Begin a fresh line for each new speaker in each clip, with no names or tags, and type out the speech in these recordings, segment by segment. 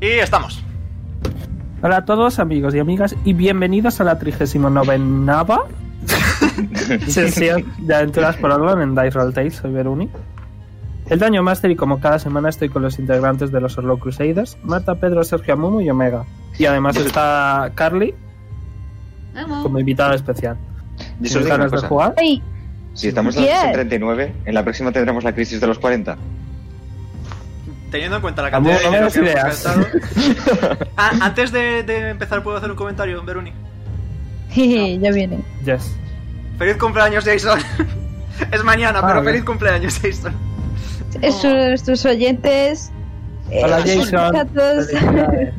Y estamos.
Hola a todos, amigos y amigas, y bienvenidos a la 39 sesión de Aventuras por Orlon en Dice Roll Tales. Soy Beruni. El Daño Master, y como cada semana estoy con los integrantes de los Orlo Crusaders: Marta, Pedro, Sergio Amumu y Omega. Y además está Carly como invitada especial.
Yo solo
¿Tienes
digo una
ganas de
cosa.
jugar?
Ay,
Si estamos en
Bien.
la sesión 39, en la próxima tendremos la crisis de los 40.
Teniendo en cuenta la
Amor,
cantidad
no
de
me
dinero que hemos
des
gastado. Ah, antes de, de empezar, puedo hacer un comentario, Veruni.
jeje, ya viene.
Yes.
Feliz cumpleaños, Jason. es mañana,
Ah,
pero
bien.
feliz cumpleaños, Jason.
Sus, sus oyentes. eh,
Hola Jason.
chatos.
Felicidades.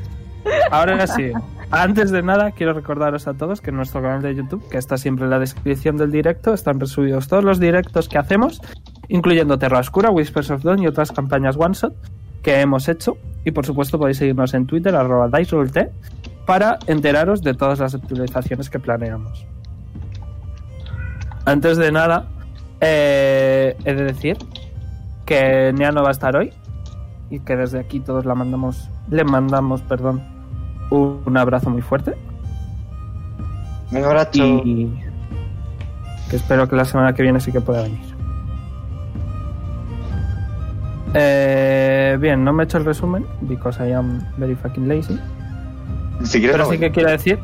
Ahora sí. Antes de nada, quiero recordaros a todos que en nuestro canal de YouTube, que está siempre en la descripción del directo, están resubidos todos los directos que hacemos, incluyendo Terra Oscura, Whispers of Dawn y otras campañas One Shot que hemos hecho. Y por supuesto podéis seguirnos en Twitter, arroba DiceRollT, para enteraros de todas las actualizaciones que planeamos. Antes de nada, eh, he de decir que Nea no va a estar hoy, y que desde aquí todos la mandamos, le mandamos, perdón, un abrazo muy fuerte
Un abrazo.
y que espero que la semana que viene sí que pueda venir. Eh, bien, no me he hecho el resumen because I am very fucking lazy,
Si quieres,
pero
no
sí
voy.
que quiero decir,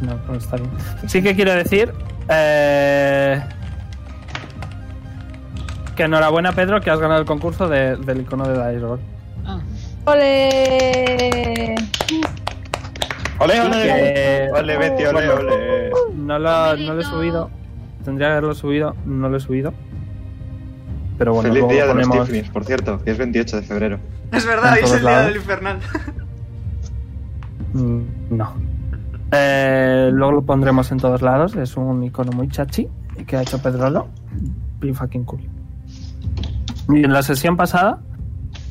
no, no está bien. Sí que quiero decir eh, que enhorabuena Pedro que has ganado el concurso de- del icono de Dairor.
¡Ole!
¡Ole,
Eh,
ole! ¡Ole, Betty, ole,
bueno.
ole!
No lo, no lo he subido. Tendría que haberlo subido, no lo he subido. Pero bueno,
Feliz
luego
día de los
ponemos-
Tiffany's, por cierto, que es 28 de febrero.
Es verdad,
En
hoy es
todos
el día
lados.
del infernal.
Mm, No. Eh, luego lo pondremos en todos lados. Es un icono muy chachi que ha hecho Pedrolo. Bien fucking cool. Y en la sesión pasada.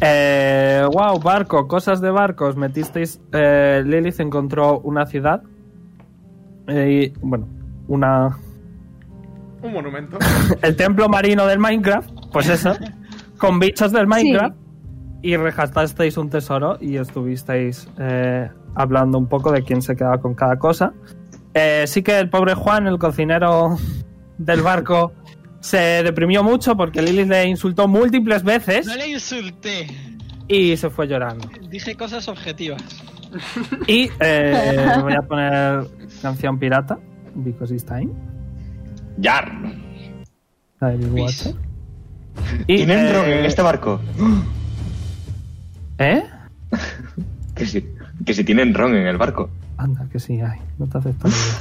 Eh, wow, barco, cosas de barcos. Metisteis. Eh, Lilith encontró una ciudad. eh, y, bueno, una
Un monumento.
el templo marino del Minecraft, pues eso, con bichos del Minecraft, y rescatasteis un tesoro y estuvisteis eh, hablando un poco de quién se quedaba con cada cosa. Eh, sí que el pobre Juan, el cocinero del barco, se deprimió mucho porque Lilith le insultó múltiples veces
No le insulté.
y se fue llorando.
Dije cosas objetivas.
Y eh, voy a poner canción pirata, because it's time.
¡Yar!
la del
Luis.
Watcher. Y,
¿Quién entró
eh,
en este barco?
¿Eh?
Que si, que si tienen ron en el barco.
Anda, que sí, ay, no te acepto la idea.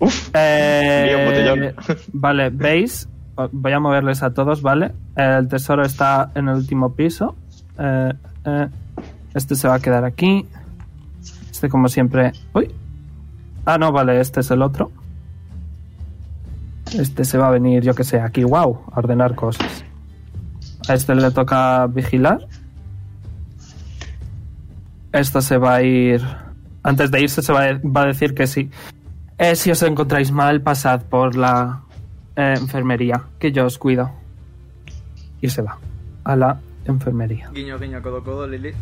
¡Uf!
Eh,
Lío, botellón.
vale, veis, O- voy a moverles a todos, ¿vale? El tesoro está en el último piso. Eh, eh, este se va a quedar aquí. Este, como siempre. Uy. Ah, no, vale, este es el otro. Este se va a venir, yo que sé, aquí, wow, a ordenar cosas. A este le toca vigilar. Esta se va a ir. Antes de irse, se va a- va a decir que sí. Eh, si os encontráis mal, pasad por la eh, enfermería, que yo os cuido. Y se va a la enfermería.
Guiño, guiño, codo, codo, Lilith.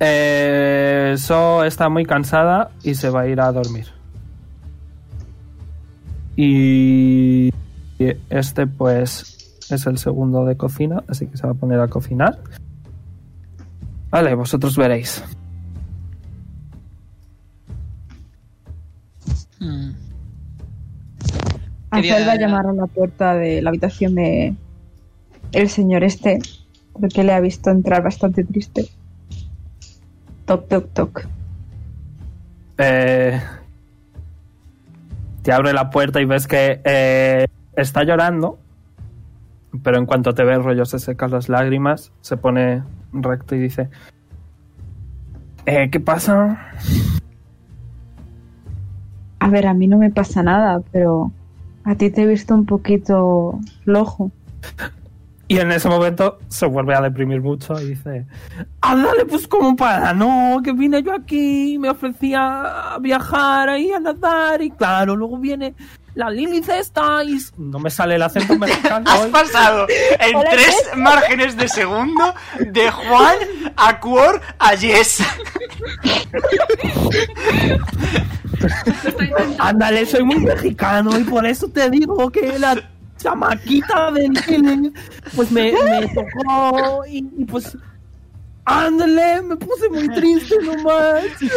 Eh, so está muy cansada y se va a ir a dormir. Y y este pues es el segundo de cocina, así que se va a poner a cocinar. Vale, vosotros veréis.
Hmm. Quería-
Ángel va a llamar a la puerta de la habitación de el señor este, porque le ha visto entrar bastante triste. Toc, toc, toc.
Eh, te abre la puerta y ves que eh, está llorando, pero en cuanto te ve rollo se secan las lágrimas, se pone recto y dice, "Eh, ¿qué pasa?
A ver, a mí no me pasa nada, pero a ti te he visto un poquito flojo.
Y en ese momento se vuelve a deprimir mucho y dice: Ándale, pues como para, no, que vine yo aquí, me ofrecía a viajar ahí a nadar, y claro, luego viene la Lilith esta y. s- No me sale el acento mexicano
Has
hoy.
pasado en
Hola,
tres
Jess.
márgenes de segundo de Juan a Cuor a Jess.
Ándale, soy muy mexicano y por eso te digo que la chamaquita de Lilith, pues me, me tocó y, y pues. Ándale, me puse muy triste nomás. Y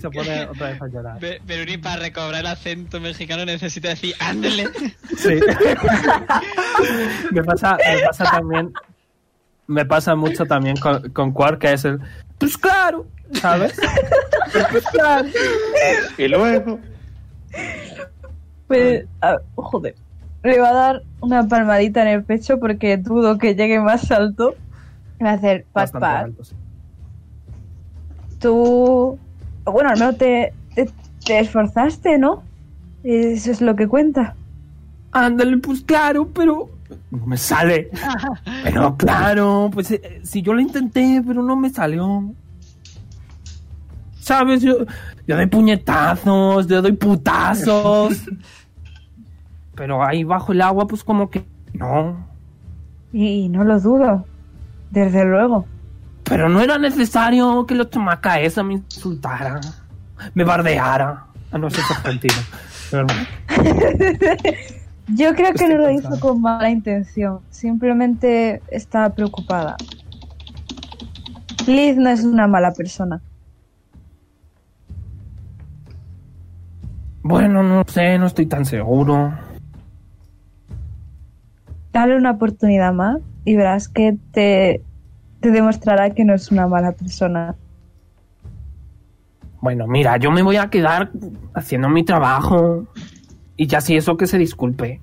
se pone otra vez a llorar.
Be- Beruni, para recobrar el acento mexicano necesita decir, ándale.
Sí. me, pasa, me pasa también. Me pasa mucho también con, con Quark, que es el. Pues claro, ¿sabes? Pues claro.
Y luego.
Pues, ah, joder. Le va a dar una palmadita en el pecho porque dudo que llegue más alto. Le Va a hacer pat
Bastante
pat.
alto, sí.
Tú. Bueno, al menos te, te, te esforzaste, ¿no? Eso es lo que cuenta.
Ándale, pues claro, pero. No me sale. Pero claro, pues eh, si yo lo intenté, pero no me salió. ¿Sabes? Yo, yo doy puñetazos, yo doy putazos. pero ahí bajo el agua, pues como que. No.
Y, no lo dudo. Desde luego.
Pero no era necesario que la chamaca esa me insultara, me bardeara. Ah, no, eso es argentino. Pero bueno.
Yo creo que
Estoy
no lo
cansado.
hizo con mala intención. Simplemente estaba preocupada. Liz no es una mala persona.
Bueno, no sé, no estoy tan seguro.
Dale una oportunidad más y verás que te, te demostrará que no es una mala persona.
Bueno, mira, yo me voy a quedar haciendo mi trabajo. Y ya si eso que se disculpe.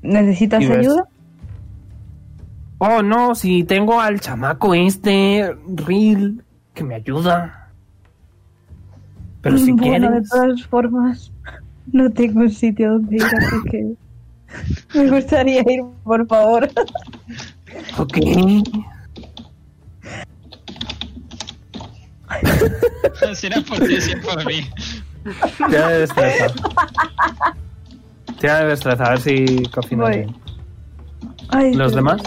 ¿Necesitas
Y ves.
ayuda?
Oh, no, si tengo al chamaco este, Real, que me ayuda. Pero si
bueno, de
quieres.
todas formas, no tengo un sitio donde ir, así que me gustaría ir, por favor.
Ok.
Si no es por ti, si es por mí.
Tira de destreza. Tira de destreza, a ver si cocinas
Voy.
bien.
Ay,
¿Los
Dios.
demás?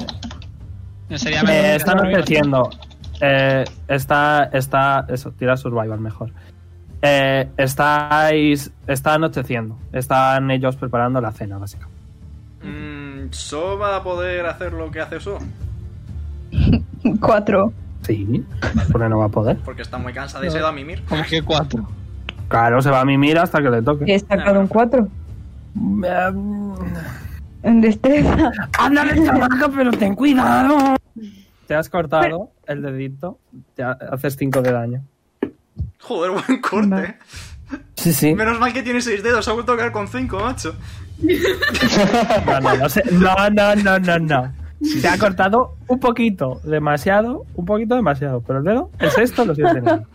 No sería
Eh,
mejor-
están ofreciendo. Eh, está, está, eso, tira survival mejor. Eh, estáis, está anocheciendo. Están ellos preparando la cena, básicamente.
Mm, ¿So va a poder hacer lo que hace So?
Cuatro.
Sí, porque no va a poder.
Porque está muy cansada y se da a mimir.
Como que cuatro.
Claro, se va a mimir hasta que le toque.
He sacado un cuatro. En destreza.
Em, Ándale, chamaca, pero ten cuidado. Te has cortado el dedito, te ha- haces 5 de daño.
Joder, buen corte. eh.
Sí, sí.
Menos mal que tiene seis dedos, ha vuelto a caer con cinco, macho.
No, no, no, sé. no, no, no, no, no. Se ha cortado un poquito, demasiado, un poquito demasiado, pero el dedo, el sexto lo sigue teniendo.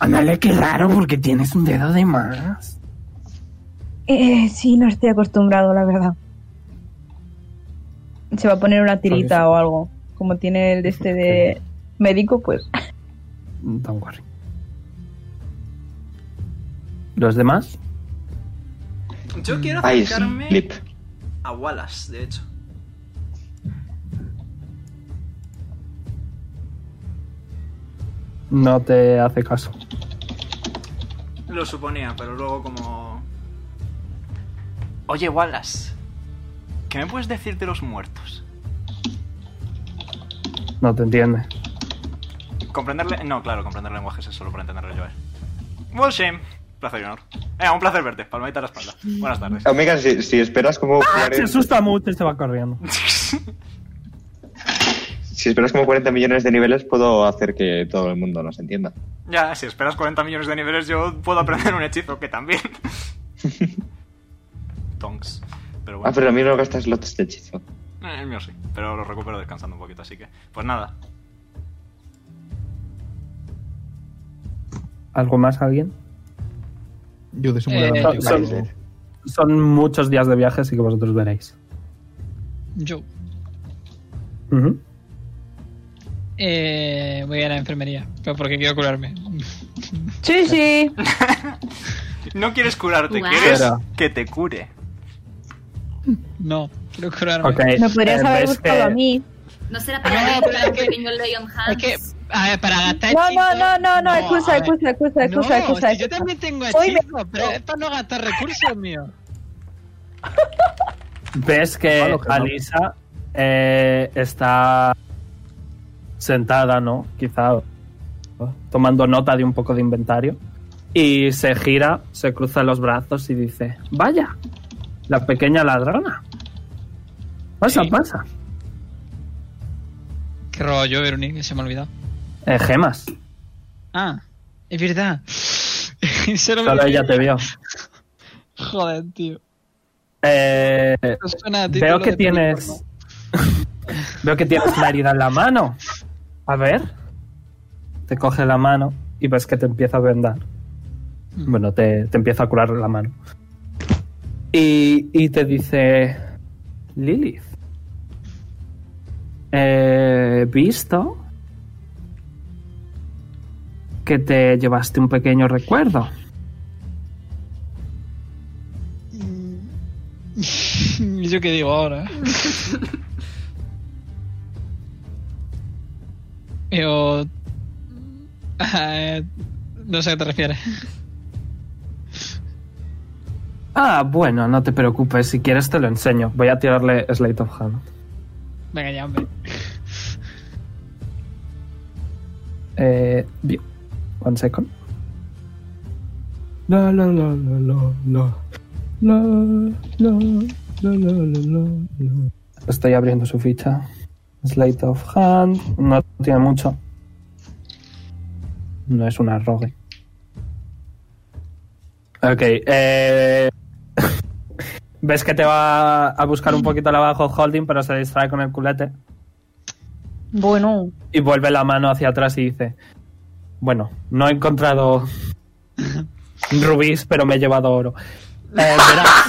Ándale, qué raro, porque tienes un dedo de más.
Eh, sí, no estoy acostumbrado, la verdad. Se va a poner una tirita o algo. Como tiene el de este de médico, pues.
Don't worry. ¿Los demás?
Yo quiero
Mm. Ay,
acercarme
slip.
a Wallace, de hecho.
No te hace caso.
Lo suponía, pero luego como... Oye, Wallace, ¿qué me puedes decir de los muertos?
No te entiende.
Comprenderle... No, claro, comprender lenguajes es solo para entenderlo yo. eh. Well, shame. Placer y honor. Eh, un placer verte. Palmadita a la espalda. Buenas tardes.
Amiga, si, si esperas como
Ah,
40,
se asusta mucho y se va corriendo.
si esperas como 40 millones de niveles, puedo hacer que todo el mundo nos entienda.
ya, si esperas 40 millones de niveles, yo puedo aprender un hechizo, que también. Tonks. Pero bueno.
Ah, pero a mí no gastas lotes de hechizo.
Eh, el mío sí, pero lo recupero descansando un poquito, así que... Pues nada,
¿Algo más, alguien?
Yo de eso me
Eh,
levanto.
son- Son muchos días de viaje, así que vosotros veréis.
Yo.
Ujú.
Eh, voy a la enfermería, pero porque quiero curarme.
Sí, sí.
No quieres curarte,
Guau.
quieres
Pero-
que te cure.
No, quiero curarme.
Ok.
Me podrías
eh,
haber
ves
buscado
que-
a mí.
No será
No,
para mí,
pero
para un
Ah, es que-
pequeño Leon
Es que,
Hans.
a ver, para gastar
No,
hechizos-
no, no, no, no,
a
excusa,
ver.
excusa, excusa, excusa,
No,
excusa.
si yo también tengo
Hoy me-
hechizos, pero es para no gastar recursos míos.
Ves que
Malo que no.
Alisa eh, está sentada, ¿no? Quizá ¿no? tomando nota de un poco de inventario. Y se gira, se cruza los brazos y dice, vaya, la pequeña ladrona. Pasa,
Sí.
pasa.
Qué rollo, Veronique, se me ha olvidado.
Eh, gemas.
Ah, es verdad. Solo me
Solo ella
olvidé.
te vio.
Joder, tío.
Eh,
Eso suena a título
veo que
de película,
tienes...
¿no?
veo que tienes una herida en la mano. A ver. Te coge la mano y ves que te empieza a vendar.
Mm.
Bueno, te, te empieza a curar la mano. Y, y te dice, Lilith, he eh, visto que te llevaste un pequeño recuerdo.
¿Y yo qué digo ahora? Yo... Eh, No sé a qué te refieres.
Ah, bueno, no te preocupes, si quieres te lo enseño. Voy a tirarle Slate of Hand.
Venga, ya, hombre.
Eh, bien. One second. La, la, la, la, la, la. La, la, la, la, la, la, la. Estoy abriendo su ficha. Slate of Hand. No tiene mucho. No es una rogue. Ok. eh, Ves que te va a buscar un poquito al abajo Holding, pero se distrae con el culete.
Bueno,
Y vuelve la mano hacia atrás y dice: Bueno, no he encontrado rubíes, pero me he llevado oro. Eh, verás,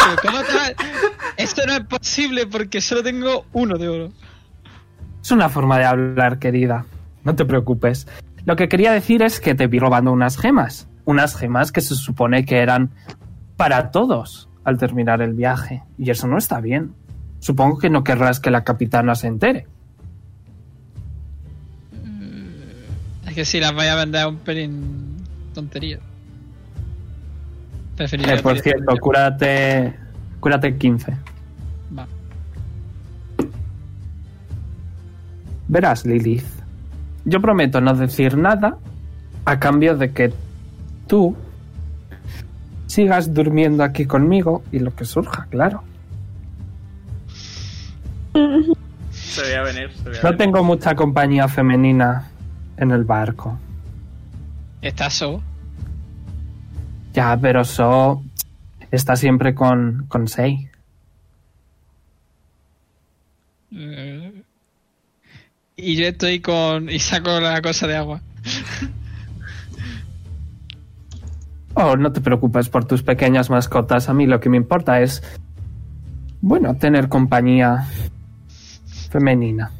Pero ¿Cómo te va? Esto no es posible porque solo tengo uno de oro.
es una forma de hablar, querida. No te preocupes. Lo que quería decir es que te vi robando unas gemas. Unas gemas que se supone que eran para todos al terminar el viaje. Y eso no está bien. Supongo que no querrás que la capitana se entere.
Es que si las vaya a vender es un pelín tontería. Preferiría...
Eh, por cierto, cúrate, cúrate 15.
Va.
Verás, Lilith. Yo prometo no decir nada a cambio de que tú sigas durmiendo aquí conmigo y lo que surja, claro.
Se veía venir, se veía
No
venir.
tengo mucha compañía femenina en el barco.
Está so.
Ya, pero So está siempre con, con Sei.
Eh, Y yo estoy con. Y saco la cosa de agua.
Oh, no te preocupes por tus pequeñas mascotas. A mí lo que me importa es, bueno, tener compañía femenina.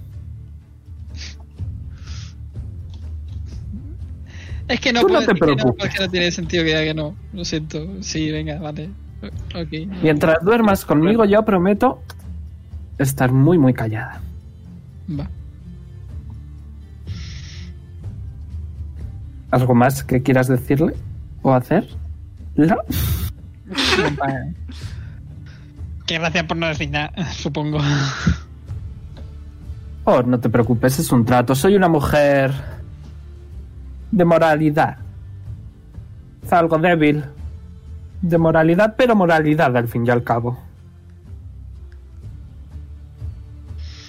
Es que no
Tú no
puedo
te
decir que
preocupes.
porque no tiene sentido que diga que no. Lo siento. Sí, venga, vale. O- Ok.
Mientras duermas conmigo, yo prometo estar muy, muy callada.
Va.
¿Algo más que quieras decirle o hacer? No.
Que gracias por no decir nada, supongo.
Oh, no te preocupes, es un trato. Soy una mujer de moralidad. Es algo débil. De moralidad, pero moralidad al fin y al cabo.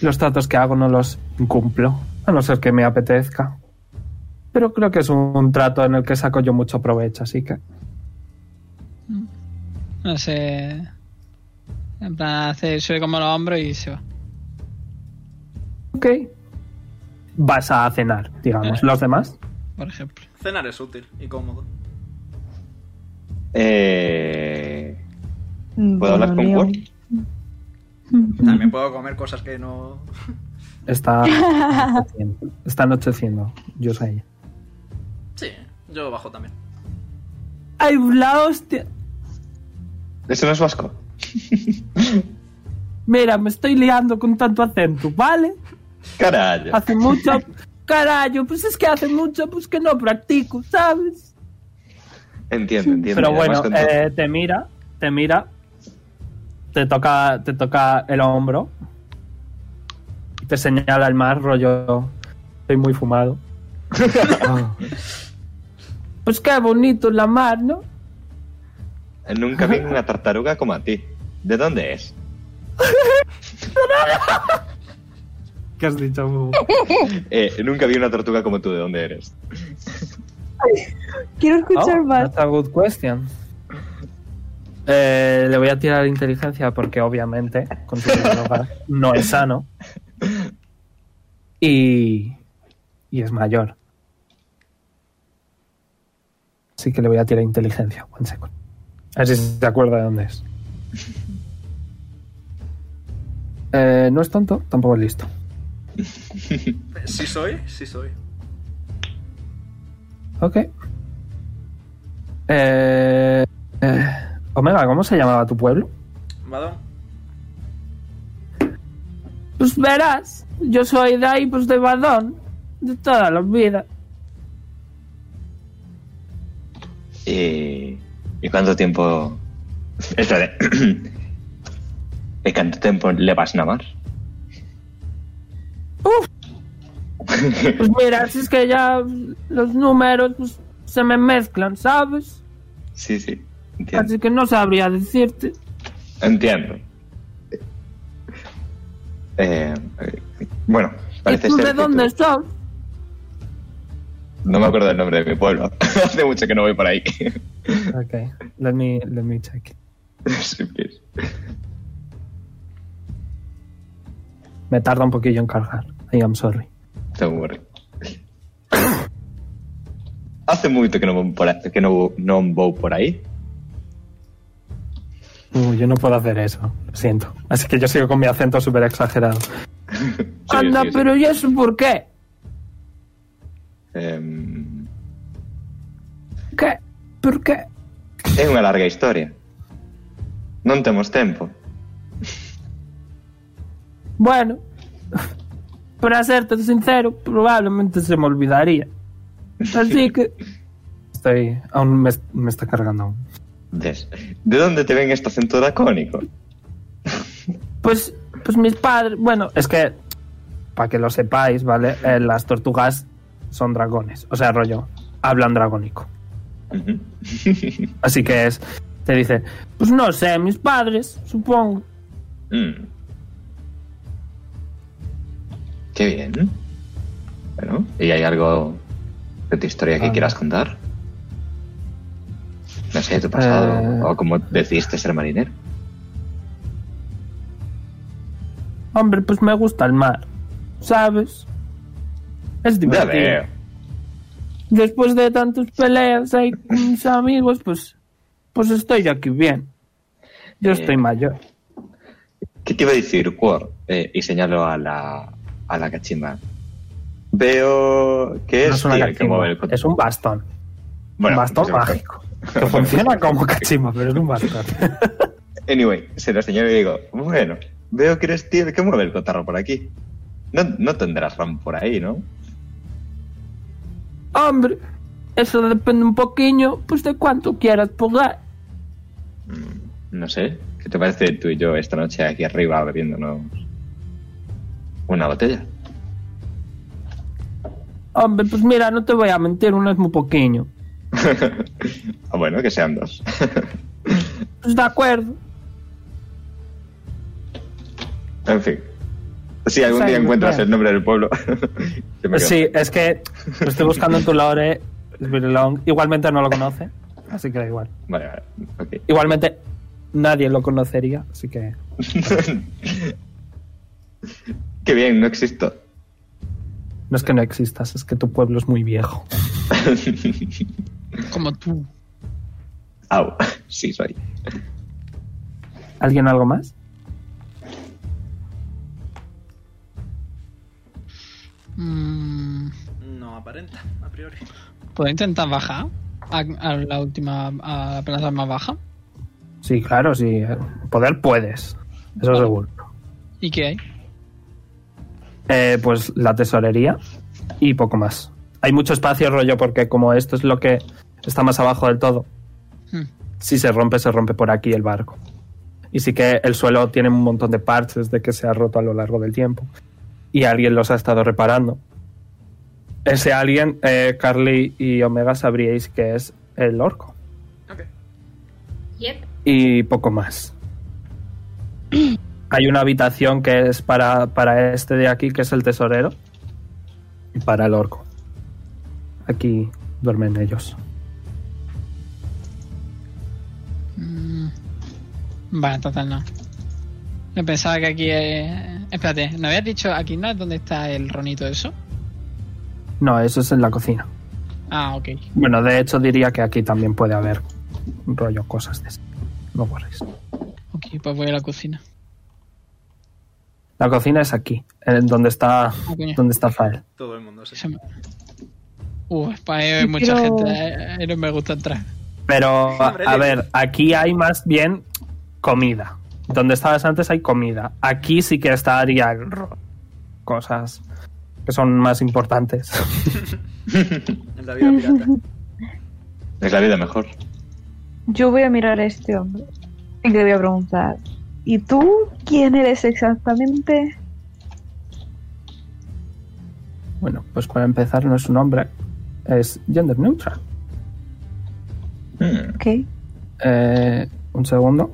Los tratos que hago no los cumplo, a no ser que me apetezca. Pero creo que es un trato en el que saco yo mucho provecho, así que...
No sé. En plan, hace, sube como los hombros y se va.
Ok. Vas a cenar, digamos. ¿Los demás?
Por ejemplo.
Cenar es útil y cómodo.
Eh,
mm,
¿Puedo hablar
bueno,
con
Leon.
Word?
También puedo comer cosas que no.
Está, está anocheciendo. Yo sé.
Sí, yo bajo también.
¡Ay, la hostia!
Eso no es vasco.
Mira, me estoy liando con tanto acento, ¿vale?
Carajo.
Hace mucho. Carajo, pues es que hace mucho, pues que no practico, ¿sabes?
Entiendo, entiendo.
Pero
Y además
bueno,
con todo-
eh, te mira, te mira, te toca, te toca el hombro, te señala el mar, rollo, estoy muy fumado. Ah. Pues qué bonito la mar, ¿no?
Nunca vi una tartaruga como a ti. ¿De dónde es?
¿Qué has dicho? Bubu?
Eh, nunca vi una tortuga como tú. ¿De dónde eres?
Quiero escuchar
Oh,
más.
that's a good question. Eh, le voy a tirar inteligencia porque obviamente con tu droga no es sano. Y, y es mayor. Así que le voy a tirar inteligencia. One second. A ver si se acuerda de dónde es. Eh, no es tonto, tampoco es listo.
Sí soy, sí soy.
Ok. Eh, eh, Omega, ¿cómo se llamaba tu pueblo?
¿Vadón?
Pues verás, yo soy de ahí, pues de Badón, de toda la vida.
¿Y, ¿y cuánto tiempo...? Espera. ¿Y cuánto tiempo le vas a amar?
Pues mira, si es que ya los números pues, se me mezclan, ¿sabes?
Sí, sí. Entiendo.
Así que no sabría decirte.
Entiendo. Eh, eh, bueno,
¿Y
parece
tú
ser
de
que
dónde
tú-
sos?
No me acuerdo el nombre de mi pueblo. Hace mucho que no voy por ahí.
Ok, let me, let me check.
Sí, pues.
Me tarda un poquillo en cargar. I am sorry.
Te aburre. Hace mucho que no voy por ahí, que no, no voy por ahí.
Uh, yo no puedo hacer eso, lo siento. Así que yo sigo con mi acento súper exagerado.
Sí,
Anda,
sí, sí.
pero ¿y eso por qué?
Em,
¿Qué? ¿Por qué?
es una larga historia. No tenemos tiempo.
Bueno, para serte sincero, probablemente se me olvidaría. Así que. Estoy. Aún me, me está cargando.
Des- ¿De dónde te ven esta acento dracónico?
Pues, pues mis padres. Bueno, es que. Para que lo sepáis, ¿vale? Eh, las tortugas son dragones. O sea, rollo. Hablan dragónico.
Ujú.
Así que es. Te dice. Pues no sé, mis padres, supongo.
Mm. Qué bien. Bueno, ¿y hay algo de tu historia que
Ah.
quieras contar? No sé, tu pasado
Eh.
o cómo decidiste ser marinero.
Hombre, pues me gusta el mar. ¿Sabes? Es
Ya
divertido.
veo.
después de tantas peleas ahí con mis amigos, pues, pues estoy aquí bien. Yo
Eh.
estoy mayor.
¿Qué te iba a decir, Quor? Eh, y señalo a la, a la cachimba. Veo que
No
es,
es una
Tyr que
cachimba,
mueve el
es un bastón.
Bueno,
un bastón
sí,
mágico. Que funciona como cachimba, pero es un bastón.
Anyway, se lo señalo y digo, bueno, veo que eres Tyr que mueve el cotarro por aquí. No, no tendrás ram por ahí, ¿no?
Hombre, eso depende un poquillo, pues de cuánto quieras pagar.
No sé. ¿Qué te parece tú y yo esta noche aquí arriba bebiéndonos una botella?
Hombre, pues mira, no te voy a mentir, uno es muy pequeño.
Ah, bueno, que sean dos.
Pues de acuerdo.
en fin. Si algún
Sí,
día encuentras
claro.
el nombre del pueblo. yo me quedo.
Sí, es que lo estoy buscando en tu lore. es very long. Igualmente no lo conoce, así que da igual.
Vale, vale. ok.
Igualmente nadie lo conocería, así que
Qué bien, no existo.
No es que no existas, es que tu pueblo es muy viejo.
Como tú.
Au, sí, soy.
¿Alguien algo más?
Mm,
No aparenta, a priori.
¿Puedo intentar bajar? A, a la última, a la plaza más baja.
Sí, claro, sí. eh, Poder puedes. Eso
Vale.
seguro.
¿Y qué hay?
Eh, pues la tesorería y poco más. Hay mucho espacio, rollo, porque como esto es lo que está más abajo del todo,
Hmm.
si se rompe, se rompe por aquí el barco. Y sí que el suelo tiene un montón de parches de que se ha roto a lo largo del tiempo. Y alguien los ha estado reparando. Ese alguien, eh, Carly y Omega, sabríais que es el orco.
Ok.
Yep.
y poco más. Hay una habitación que es para, para este de aquí, que es el tesorero, y para el orco. Aquí duermen ellos.
Mm, Vale, total no. Yo pensaba que aquí es... Espérate, ¿no habías dicho aquí no es donde está el ronito eso?
No, eso es en la cocina.
Ah, ok.
Bueno, de hecho diría que aquí también puede haber un rollo cosas de esas. No corres.
Ok, pues voy a la cocina.
La cocina es aquí, en donde está
Ah, coño.
donde está Fael.
Todo el mundo se
Se me- Uh, pues ahí hay
Yo
mucha
quiero-
gente. ahí- ahí no me gusta entrar.
Pero a,
Hombre,
a
tío.
ver, aquí hay más bien comida. Donde estabas antes hay comida. Aquí sí que estaría el ro- cosas que son más importantes.
en la vida pirata.
Es la vida mejor.
Yo voy a mirar a este hombre y le voy a preguntar. ¿Y tú quién eres exactamente?
bueno, pues para empezar no es un hombre, es gender neutral.
Hmm.
Ok.
Eh, un segundo.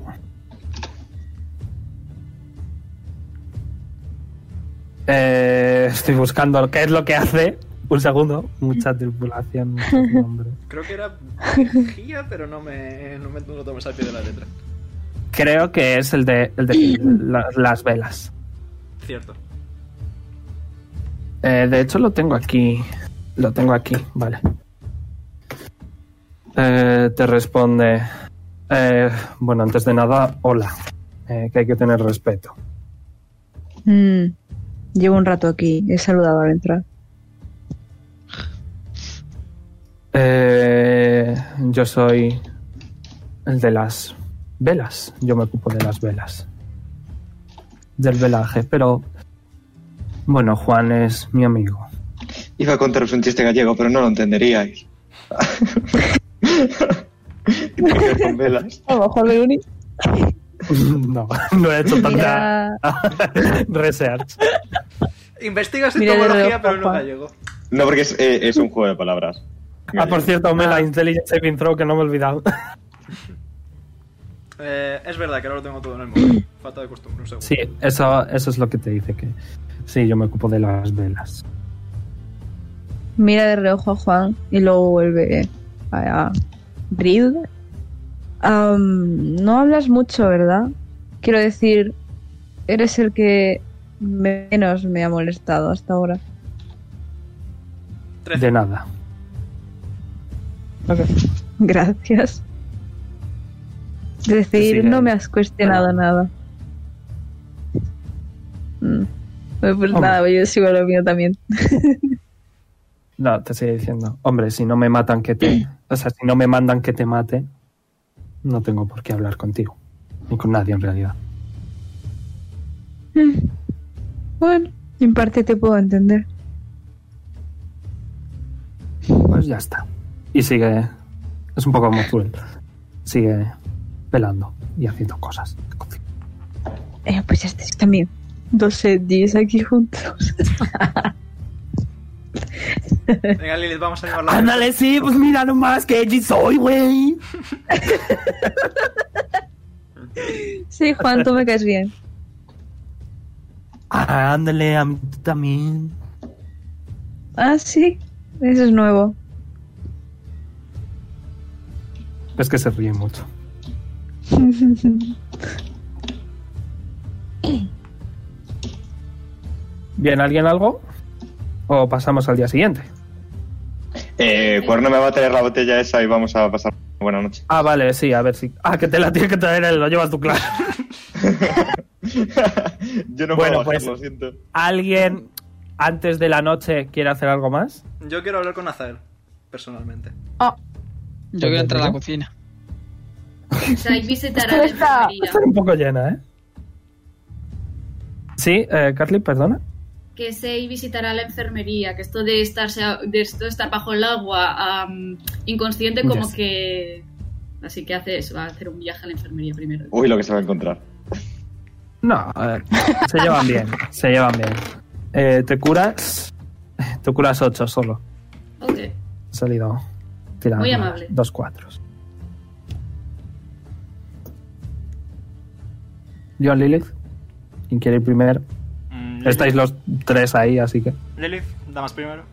Eh, estoy buscando qué es lo que hace. Un segundo. Mucha tripulación. muchos nombres.
Creo que era energía, pero no me, no me no lo tomes al pie de la letra.
Creo que es el de, el de la- las velas.
Cierto.
Eh, de hecho, lo tengo aquí. Lo tengo aquí, vale. Eh, te responde. eh, bueno, antes de nada, hola. eh, que hay que tener respeto.
Mm, Llevo un rato aquí. He saludado al entrar.
Eh, yo soy el de las velas. Yo me ocupo de las velas. Del velaje, pero. Bueno, Juan es mi amigo.
Iba a contaros un chiste gallego, pero no lo entenderíais. Y tiene que ver con velas.
A lo mejor de Uni.
no, no he hecho tanta
Mira,
research.
Investigas
Mira de
etimología,
reojo,
pero no
Juan.
gallego.
No, porque es, eh, es un juego de palabras.
Ah, por cierto, me la Intelligence Saving Throw que no me he olvidado.
Eh, es verdad que ahora lo tengo todo en el móvil. Falta de costumbre, un segundo.
Sí, eso, eso es lo que te dice que. Sí, yo me ocupo de las velas.
mira de reojo a Juan y luego vuelve a, a Reed. Am, no hablas mucho, ¿verdad? Quiero decir, eres el que menos me ha molestado hasta ahora.
Trece.
De nada.
Gracias. Es decir,
Sigue.
no me has cuestionado nada. Mm. Pues pues
Hombre.
nada, yo sigo lo mío también.
No, te sigue diciendo. Hombre, si no me matan que te. O sea, si no me mandan que te mate, no tengo por qué hablar contigo. Ni con nadie en realidad.
Mm. Bueno, en parte te puedo entender.
Pues ya está. Y sigue. Es un poco como tú. Sigue velando y haciendo cosas.
Eh, pues este es también. Dos DJs aquí juntos.
Venga, Lilith, vamos a llevarla.
sí, pues mira nomás que allí soy, güey.
Sí, Juan, tú me caes bien.
Ándale, a mí también.
Ah, sí, eso es nuevo.
Es que se ríe mucho. Bien, ¿alguien algo? ¿O pasamos al día siguiente?
Eh, Cuerno me va a traer la botella esa y vamos a pasar una buena noche.
Ah, vale, sí, a ver si. Ah, que te la tienes que traer, lo llevas tú claro.
Yo no
Bueno,
puedo bajar,
pues-
lo siento.
Alguien antes de la noche quiere hacer algo más.
Yo quiero hablar con Azael, personalmente.
Yo quiero entrar a la cocina.
O sea, hay visitar a la
Ahí está.
enfermería.
Está un poco llena, ¿eh? Sí, eh, Carly, perdona.
Que sé y visitar a la enfermería. Que esto de estarse a- de esto de estar bajo el agua am, inconsciente como
Yes.
que... Así que hace eso, va a hacer un viaje a la enfermería primero.
Oh.
Uy, lo que se va a encontrar.
No, a ver, se llevan bien, se llevan bien. Eh, te curas, te curas 8 solo.
Ok.
Ha salido tirado.
Muy amable.
Dos cuatros. John Lilith, quien quiere ir primero.
Mm, Lilith-
Estáis los tres ahí, así que.
Lilith, damas primero.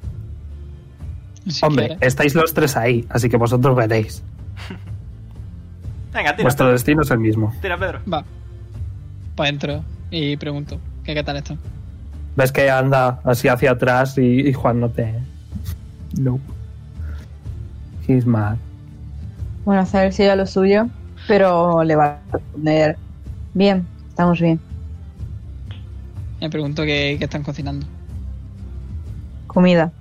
Si
Hombre,
quiere.
estáis los tres ahí, así que vosotros veréis.
Venga, tira.
Vuestro destino es el mismo.
Tira, Pedro.
Va. Pues entro y pregunto. ¿Qué, qué tal esto?
Ves que anda así hacia atrás y, y Juan no te. No. He's mad.
Bueno, Azael sigue a lo suyo, pero le va a responder. Bien, estamos bien.
Me pregunto qué, qué están cocinando.
Comida.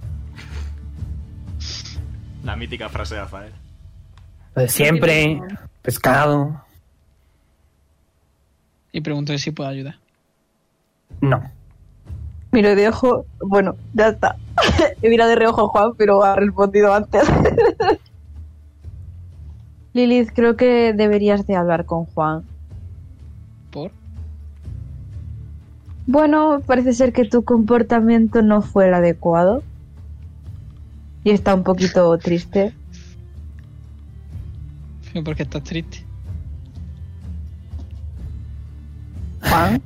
La mítica eh. frase de Azael.
Lo de siempre, pescado.
Y pregunto si puedo ayudar.
No.
Miro de ojo. Bueno, ya está. He mirado de reojo a Juan, pero ha respondido antes. Lilith, creo que deberías de hablar con Juan.
¿Por?
Bueno, parece ser que tu comportamiento no fue el adecuado. Y está un poquito triste.
Pero Porque estás triste.
Juan.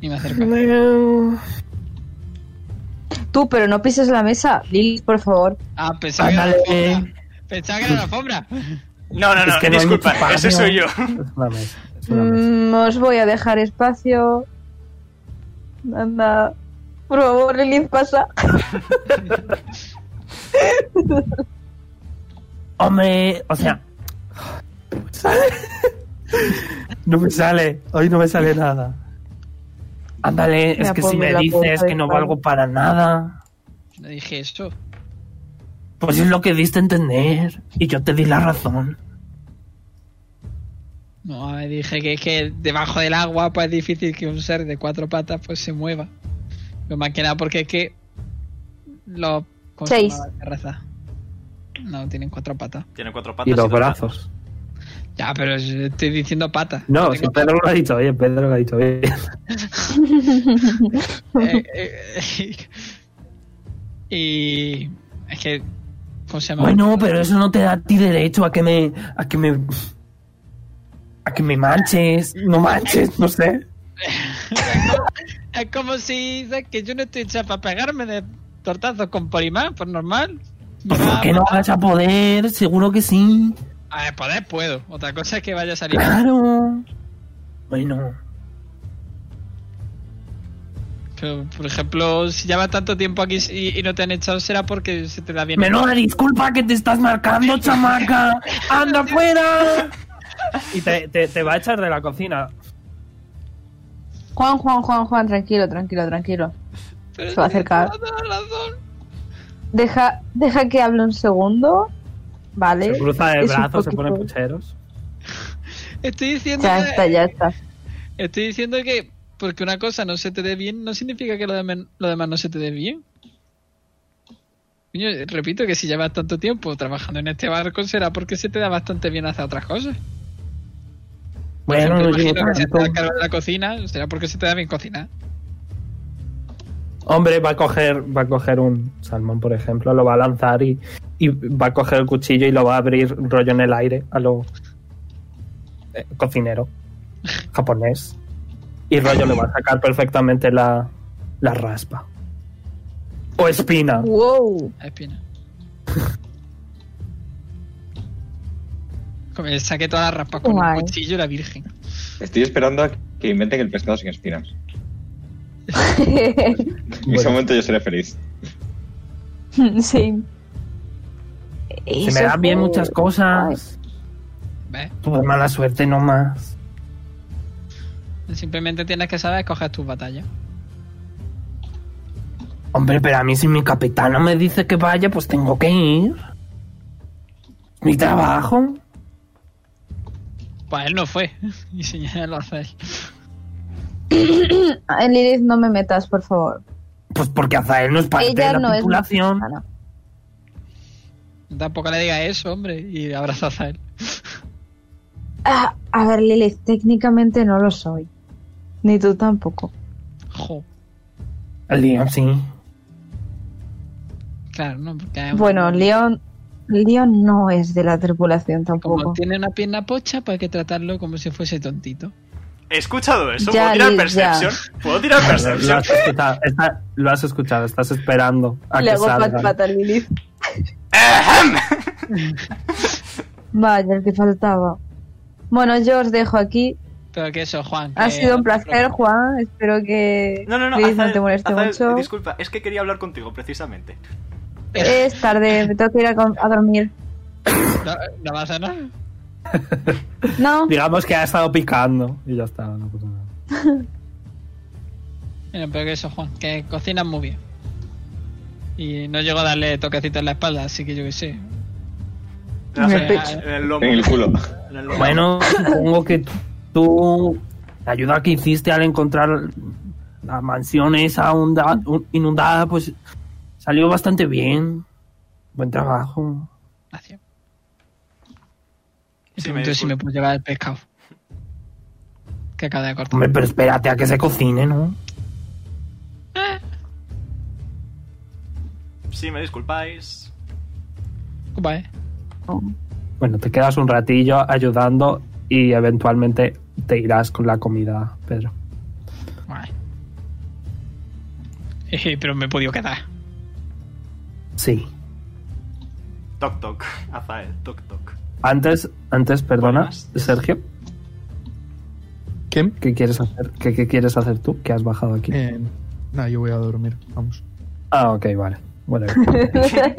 Y me acerco.
Vale,
Tú, pero no pises la mesa. Lilith, por favor.
Ah, pensaba que era la
Ándale.
alfombra. Pensaba que era la alfombra.
No, no, no,
Es que no hay
disculpa,
mucho espacio.
ese soy yo.
Es una mesa, es una mesa.
Mm, os voy a dejar espacio. Anda. Por favor, Lilith, pasa.
Hombre, o sea. No me sale, hoy no me sale nada. Ándale, es
Ya,
que si
ponme
me
la
dices
puerta
que no
de
valgo para nada,
Le dije eso.
pues es lo que diste a entender y yo te di la razón.
No, me dije que es que debajo del agua pues es difícil que un ser de cuatro patas pues se mueva. Pero más que nada porque es que los ¿cómo se
Seis.
llama la raza? No, tienen cuatro patas.
Tiene cuatro patas.
Y los
dos
brazos.
Ya, pero yo estoy diciendo patas.
No, si
tengo
Pedro lo ha dicho bien, Pedro lo ha dicho bien.
Eh, eh, y es que ¿cómo se llama?
Bueno, pero eso no te da a ti derecho a que me. a que me. a que me manches. No manches, no sé.
es como si dices que yo no estoy hecha para pegarme de tortazos con polimán, por normal.
Pues
Me va
¿por
a
qué no
matar.
vas a poder? Seguro que sí.
A ver, poder puedo. Otra cosa es que vaya a salir.
Claro. Bueno.
Pero, por ejemplo, si llevas tanto tiempo aquí y, y no te han echado, será porque se te da bien.
Menuda disculpa que te estás marcando, chamaca. ¡Anda fuera! Y te, te- te va a echar de la cocina.
Juan, Juan, Juan, Juan, tranquilo, tranquilo, tranquilo.
Pero
se va a
si
acercar.
te da la razón.
Deja, deja que hable un segundo. Vale.
Se cruza de
Es un
brazos, se
poquito-
pone pucheros.
Estoy diciendo,
Ya
que-
está, ya está.
estoy diciendo que porque una cosa no se te dé bien, no significa que lo, demen- lo demás no se te dé bien. Coño, repito que si llevas tanto tiempo trabajando en este barco, será porque se te da bastante bien hacer otras cosas. Por
Bueno,
ejemplo,
no llevo
imagino que se te da
tanto.
calor en la cocina, será porque se te da bien cocinar.
Hombre, va a coger, va a coger un salmón, por ejemplo, lo va a lanzar y, y va a coger el cuchillo y lo va a abrir rollo en el aire a lo eh, cocinero japonés. Y rollo le va a sacar perfectamente la, la raspa. O espina.
Wow.
A espina. Como le saqué todas las raspas con
Guay.
un cuchillo la virgen.
Estoy esperando a que inventen el pescado sin espinas. En ese
Bueno.
momento yo seré feliz.
sí.
Se me dan bien muchas cosas.
¿Ves?
Tuve mala suerte nomás.
Simplemente tienes que saber escoger tus batallas.
Hombre, pero a mí si mi capitana me dice que vaya, pues tengo que ir. Mi trabajo.
Pues él no fue. Y señala a él.
Ay, Lilith, no me metas, por favor.
Pues porque Azael no es parte
Ella
de la
no es mi
tripulación.
capitana.
Tampoco le diga eso, hombre. Y abraza a él.
Ah, a ver, Lilith, técnicamente no lo soy. Ni tú tampoco.
Jo.
Liam, sí.
Claro, no, porque
Eh,
es un-
Bueno, Leon, Leon no es de la tripulación
Como
tampoco.
tiene una pierna pocha, pues hay que tratarlo como si fuese tontito.
He escuchado eso.
Ya,
¿Puedo tirar
Liz,
Perception? ¿Puedo tirar
Lo, lo
Perception?
has escuchado, está- lo has escuchado, estás esperando a que
Le hago pat
salga.
pat a Lilith.
Ahem.
Vaya, el que faltaba. Bueno, yo os dejo aquí.
Pero que eso, Juan.
Eh,
Ha
que-
sido un placer, Juan. Espero que
No, no, no.
Lilith no
Azael,
te moleste
Azael,
mucho.
Disculpa, es que quería hablar contigo precisamente.
Es tarde, me tengo que ir a, com- a dormir.
¿No, no va a cenar?
No,
Digamos que ha estado picando y ya está. no pasa nada.
Mira, pero que eso, Juan. Que cocinas muy bien. Y no llego a darle toquecito en la espalda, así que yo qué sé.
Le das
En
el
en-
pecho.
en el lomo.
En el culo.
En el lomo.
Bueno, supongo que tú. La ayuda que hiciste al encontrar la mansión esa hunda- un- inundada, pues salió bastante bien. Buen trabajo.
Gracias.
Sí,
Sí,
me
me si me
disculpo.
puedo llevar el pescado. Que acaba de cortar.
Hombre, pero espérate a que se cocine, ¿no?
Sí, me disculpáis.
Disculpa, eh.
Bueno, te quedas un ratillo ayudando y eventualmente te irás con la comida, Pedro.
Vale. Jeje, pero me he podido quedar.
Sí.
Toc, toc. Azael, toc, toc.
Antes, antes, perdona,
Además,
Sergio,
¿Quién?
¿qué quieres hacer? ¿Qué, qué quieres hacer tú? Que has bajado aquí.
Eh, nada, yo voy a dormir. Vamos.
Ah, ok, vale. Bueno,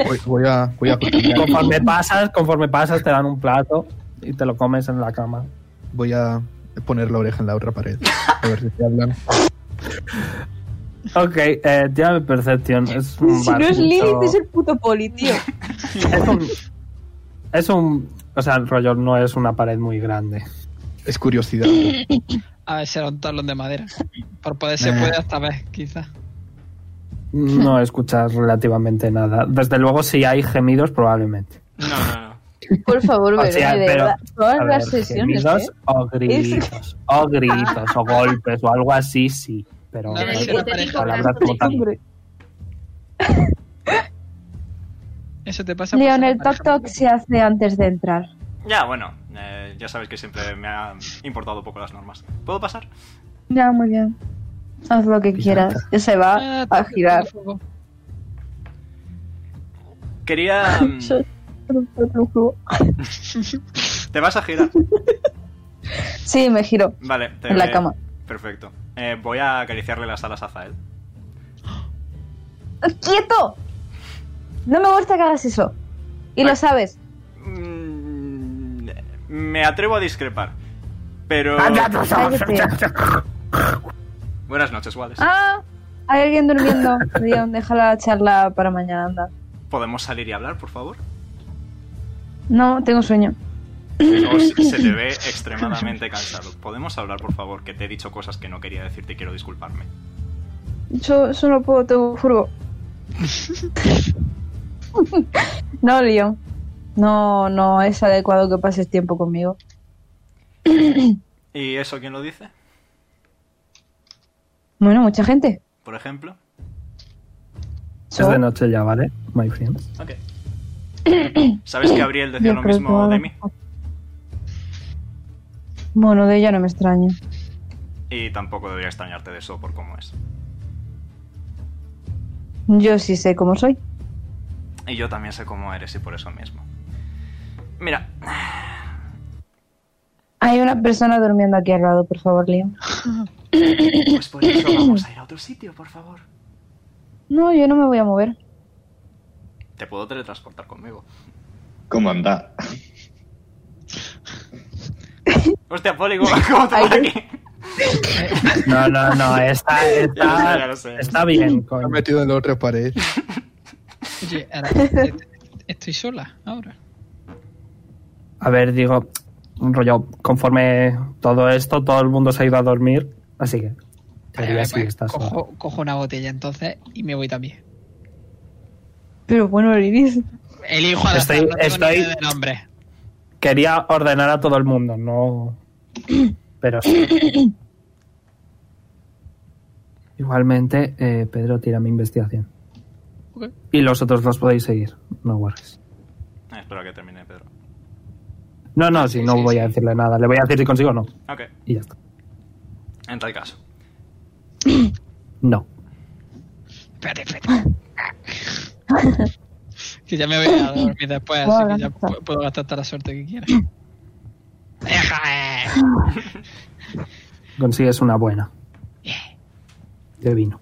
Voy, voy a. Voy a cocinar.
conforme pasas, conforme pasas te dan un plato y te lo comes en la cama.
Voy a poner la oreja en la otra pared. A ver si te hablan.
Ok, eh, tírame Percepción. Es un
si no es
barbudo.
Lilith, es el puto poli, tío.
Es un- es un... O sea, el rollo no es una pared muy grande.
Es curiosidad.
A ver, será un tablón de madera. Por poder se
Eh.
puede hasta vez, quizás.
No escuchas relativamente nada. Desde luego, si hay gemidos, probablemente.
No, no, no.
Por favor,
O
Veroni,
sea,
de
pero,
verdad. Todas
a ver,
las sesiones,
gemidos
¿eh?
o gritos, o gritos, o golpes, o algo así, sí. Pero
No, no,
eh,
sí, no, pareja.
palabras como tal.
Hombre.
Eso te pasa por
Leon,
ser
el ¿eh? toc toc se hace antes de entrar.
Ya, bueno. eh, ya sabes que siempre me han importado poco las normas. ¿Puedo pasar?
Ya, muy bien. Haz lo que
Pirata.
quieras. Ya se va
Ah,
a girar.
tampoco.
Quería... mm, ¿Te vas a girar?
Sí, me giro.
Vale. te-
En la cama.
Perfecto. Eh, voy a acariciarle las alas a Azael.
¡Quieto! No me gusta que hagas eso. Y
Ay.
lo sabes.
Mm, Me atrevo a discrepar. Pero...
pues. Cállate.
Buenas noches, Wallace.
Ah, hay alguien durmiendo. Leon, deja la charla para mañana, anda.
¿Podemos salir y hablar, por favor?
No, tengo sueño.
No, se se te ve extremadamente cansado. ¿Podemos hablar, por favor? Que te he dicho cosas que no quería decirte y quiero disculparme.
Yo solo puedo, tengo furgo. no, Leon. No, no es adecuado que pases tiempo conmigo.
¿Y eso quién lo dice?
Bueno, mucha gente.
Por ejemplo.
Es de noche ya, ¿vale? My friends.
Ok. ¿Sabes que Gabriel decía
Yo
lo
creo que
mismo
ahora-
de mí?
Bueno, de ella no me extraña.
Y tampoco debería extrañarte de eso por cómo es.
Yo sí sé cómo soy.
Y yo también sé cómo eres y por eso mismo. Mira,
Hay una persona durmiendo aquí al lado, por favor, Leon.
pues por eso vamos a ir a otro sitio, por favor.
No, yo no me voy a mover.
Te puedo teletransportar conmigo.
¿Cómo anda?
Hostia, Polygon, ¿cómo te
Ay,
vas
qué-
aquí?
No, no, no, está,
Ya lo sé, ya
está,
lo sé.
está bien.
Me
coño.
ha metido en la otra pared.
Oye, ahora, eh, estoy sola ahora.
A ver, digo, un rollo, conforme todo esto, todo el mundo se ha ido a dormir, así que... te
Vale,
diría
vale,
si
pues,
estás sola.
cojo, cojo una botella entonces y me voy también.
Pero bueno, Iris.
Elijo al
Estoy-
azar, no tengo
estoy-
ni idea de nombre.
Quería ordenar a todo el mundo, no... Pero sí. Igualmente, eh, Pedro tira mi investigación.
Ok.
Y los otros dos podéis seguir, no worries.
Ah, espero que termine, Pedro.
No, no, si
Sí,
no
sí,
voy a
sí.
decirle nada. Le voy a decir si consigo o no.
Ok,
Y ya está.
en tal caso.
No.
Espérate, espérate. que ya me voy a dormir después, así que ya pu- puedo gastar hasta la suerte que quiera. eh, ¡Déjame!
Consigues una buena. De vino.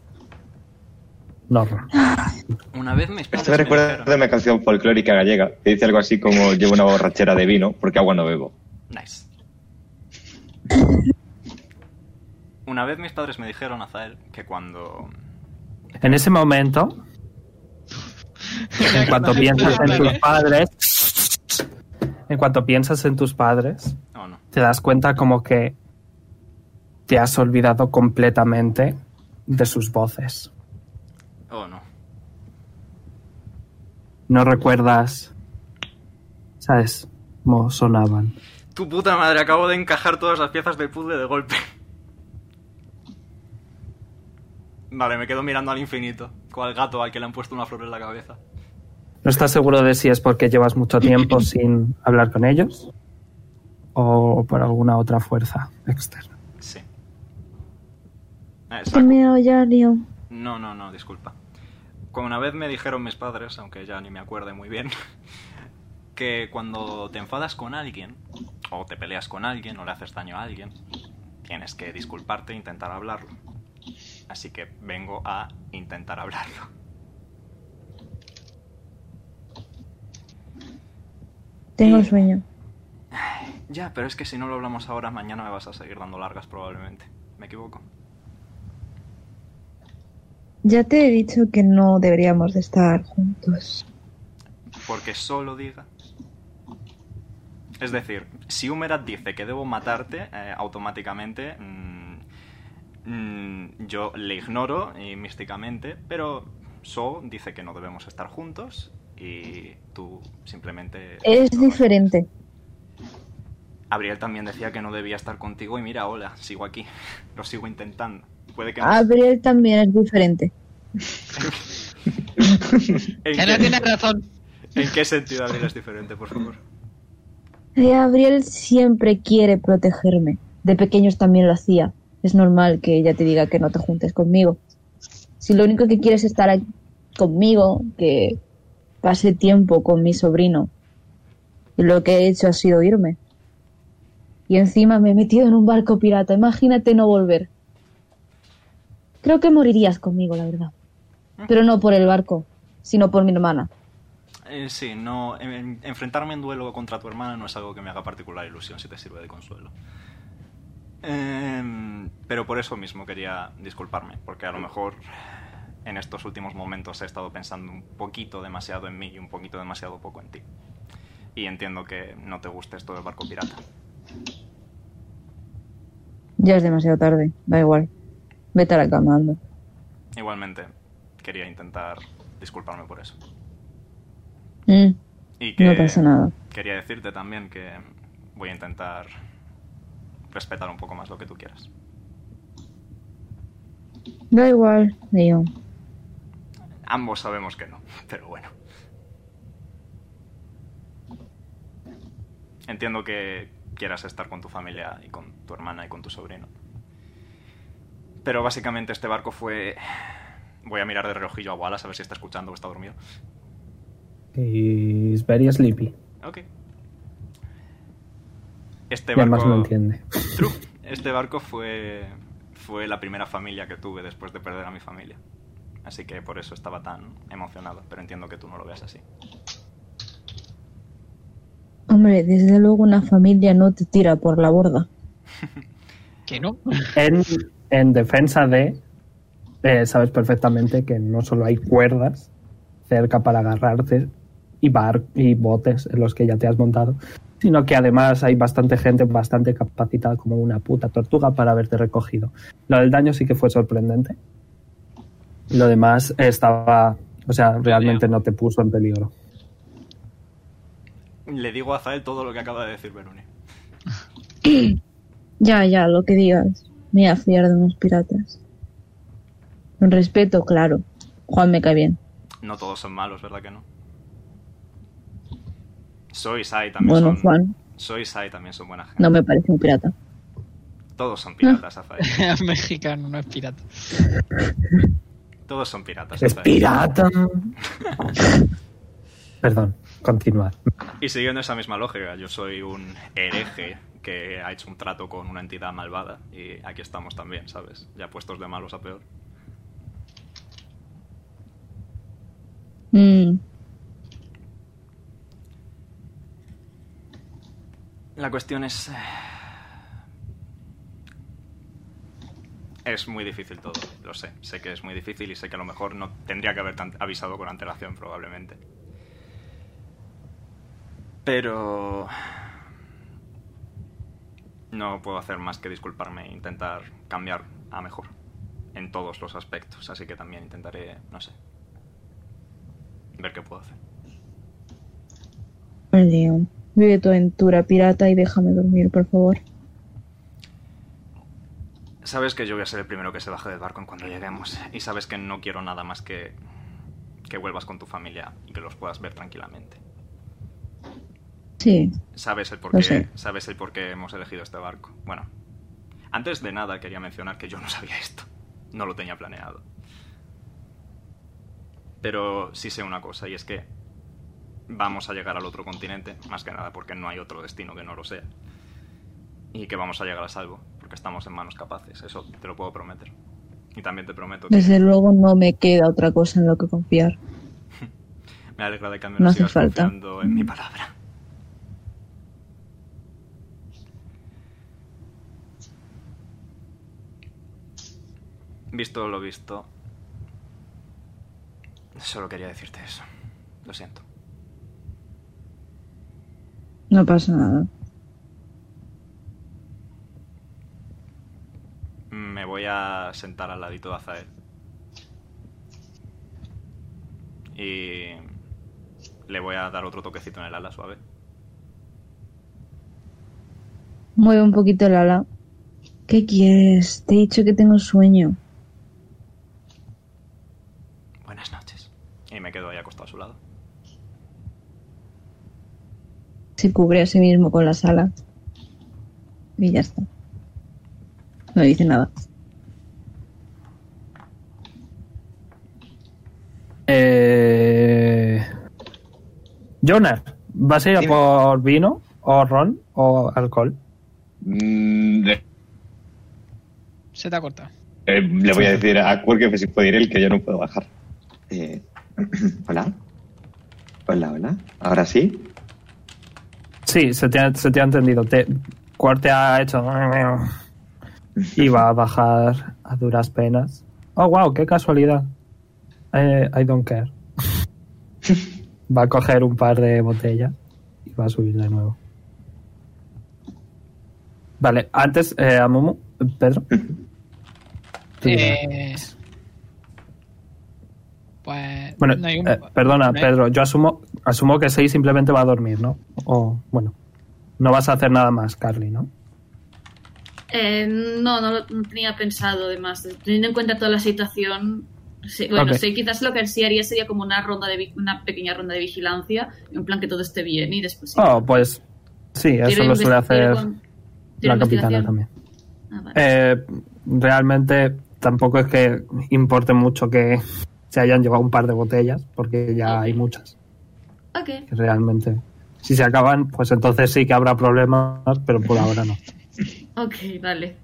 No, no.
Una vez me esperaste.
Esto me recuerda a una canción folclórica gallega que dice algo así como llevo una borrachera de vino porque agua no bebo.
Nice. Una vez mis padres me dijeron, Azael, que cuando.
En ese momento, en cuanto piensas en tus padres, en cuanto piensas en tus padres,
Oh, No, no.
te das cuenta como que te has olvidado completamente de sus voces.
Oh, no.
No recuerdas, ¿sabes? Cómo sonaban.
Tu puta madre, acabo de encajar todas las piezas del puzzle de golpe. Vale, me quedo mirando al infinito, cual gato al que le han puesto una flor en la cabeza.
No estás seguro de si es porque llevas mucho tiempo sin hablar con ellos o por alguna otra fuerza externa.
Sí. Eh, saco-
Yario.
No, no, no, disculpa. Como una vez me dijeron mis padres, aunque ya ni me acuerde muy bien, que cuando te enfadas con alguien, o te peleas con alguien, o le haces daño a alguien, tienes que disculparte e intentar hablarlo. Así que vengo a intentar hablarlo.
Tengo sueño.
Ya, pero es que si no lo hablamos ahora, mañana me vas a seguir dando largas probablemente. ¿Me equivoco?
Ya te he dicho que no deberíamos de estar juntos.
Porque solo diga. Es decir, si Humerat dice que debo matarte, eh, automáticamente mm, mm, yo le ignoro y místicamente, pero So dice que no debemos estar juntos y tú simplemente...
Es
no lo haces.
diferente.
Abriel también decía que no debía estar contigo y mira, hola, sigo aquí. Lo sigo intentando. Puede que... no-
Abril también es diferente.
¿En,
Que no
qué,
tienes razón.
en qué sentido Abriel es diferente, por favor?
Eh, Abril siempre quiere protegerme. De pequeños también lo hacía. Es normal que ella te diga que no te juntes conmigo. Si lo único que quieres es estar aquí conmigo, que pase tiempo con mi sobrino. Y lo que he hecho ha sido irme. Y encima me he metido en un barco pirata. Imagínate no volver. Creo que morirías conmigo, la verdad. Pero no por el barco, sino por mi hermana.
Eh, sí, no, en- en- enfrentarme en duelo contra tu hermana no es algo que me haga particular ilusión, si te sirve de consuelo. Em, pero por eso mismo quería disculparme, porque a lo mejor en estos últimos momentos he estado pensando un poquito demasiado en mí y un poquito demasiado poco en ti. Y entiendo que no te guste esto del barco pirata.
Ya es demasiado tarde, da igual. Vete a la cama, anda.
Igualmente, quería intentar disculparme por eso.
Mm,
Y que
no pasa nada.
quería decirte también que voy a intentar respetar un poco más lo que tú quieras.
Da igual, Leon.
Ambos sabemos que no, pero bueno. Entiendo que quieras estar con tu familia y con tu hermana y con tu sobrino. Pero básicamente este barco fue... Voy a mirar de reojillo a Wallace a ver si está escuchando o está dormido.
He's very sleepy.
Ok. Este
Y además
barco...
no entiende.
True. Este barco fue... Fue la primera familia que tuve después de perder a mi familia. Así que por eso estaba tan emocionado. Pero entiendo que tú no lo veas así.
Hombre, desde luego una familia no te tira por la borda.
Que no.
En, en defensa de, eh, sabes perfectamente que no solo hay cuerdas cerca para agarrarte y, bar, y botes en los que ya te has montado, sino que además hay bastante gente bastante capacitada como una puta tortuga para haberte recogido. Lo del daño sí que fue sorprendente. Lo demás estaba, o sea, realmente no te puso en peligro.
Le digo a Zael todo lo que acaba de decir Beruni.
Ya, ya, lo que digas. Me voy a fiar de unos piratas. Con respeto, claro. Juan me cae bien.
No todos son malos, ¿verdad que no? Soy y Sai también
bueno,
son...
Juan,
Soy y Sai también son buena gente.
no me parece un pirata.
Todos son piratas, Azael.
Mexicano, no es pirata.
Todos son piratas,
¡Es
Azael.
pirata! Perdón, continuad.
Y siguiendo esa misma lógica, yo soy un hereje que ha hecho un trato con una entidad malvada y aquí estamos también, ¿sabes? Ya puestos de malos a peor.
Mm,
La cuestión es... eh, Es muy difícil todo, lo sé. Sé que es muy difícil y sé que a lo mejor no tendría que haber tan- avisado con antelación probablemente. Pero... No puedo hacer más que disculparme e intentar cambiar a mejor en todos los aspectos, así que también intentaré, no sé, ver qué puedo hacer.
el león. pues Vive tu aventura pirata y déjame dormir, por favor.
Sabes que yo voy a ser el primero que se baje del barco en cuando lleguemos. Y sabes que no quiero nada más que que vuelvas con tu familia y que los puedas ver tranquilamente.
Sí,
Sabes el por
Lo
qué,
sé.
sabes el por qué hemos elegido este barco. Bueno, antes de nada quería mencionar que yo no sabía esto. No lo tenía planeado. Pero sí sé una cosa y es que vamos a llegar al otro continente, más que nada porque no hay otro destino que no lo sea. Y que vamos a llegar a salvo, porque estamos en manos capaces, eso te lo puedo prometer. Y también te prometo que
desde luego no me queda otra cosa en lo que confiar.
me alegra de que al
no
menos
hace
sigas
falta.
confiando en mi palabra. Visto lo visto, solo quería decirte eso. Lo siento.
No pasa nada.
Me voy a sentar al ladito de Azael. Y le voy a dar otro toquecito en el ala suave.
Mueve un poquito el ala. ¿Qué quieres? Te he dicho que tengo sueño.
Buenas noches. Y me quedo ahí acostado a su lado.
Se cubre a sí mismo con la sala. Y ya está. No dice nada.
Eh... Jonas, ¿vas a ir a
Dime.
por vino o ron o alcohol?
Mm, le-
Se te ha cortado.
eh, le voy a decir a Quirk que si puede ir él, que yo no puedo bajar. Eh, hola. Hola, hola. ¿Ahora sí?
Sí, se te ha, se te ha entendido. Te, Quar te ha hecho... Y va a bajar a duras penas. Oh, wow, qué casualidad. Eh, I don't care. Va a coger un par de botellas y va a subir de nuevo. Vale, antes, eh, a Momo, Pedro. Tú dirás.
Eh, pues.
Bueno,
no hay un-
eh, perdona,
no hay-
Pedro, yo asumo, asumo que Sei simplemente va a dormir, ¿no? O, bueno, no vas a hacer nada más, Carly, ¿no?
Eh, no, no lo tenía pensado, además. Teniendo en cuenta toda la situación, sí, bueno,
Ok.
sí, quizás lo que sí haría sería como una ronda de vi- una pequeña ronda de vigilancia, en plan que todo esté bien y después. sí.
Oh, pues sí,
Tiro
eso lo suele
investi- tiro
hacer
con- tiro
la capitana
investigación.
también.
Ah, vale.
Eh, realmente tampoco es que importe mucho que se hayan llevado un par de botellas, porque ya hay muchas. que
Ok.
Realmente, si se acaban, pues entonces sí que habrá problemas, pero por ahora no.
Ok, vale.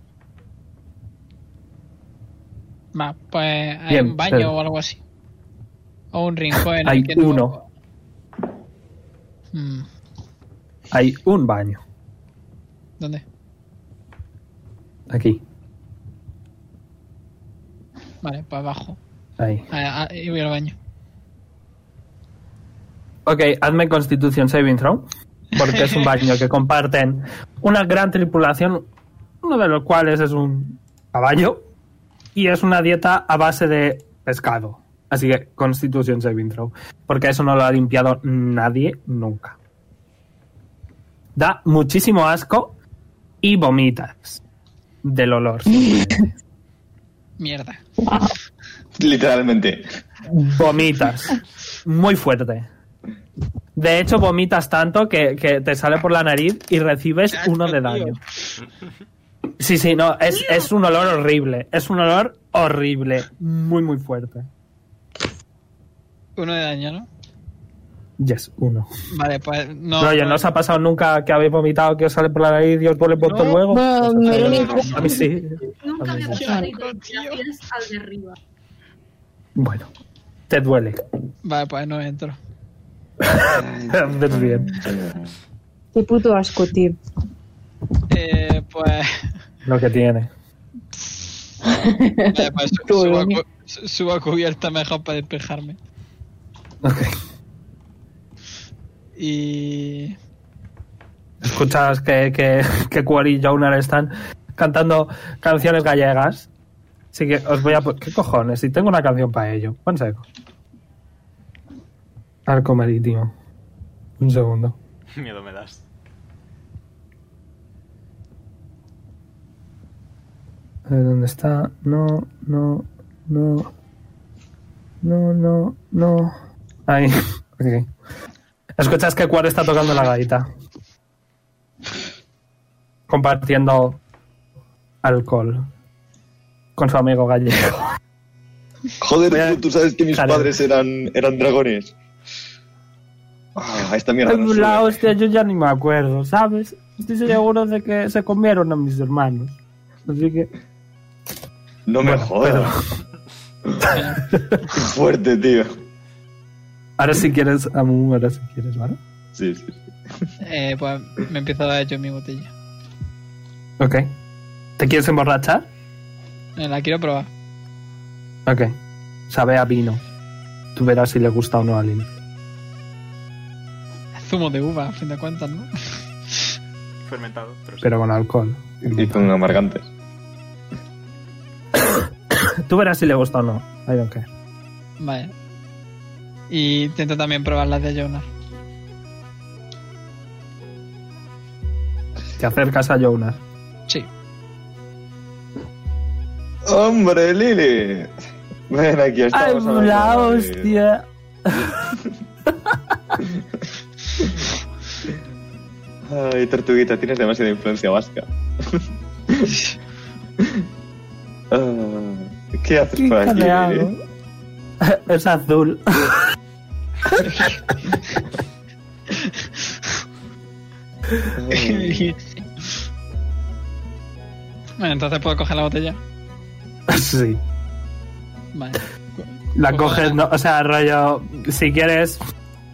Más, pues hay
Bien,
un baño
Pedro.
o algo así. O un rincón. en el
Hay
que no-
uno.
Mm,
Hay un baño.
¿Dónde?
Aquí.
Vale, para abajo.
Ahí.
Ah, ah, y voy al baño.
Ok, hazme Constitución Saving Throw. Porque es un baño que comparten una gran tripulación, uno de los cuales es un caballo. Y es una dieta a base de pescado. Así que Constitución Saving Throw. Porque eso no lo ha limpiado nadie nunca. Da muchísimo asco y vomitas del olor.
Mierda.
Literalmente.
Vomitas. Muy fuerte. De hecho, vomitas tanto que, que te sale por la nariz y recibes
Qué asco,
uno de
tío.
daño. Sí, sí, no, es, es un olor horrible. Es un olor horrible. Muy, muy fuerte.
Uno de daño, ¿no?
Yes, uno.
Vale, pues no.
No, oye, ¿no os ha pasado nunca que habéis vomitado, que os sale por la nariz y os vuelve por
No,
todo el huevo?
no,
Pues,
me
a
lo
mí-
único-
A mí sí.
Nunca me
Qué
ha pasado
asco, tío.
gracias al de arriba.
Bueno, te duele.
Vale, pues no entro.
Haces bien.
Qué puto asco, tío.
Eh, pues.
Lo que tiene.
Vale, pues su-
Tú,
subo, a,
Lomi.
cu- su- subo a cubierta mejor para despejarme.
Ok.
Y.
Escuchas que, que, que Quarry y Jonar están cantando canciones gallegas. Así que os voy a. po- ¿Qué cojones? Si tengo una canción para ello. Un seco. Arco marítimo. Un segundo.
Miedo me das.
A ver dónde está. No, no, no. No, no, no. Ahí. Ok. Escuchas que Quarry está tocando la gaita. Compartiendo alcohol con su amigo gallego.
Joder, tú, tú sabes que mis
Claro.
padres eran, eran dragones. Ah, esta mierda no sube.
La hostia, yo ya ni me acuerdo, ¿sabes? Estoy seguro de que se comieron a mis hermanos. Así que.
No me
Bueno,
jodas. Qué fuerte, tío.
Ahora si quieres, Amu, ahora si quieres, ¿vale?
Sí, sí.
Eh, pues me empiezo a dar yo mi botella.
Ok. ¿Te quieres emborrachar?
Eh, La quiero probar.
Ok. Sabe a vino. Tú verás si le gusta o no a Lin.
Zumo de uva, a fin de cuentas, ¿no?
Fermentado, pero sí.
Pero con alcohol.
Y con amargantes.
Tú verás si le gusta o no. I don't care.
Vale. Y intento también probar las de Jonar.
Te acercas a Jonas.
Sí.
¡Hombre, Lili! Ven aquí, estamos hablando
la
de-
hostia!
Ay, tortuguita, tienes demasiada influencia vasca. Ah, ¿Qué haces por aquí, Lili?
Es azul.
Ay,
Bueno, entonces puedo coger la botella.
sí.
Vale.
La
Ojalá.
coges, no, o sea, rollo, si quieres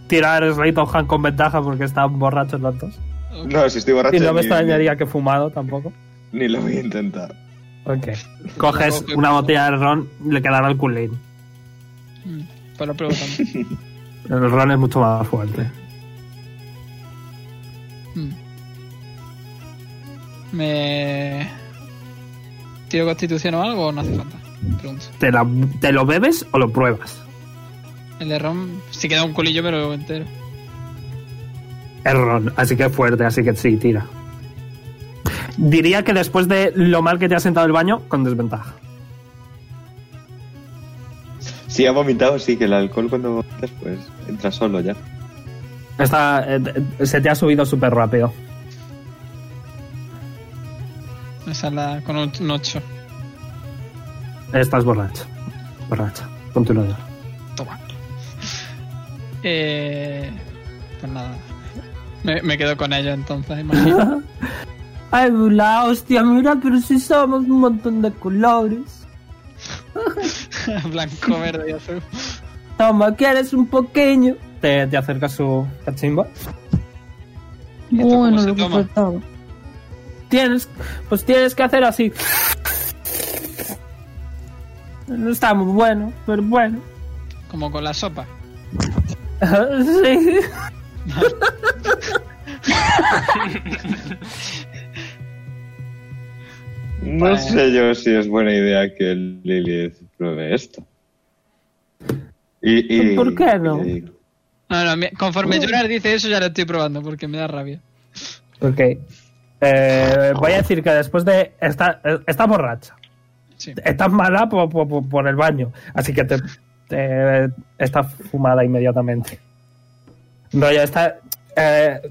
tirar Slate of Hand con ventaja porque están borrachos los dos.
No, si estoy borracho.
Y no me
ni-
extrañaría que fumado tampoco.
Ni lo voy a intentar.
Ok. Coges
Tampoco,
una
tampoco.
botella de ron, le quedará el culín.
Mm, Pues lo pruebo también.
El ron es mucho más fuerte.
Mm. Me. ¿Tiro constitución o algo o no hace falta? Pregunto.
¿Te, la- te lo bebes o lo pruebas?
El de Ron, si queda un colillo, me lo bebo entero.
Es ron, así que es fuerte, así que sí, tira. Diría que después de lo mal que te ha sentado el baño, con desventaja.
Si ha vomitado, sí, que el alcohol cuando vomitas, pues entra solo ya.
Esta, eh, se te ha subido súper rápido.
Esa es la con un un ocho.
Estás borracho. Borracha. Continúa.
Toma. Eh, pues nada. Me, me quedo con ello entonces, imagino.
Ay, la hostia, mira, pero si somos un montón de colores.
Blanco, verde y azul.
Toma, que eres un pequeño. Te, te acercas su cachimba.
¿Y esto cómo
Bueno,
se
lo que
toma?
faltaba.
tienes, pues tienes que hacer así. No está muy bueno, pero bueno.
Como con la sopa.
sí.
No
Vale.
sé yo si es buena idea que Lilith pruebe esto. Y, y-
¿Por qué no?
y le digo,
No, no, mi- conforme Jonar dice eso ya lo estoy probando porque me da rabia.
Ok. Eh, voy a decir que después de. Está, está borracha.
Sí.
Estás mala por, por- por- por el baño. Así que te, te- está fumada inmediatamente. No, ya está. eh,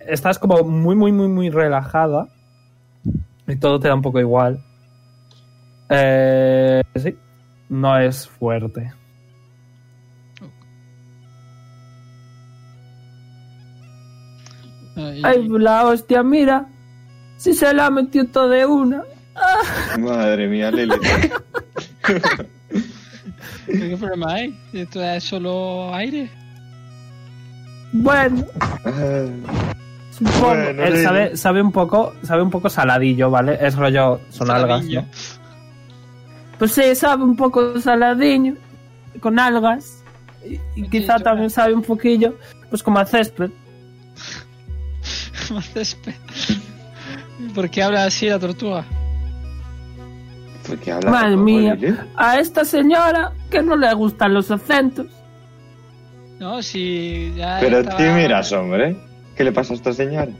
estás como muy, muy, muy, muy relajada. Y todo te da un poco igual. Eh, sí. No es fuerte.
Ah, y-
Ay, la hostia, mira. Si se la ha metido todo de una.
Madre mía, Lilith.
¿Qué problema hay? ¿Esto es solo aire?
Bueno.
Ah,
Supongo.
Bueno,
Él
sí.
sabe, sabe un poco, sabe un poco saladillo, ¿vale? Es rollo son algas,
Saladillo.
¿no? Pues sí, sabe un poco saladillo, con algas. Y, y quizá
yo-
también sabe un poquillo, pues como a césped.
Más césped. ¿Por qué habla así la tortuga?
¿Por qué hablas
Madre
como
mía.
Lilith?
A esta señora que no le gustan los acentos.
No, si ya.
Pero
estaba-
tú miras, hombre. ¿Qué le pasa a esta señora?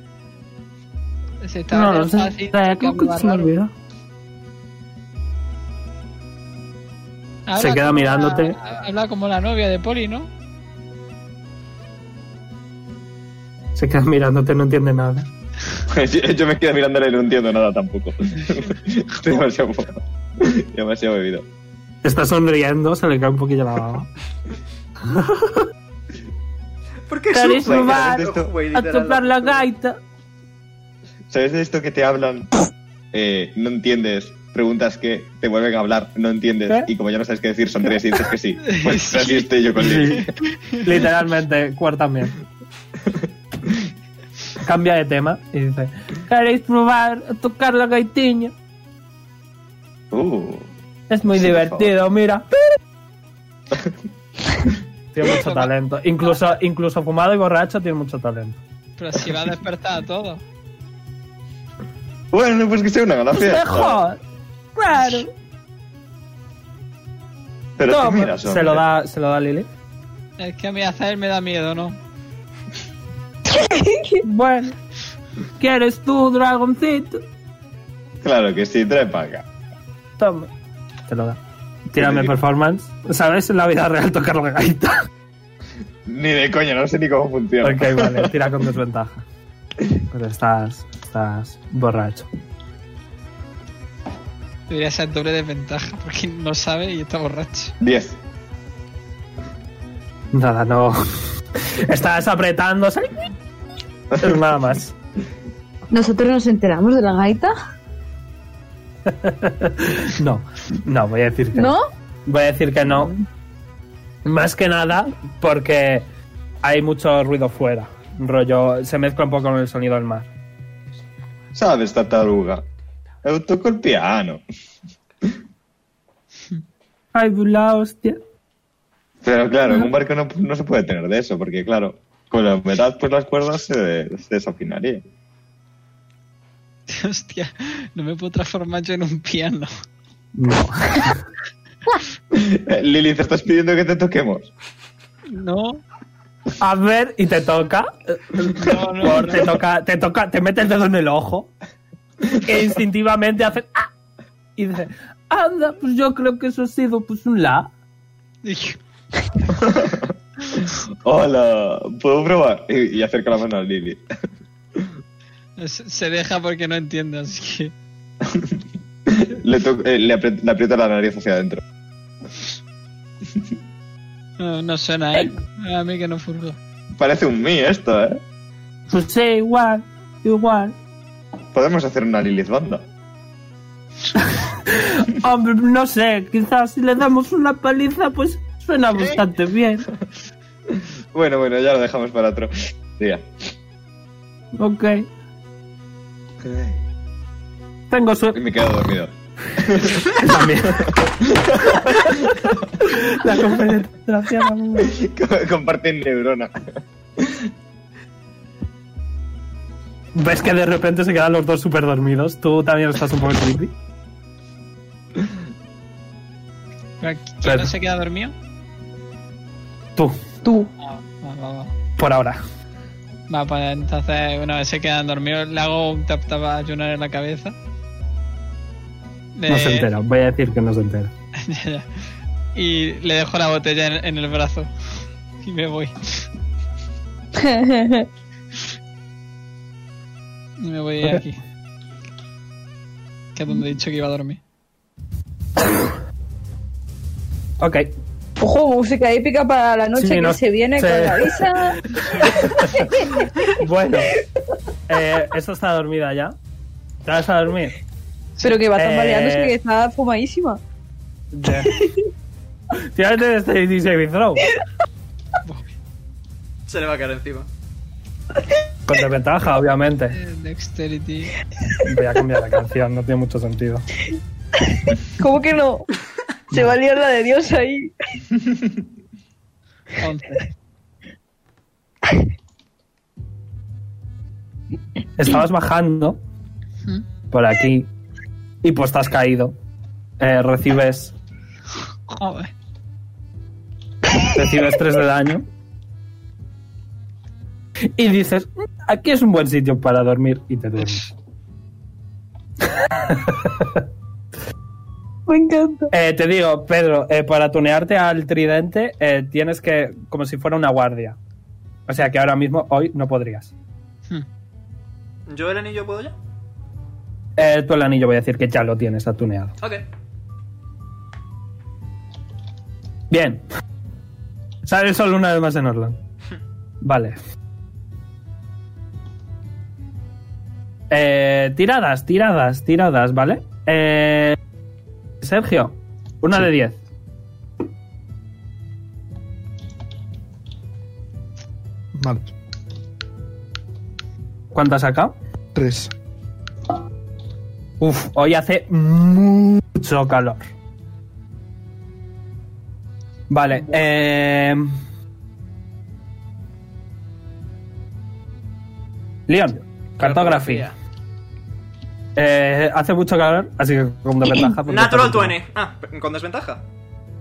Se estaba
No lo sé.
haciendo
eh,
que
creo que
hablaba
se me
raro.
olvidó.
Habla
Se queda
como
mirándote.
la- habla como la novia de Poli, ¿no?
Se queda mirándote, no entiende nada.
Yo, yo me quedo mirándola y no entiendo nada tampoco. Estoy demasiado, demasiado bebido.
Está sonriendo, se le cae un poquillo la baba.
¿Por qué
Queréis
Güey,
probar
esto-
güey,
a
literal,
tocar la gaita.
¿Sabes de esto que te hablan? Eh, no entiendes. Preguntas que te vuelven a hablar, no entiendes.
¿Qué?
Y como ya no sabes qué decir, sonríes y dices que sí. Pues así estoy yo con Lilith.
Literalmente, cuarta también. Cambia de tema y dice: ¿Queréis probar a tocar la gaitiña?
Uh,
Es muy
Sí, por
divertido, mira. tiene mucho talento. Incluso, incluso fumado y borracho tiene mucho talento.
Pero si va a despertar a todos.
Bueno, pues que sea una
Es
gracia.
mejor. Claro.
Pero tú
Toma.
miras,
pues, se lo da, se lo da a Lili.
Es que a mí hacer me da miedo, ¿no?
Bueno. ¿Quieres tú, dragoncito?
Claro que sí, trae para acá.
Toma. Te lo da. Tírame
Sí.
performance. ¿Sabes? En la vida real tocar la gaita.
Ni de coña, no sé ni cómo funciona.
Ok, vale, tira con desventaja. Pero estás, estás borracho.
Debería ser doble desventaja porque no sabe y está borracho.
Diez.
Nada, no. Estás apretando. Es nada más.
¿Nosotros nos enteramos de la gaita?
No, no, voy a decir que no.
¿No?
Voy a decir que no. Más que nada porque hay mucho ruido fuera. Rollo, se mezcla un poco con el sonido del mar.
¿Sabes, tartaruga? Yo toco el piano.
Ay, la hostia.
Pero claro, en un barco no, no se puede tener de eso, porque claro, con la humedad pues las cuerdas se, se desafinarían.
Hostia, no me puedo transformar yo en un piano.
No.
Eh, Lili, te estás pidiendo que te toquemos.
No,
A ver, y te toca.
no, no.
Por- te toca, te toca, te mete el dedo en el ojo e instintivamente hace ¡ah! y dice, anda, pues yo creo que eso ha sido pues un la.
Dije,
Hola, ¿puedo probar? Y, y acerca la mano a Lili.
Se se deja porque no entiende, así que.
Le, to- eh, le, apri- le aprieta la nariz hacia adentro.
No, no suena, ¿eh? A mí que no furgo.
Parece un mí esto, ¿eh?
Pues sí, igual, igual.
Podemos hacer una Lilith banda.
Hombre, no sé, quizás si le damos una paliza, pues suena bastante bien.
Bueno, bueno, ya lo dejamos para otro día.
Ok. Tengo su...
Y me quedo dormido.
También. La compenetración. amigo.
Comparten neurona.
Ves que de repente se quedan los dos súper dormidos. Tú también estás un poco creepy.
¿Quién
Claro.
no se queda dormido?
Tú,
Tú.
Ah, va, va, va.
por ahora.
Va, pues entonces una vez se quedan dormidos, le hago un tap tap a Junar en la cabeza.
No se
Eh,
entera. Voy a decir que no se entera.
Ya, ya. y le dejo la botella en, en el brazo. Y me voy. Y me voy de
Ok.
aquí. Que es donde he dicho que iba a dormir.
Ok.
Ojo, música épica para la noche
Sí,
que
no-
se viene
sí.
con la visa.
Bueno. Eh, eso está dormida ya. ¿Te vas a dormir?
Pero que va
Eh.
tambaleándose que está fumadísima.
Ya. Tírate de este saving throw.
Se le va a caer encima.
Con desventaja, obviamente.
Eh, Dexterity.
Voy a cambiar la canción, no tiene mucho sentido.
¿Cómo que no? Se va a liar la de Dios ahí.
11.
Estabas bajando
Ujú.
por aquí y pues te has caído. Eh, recibes,
Joder.
recibes 3 de daño. Y dices, "Mm, aquí es un buen sitio para dormir y te duermes.
Me encanta.
Eh, te digo, Pedro, eh, para tunearte al tridente eh, tienes que, como si fuera una guardia. O sea que ahora mismo, hoy, no podrías.
Hmm.
Hmm. ¿Yo el anillo puedo ya?
Eh, tú el anillo voy a decir que ya lo tienes atuneado.
Ok.
Bien. Sale el sol una vez más en Orland. Vale. Eh, tiradas, tiradas, tiradas, ¿vale? Eh, Sergio, una de diez.
Mal.
¿Cuánto has sacado?
Tres.
Uf, hoy hace
Mm,
mucho calor. Vale, eh... Leon, cartografía. Eh, hace mucho calor, así que con desventaja. porque
Natural
estás
20. Ah, con desventaja.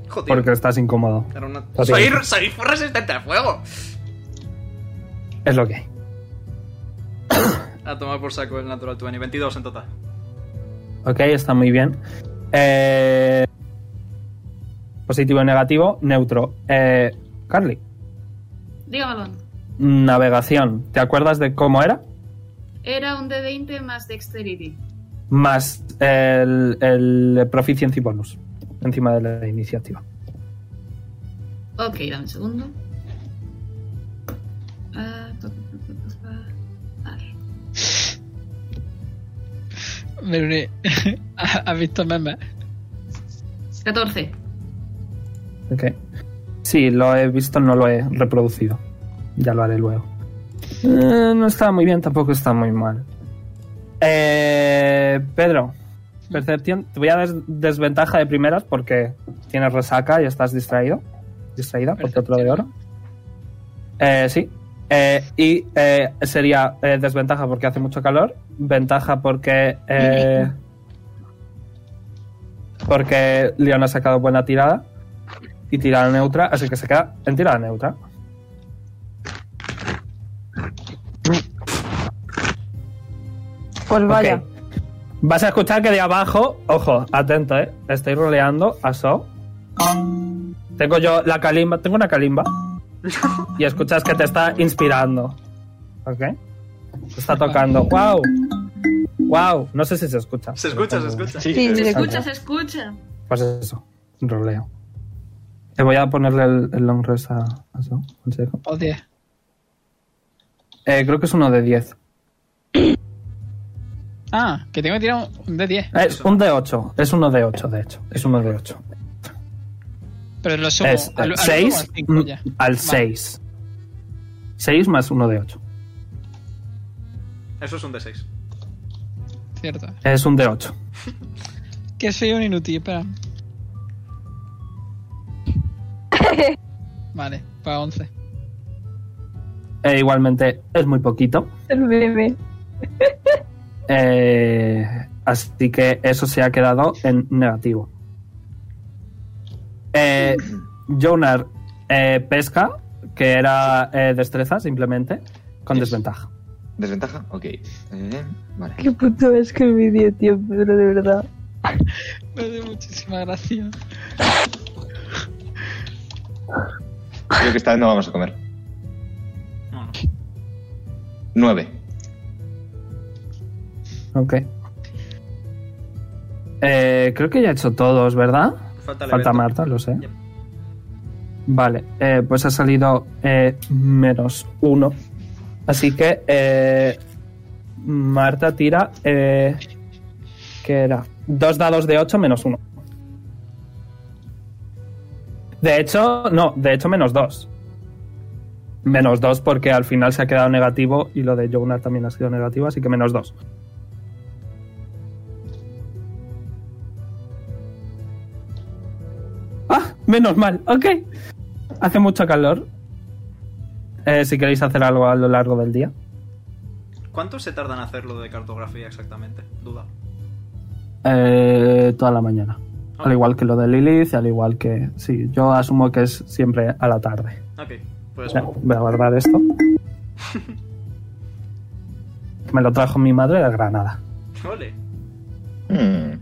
Joder.
Porque estás incómodo.
Era una-
Lo
Soy,
siento.
soy resistente al fuego.
Es lo que hay.
A tomar por saco el Natural 20. 22 en total.
Ok, está muy bien. Eh, positivo y negativo, neutro. Eh, Carly,
Dígamelo.
navegación. ¿Te acuerdas de cómo era?
Era un D20 más Dexterity.
más el, el proficiency bonus encima de la iniciativa.
Ok, dame un segundo. Ah, pa, pa, pa, pa, pa. Vale.
Verune, ¿has visto memes?
14.
Ok. Sí, lo he visto, no lo he reproducido. Ya lo haré luego. Eh, no está muy bien, tampoco está muy mal. Eh, Pedro, percepción. Te voy a dar desventaja de primeras porque tienes resaca y estás distraído. Distraída porque otro de oro. Eh, sí. Eh, y eh, sería eh, desventaja porque hace mucho calor, ventaja porque. eh, porque Leon ha sacado buena tirada y tirada neutra, así que se queda en tirada neutra.
Pues vaya.
Ok. Vas a escuchar que de abajo, ojo, atento, eh. Estoy roleando a So. Tengo yo la calimba, tengo una calimba. Y escuchas que te está inspirando. ¿Ok? Te está tocando. ¡Wow! ¡Wow! No sé si se escucha.
Se escucha, se
Pero-
escucha.
Sí, se escucha.
Se escucha, se escucha.
Pues eso, roleo. Te voy a ponerle el, el long rest a, a So. un segundo.
O 10.
Eh, creo que es uno de 10.
Ah, que tengo que tirar un D10.
Es Eh, un de 8. Es uno de 8, de hecho. Es uno de 8.
Pero lo sumo.
Es mm,
al- al uno o al
6
cinco ya.
al
Vale.
6. 6 más 1 de 8.
Eso es un D6.
Cierto.
Es un D8.
Que soy un inútil, espera. Vale, para 11.
E igualmente es muy poquito.
El bebé.
Eh, así que eso se ha quedado en negativo. Eh, Jonar eh, pesca, que era eh, destreza simplemente, con desventaja.
¿Desventaja? Ok. Eh, vale.
Qué puto es que el vídeo, tío, Pedro, de verdad.
Me hace muchísima gracia.
Creo que esta vez no vamos a comer.
No, no.
Nueve.
Ok. Eh, creo que ya he hecho todos, ¿verdad?
Falta el
Falta
evento.
Marta, lo sé.
Yep.
Vale, eh, pues ha salido eh, menos uno. Así que eh, Marta tira. Eh, ¿Qué era? Dos dados de 8 menos uno. De hecho, no, de hecho menos dos. Menos dos porque al final se ha quedado negativo y lo de Jonar también ha sido negativo, así que menos dos. Ah, menos mal, ok. Hace mucho calor. Eh, si queréis hacer algo a lo largo del día.
¿Cuánto se tarda en hacerlo de cartografía exactamente? Duda.
Eh, toda la mañana. Al igual que lo de Lilith, al igual que... Sí, yo asumo que es siempre a la tarde.
Ok, pues
Ya, voy a guardar esto. Me lo trajo mi madre de Granada.
ole.
Mm.
Hmm.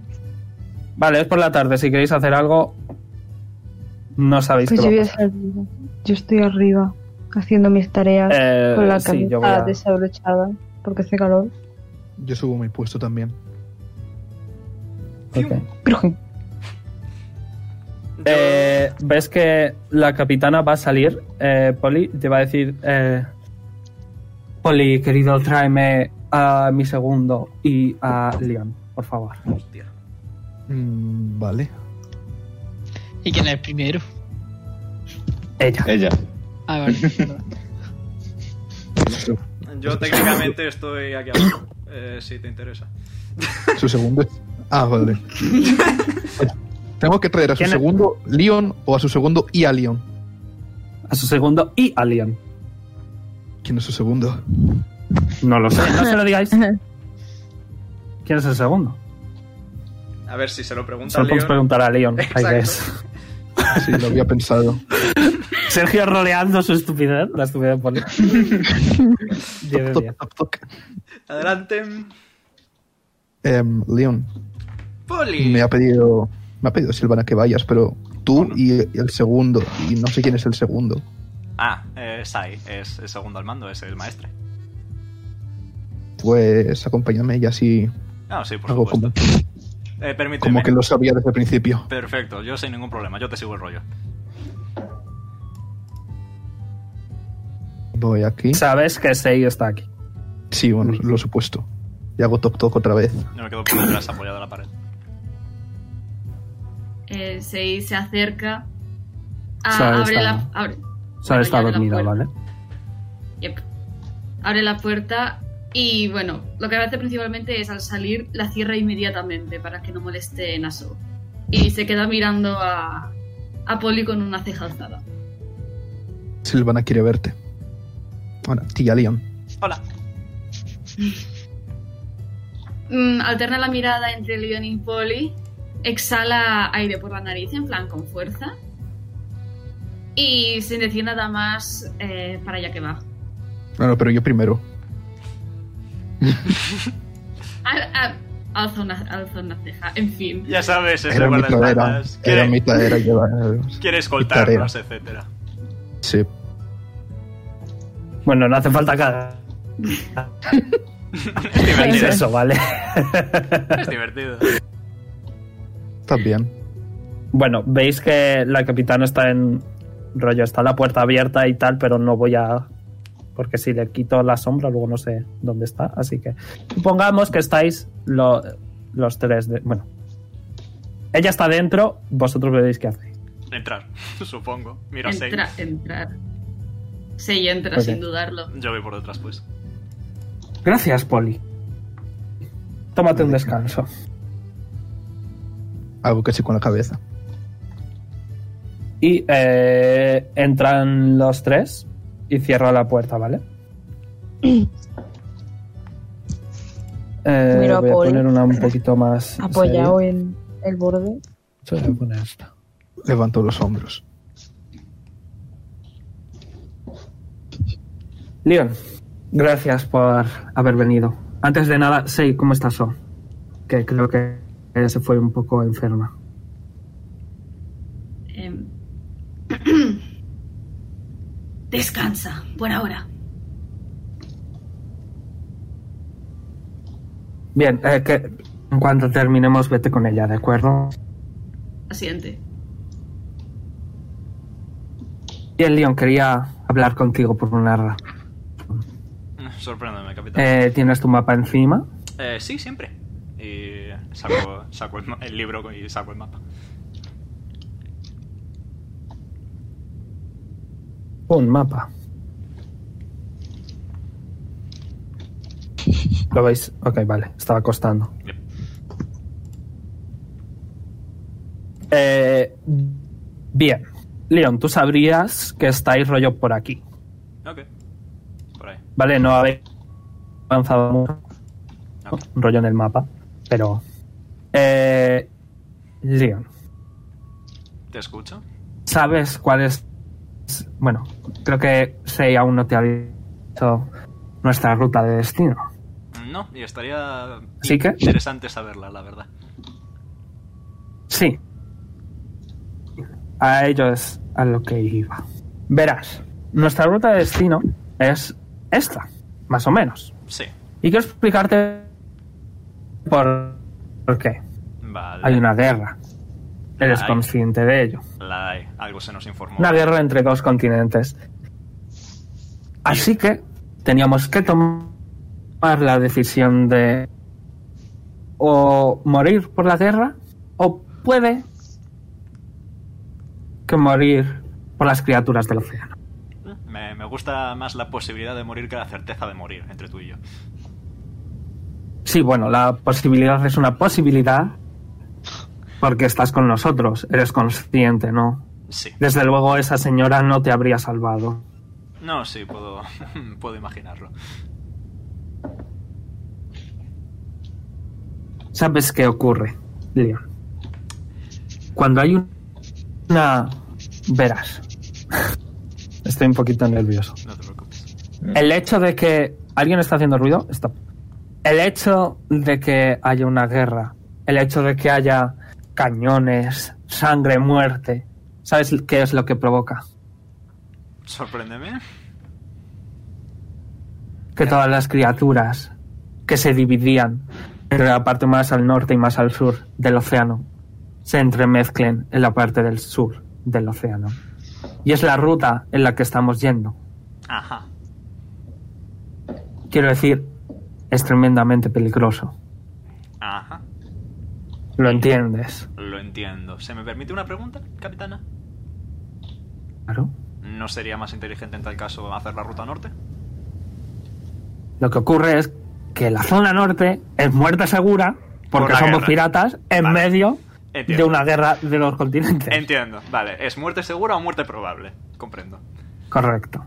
Vale, es por la tarde. Si queréis hacer algo, no sabéis
Pues
qué
yo
va a
voy a
pasar.
ser viva. Yo estoy arriba, haciendo mis tareas
Eh,
con la
sí, yo
camisa
voy a-
desabrochada, porque hace calor.
Yo subo mi puesto también.
Ah,
Ok.
Crujen.
Yo-
Eh, ves que la capitana va a salir, eh, Poli, y te va a decir, eh, Poli, querido, tráeme a mi segundo y a Liam, por favor.
Hostia.
Mm, vale.
¿Y quién es el primero?
Ella.
Ella.
Ah, vale.
Yo técnicamente estoy aquí abajo, eh, si te interesa.
Su segundo. es- Ah, vale. Tengo que traer a su
¿Quién es?
segundo Leon o a su segundo y a Leon.
A su segundo y a Liam.
¿Quién es su segundo?
No lo sé, no se lo digáis. ¿Quién es el segundo?
A ver si se lo pregunta
Solo podéis
Leon.
preguntar a Leon.
Exacto.
I guess.
Sí, lo había pensado.
Sergio roleando su estupidez. La estupidez de Poli. Diez de
Toc,
diez.
toc, toc.
Adelante.
Em, Leon,
Poli.
me ha pedido. Me ha pedido Silvana que vayas, pero tú y el segundo. Y no sé quién es el segundo.
Ah, eh, Sai, es el segundo al mando, es el maestre.
Pues acompáñame y así
Ah, sí, por
hago como,
supuesto. Eh, permíteme.
como que lo sabía desde el principio.
Perfecto, yo sin ningún problema, yo te sigo el rollo.
Voy aquí.
Sabes que Sei está aquí.
Sí, bueno, lo supuesto. Y hago toc toc otra vez.
Yo me quedo por detrás apoyado a la pared.
Eh, se, se acerca. Ah,
Sabe,
abre
está-
la. Abre,
O sea,
Bueno,
está
ya me la
dormida,
acuerdo.
¿vale?
yep. abre la puerta y bueno, lo que hace principalmente es al salir la cierra inmediatamente para que no moleste a So. Y se queda mirando a, a Polly con una ceja alzada.
Silvana quiere verte. Ahora, tía Leon.
Hola.
Mm, alterna la mirada entre Leon y Polly, exhala aire por la nariz, en plan con fuerza. Y sin decir nada más, eh, para allá que va.
No, no, pero yo primero.
Al- al- alza, una, alza una ceja, en fin.
Ya sabes, es
Era
el
mi tarea.
guardaespaldas.
Era mi
Quiere,
tarea. llevar- eh,
quiere escoltarnos, etcétera.
Sí.
Bueno, no hace falta que
Es
hagáis
divertido.
eso, ¿vale?
es divertido.
Estás bien.
Bueno, veis que la capitana está en rollo, está la puerta abierta y tal, pero no voy a... Porque si le quito la sombra, luego no sé dónde está. Así que supongamos que estáis lo- los tres. De, bueno, ella está dentro, vosotros veréis qué hacéis.
Entrar, supongo. Mira, Sei.
Entra, entrar. Sí, entra
Ok.
sin dudarlo.
Yo voy por detrás, pues.
Gracias, Polly. Tómate un descanso.
Algo que sí con la cabeza.
Y eh, entran los tres y cierro la puerta, ¿vale? Eh,
Miro a
voy a
Paul.
poner una un poquito más.
apoyado en el borde.
seria. Voy a poner esta.
Levanto los hombros.
Leon, gracias por haber venido. Antes de nada, Sei, ¿cómo estás? So? Que creo que eh, se fue un poco enferma.
Em. Descansa, por ahora.
Bien, eh, que en cuanto terminemos, vete con ella, ¿de acuerdo?
Asiente.
Bien, Leon, quería hablar contigo por una ra-
Sorpréndeme, capitán. Eh...
Eh, ¿Tienes tu mapa encima?
sí, siempre. Y saco, saco el, ma- el libro y saco el mapa.
Un mapa. ¿Lo veis? Ok, vale, estaba costando.
Yep.
Eh, bien. Leon, tú sabrías que estáis rollo por aquí,
Ok. Por ahí.
¿vale? No habéis avanzado mucho,
Ok.
rollo en el mapa, pero... Eh, Leon,
Te escucho.
¿sabes cuál es...? Bueno, creo que Sei aún no te ha dicho nuestra ruta de destino.
No, y estaría
¿Así que?
interesante saberla, la verdad.
Sí. A ello es a lo que iba. Verás, nuestra ruta de destino es esta, más o menos.
Sí.
Y quiero explicarte por, por qué.
Vale.
Hay una guerra. Eres
Ay.
consciente de ello.
La hay. Algo se nos informó.
Una guerra entre dos continentes. Así que teníamos que tomar la decisión de o morir por la guerra o puede que morir por las criaturas del océano.
Me, me gusta más la posibilidad de morir que la certeza de morir entre tú y yo.
Sí, bueno, la posibilidad es una posibilidad porque estás con nosotros, eres consciente, ¿no?
Sí.
Desde luego esa señora no te habría salvado.
No, sí, puedo, puedo imaginarlo.
¿Sabes qué ocurre, Leon? Cuando hay un- una... Verás. Estoy un poquito nervioso.
No te preocupes.
El hecho de que... ¿Alguien está haciendo ruido? Stop. El hecho de que haya una guerra, el hecho de que haya cañones, sangre, muerte, ¿sabes qué es lo que provoca?
Sorpréndeme.
Que todas las criaturas que se dividían entre la parte más al norte y más al sur del océano se entremezclen en la parte del sur del océano. Y es la ruta en la que estamos yendo.
Ajá.
Quiero decir, es tremendamente peligroso.
Ajá.
¿Lo entiendes?
Lo entiendo. ¿Se me permite una pregunta, capitana?
Claro.
¿No sería más inteligente en tal caso hacer la ruta norte?
Lo que ocurre es que la zona norte es muerte segura porque
Por la
somos
guerra.
piratas en
Vale.
medio
Entiendo.
de una guerra de los continentes.
Entiendo. Vale, ¿es muerte segura o muerte probable? Comprendo.
Correcto.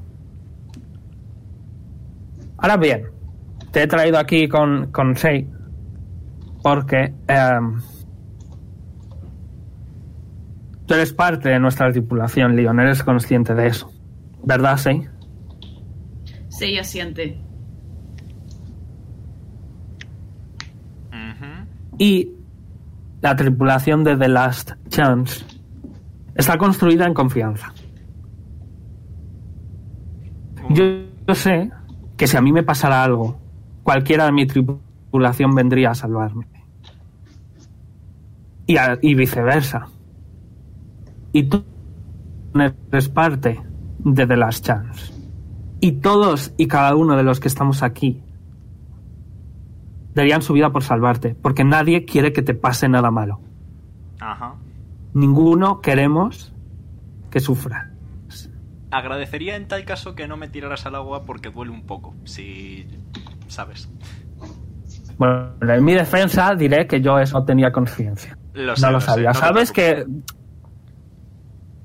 Ahora bien, te he traído aquí con, con Sei porque em, tú eres parte de nuestra tripulación, Leon. Eres consciente de eso. ¿Verdad, Sei?
Sí, asiente.
Ujú.
Y la tripulación de The Last Chance está construida en confianza. Yo, yo sé que si a mí me pasara algo, cualquiera de mi tripulación vendría a salvarme. Y, a- y viceversa. Y tú eres parte de The Last Chance. Y todos y cada uno de los que estamos aquí darían su vida por salvarte, porque nadie quiere que te pase nada malo.
Ajá.
Ninguno queremos que sufra.
Agradecería en tal caso que no me tiraras al agua porque duele un poco, si... sabes.
Bueno, en mi defensa diré que yo eso tenía conciencia.
Lo sé,
No lo
sé,
sabía.
no te
Sabes que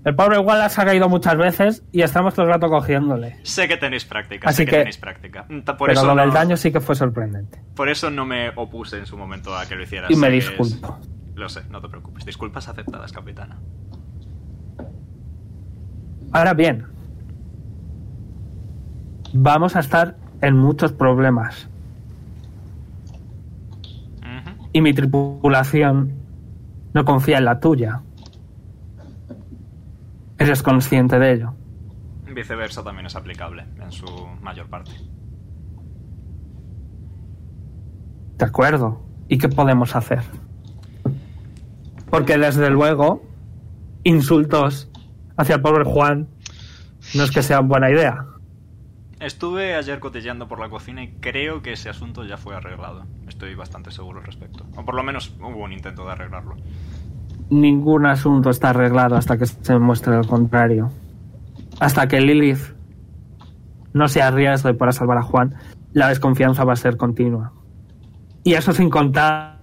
el pobre Wallace ha caído muchas veces y estamos todo el rato cogiéndole.
preocupes. Sé que tenéis práctica,
Así
sé que,
que-
tenéis práctica. Mm, ta- Por
pero
eso,
lo del
no,
daño sí que fue sorprendente.
por eso no me opuse en su momento a que lo hicieras.
Y me
sé que es-
disculpo.
Lo sé, no te preocupes. Disculpas aceptadas, capitana.
Ahora bien, vamos a estar en muchos problemas.
Ujú.
Y mi tripulación no confía en la tuya. Eres consciente de ello.
Viceversa también es aplicable en su mayor parte.
De acuerdo. ¿Y qué podemos hacer? Porque desde luego, insultos hacia el pobre Juan no es que sea buena idea.
Estuve ayer cotilleando por la cocina y creo que ese asunto ya fue arreglado. Estoy bastante seguro al respecto. O por lo menos hubo un intento de arreglarlo.
Ningún asunto está arreglado hasta que se muestre lo contrario. Hasta que Lilith no se arriesgue para salvar a Juan, la desconfianza va a ser continua. Y eso sin contar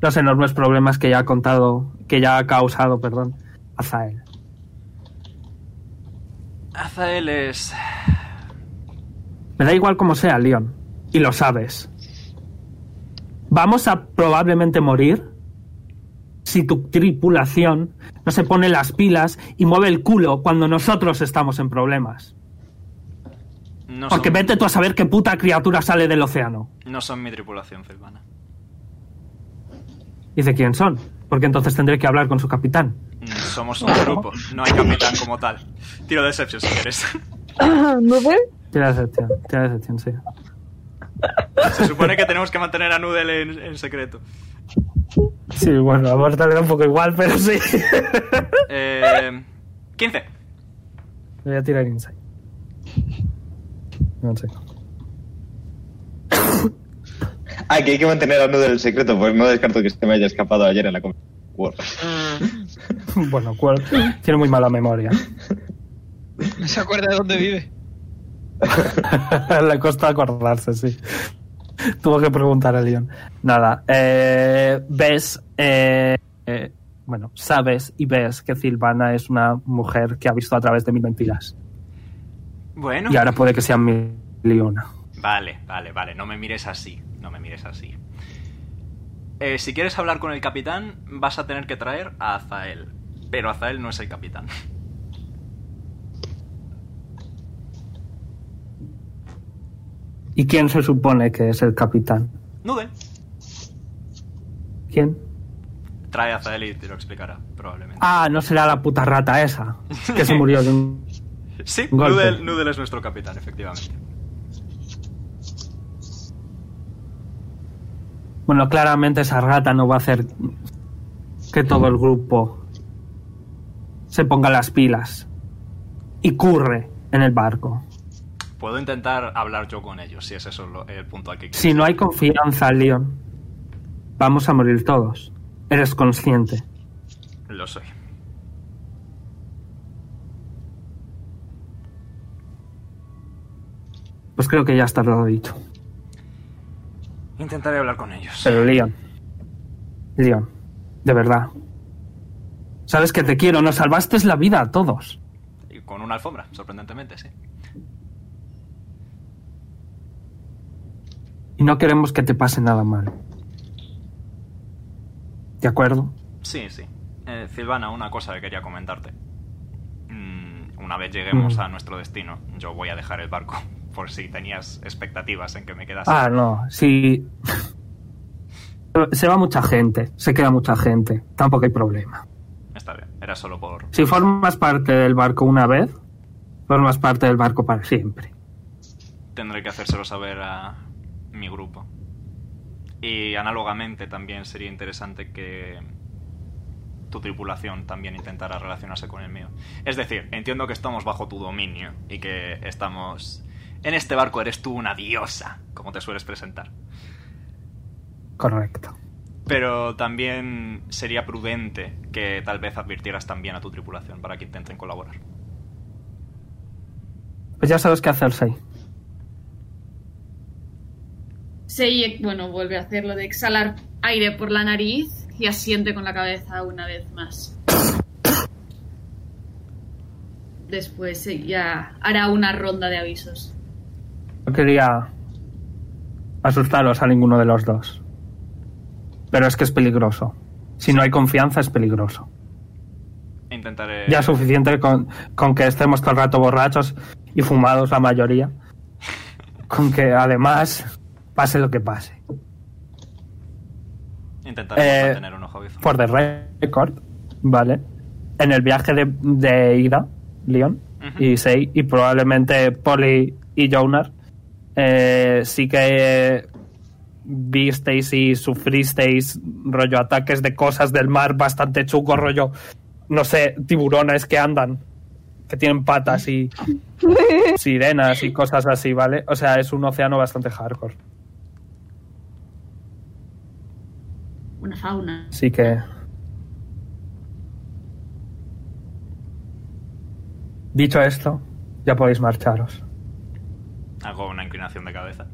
los enormes problemas que ya ha contado, que ya ha causado, perdón, Azael.
Azael es...
Me da igual como sea, Leon. Y lo sabes. Vamos a probablemente morir si tu tripulación no se pone las pilas y mueve el culo cuando nosotros estamos en problemas.
No
Porque
son,
vete tú a saber qué puta criatura sale del océano.
no son mi tripulación, Silvana.
Dice quién son. Porque entonces tendré que hablar con su capitán.
Mm, Somos un grupo, no hay capitán como tal. Tiro decepción si quieres.
¿Nubel?
Tiene decepción, tiene decepción, sí.
Se supone que tenemos que mantener a Noodle en, en secreto.
Sí, bueno, a Borta le da un poco igual, pero sí.
Eh, 15.
Le voy a tirar insight. No sé.
Ah, que hay que mantener a Noodle el secreto, pues no descarto que se me haya escapado ayer en la conversación. Wow.
Bueno, cual- tiene muy mala memoria.
No se acuerda de dónde vive.
Le cuesta acordarse, sí. Tuvo que preguntar a Leon. Nada, eh, ves, eh, eh, bueno, sabes y ves que Silvana es una mujer que ha visto a través de mil mentiras.
Bueno.
Y ahora puede que sean mil y una.
Vale, vale, vale. No me mires así. No me mires así. Eh, si quieres hablar con el capitán, vas a tener que traer a Azael. Pero Azael no es el capitán.
¿Y quién se supone que es el capitán?
Noodle.
¿Quién?
Trae a Azael y te lo explicará, probablemente.
Ah, no será la puta rata esa, que se murió de un...
Sí,
golpe.
Noodle, Noodle es nuestro capitán, efectivamente.
Bueno, claramente esa rata no va a hacer que todo el grupo se ponga las pilas y curre en el barco.
Puedo intentar hablar yo con ellos, si es eso lo- el punto al que quieres.
Si no hay confianza, Leon, vamos a morir todos. Eres consciente.
Lo soy.
Pues creo que ya está todo dicho.
Intentaré hablar con ellos.
Pero Leon, Leon, de verdad. Sabes que te quiero, nos salvaste la vida a todos.
Y con una alfombra, sorprendentemente, sí.
Y no queremos que te pase nada mal. ¿De acuerdo?
Sí, sí. Eh, Silvana, una cosa que quería comentarte. Mm, una vez lleguemos
Mm.
a nuestro destino, yo voy a dejar el barco, por si tenías expectativas en que me quedase.
Ah, no, sí. Se va mucha gente, se queda mucha gente, tampoco hay problema.
Está bien, era solo por...
Si formas parte del barco una vez, formas parte del barco para siempre.
Tendré que hacérselo saber a mi grupo. Y análogamente también sería interesante que tu tripulación también intentara relacionarse con el mío. Es decir, entiendo que estamos bajo tu dominio y que estamos... En este barco eres tú una diosa, como te sueles presentar.
Correcto.
Pero también sería prudente que tal vez advirtieras también a tu tripulación para que intenten colaborar.
Pues ya sabes qué hacer, Sei.
Sei, bueno, vuelve a hacer lo de exhalar aire por la nariz y asiente con la cabeza una vez más. Después Sei ya hará una ronda de avisos.
No quería asustaros a ninguno de los dos. Pero es que es peligroso. Si no hay confianza, es peligroso.
Intentaré.
Ya es suficiente con, con que estemos todo el rato borrachos y fumados la mayoría. Con que además pase lo que pase.
Intentaré
Eh,
mantener un ojo abierto.
Por the record, ¿vale? En el viaje de, de ida, Leon
Ujú.
y Sei, y probablemente Polly y Jonar, eh, sí que visteis y sufristeis rollo ataques de cosas del mar bastante chungos, rollo, no sé, tiburones que andan, que tienen patas y sirenas y cosas así, ¿vale? O sea, es un océano bastante hardcore.
Una fauna.
Así que. Dicho esto, ya podéis marcharos.
Hago una inclinación de cabeza.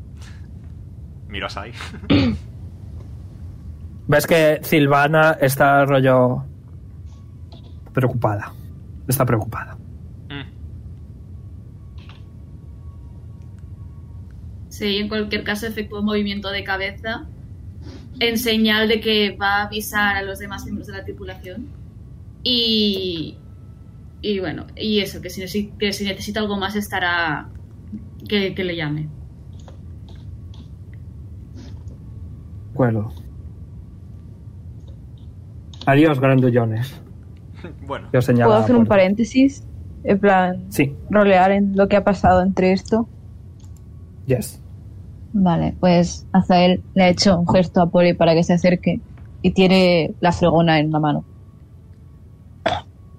Miro a Sai.
Ves que Silvana está rollo. preocupada. Está preocupada.
Mm.
Sí, en cualquier caso efectúa un movimiento de cabeza en señal de que va a avisar a los demás miembros de la tripulación. Y, y bueno, y eso, que si, necesi- que si necesita algo más estará que, que le llame.
De acuerdo. Adiós, grandullones.
Bueno,
Yo señalo.
¿Puedo
la
hacer un
puerta.
paréntesis? En plan,
Sí,
rolear en lo que ha pasado entre esto.
yes.
Vale, pues Azael le ha hecho un gesto a Poli para que se acerque y tiene la fregona en la mano.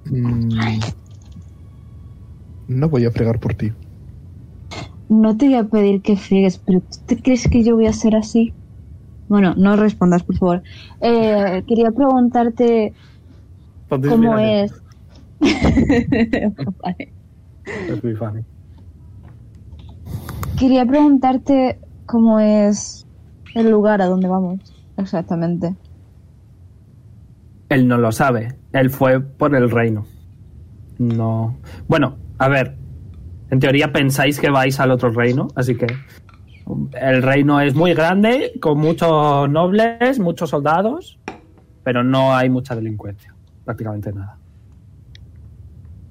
Mm, no voy a fregar por ti.
No te voy a pedir que friegues, pero ¿tú te crees que yo voy a ser así? Bueno, no respondas, por favor. Eh, quería preguntarte
Entonces,
cómo
mira,
es.
es muy funny.
Quería preguntarte cómo es el lugar a donde vamos. Exactamente.
Él no lo sabe. Él fue por el reino. No. Bueno, a ver. En teoría pensáis que vais al otro reino, así que el reino es muy grande, con muchos nobles, muchos soldados, pero no hay mucha delincuencia, prácticamente nada.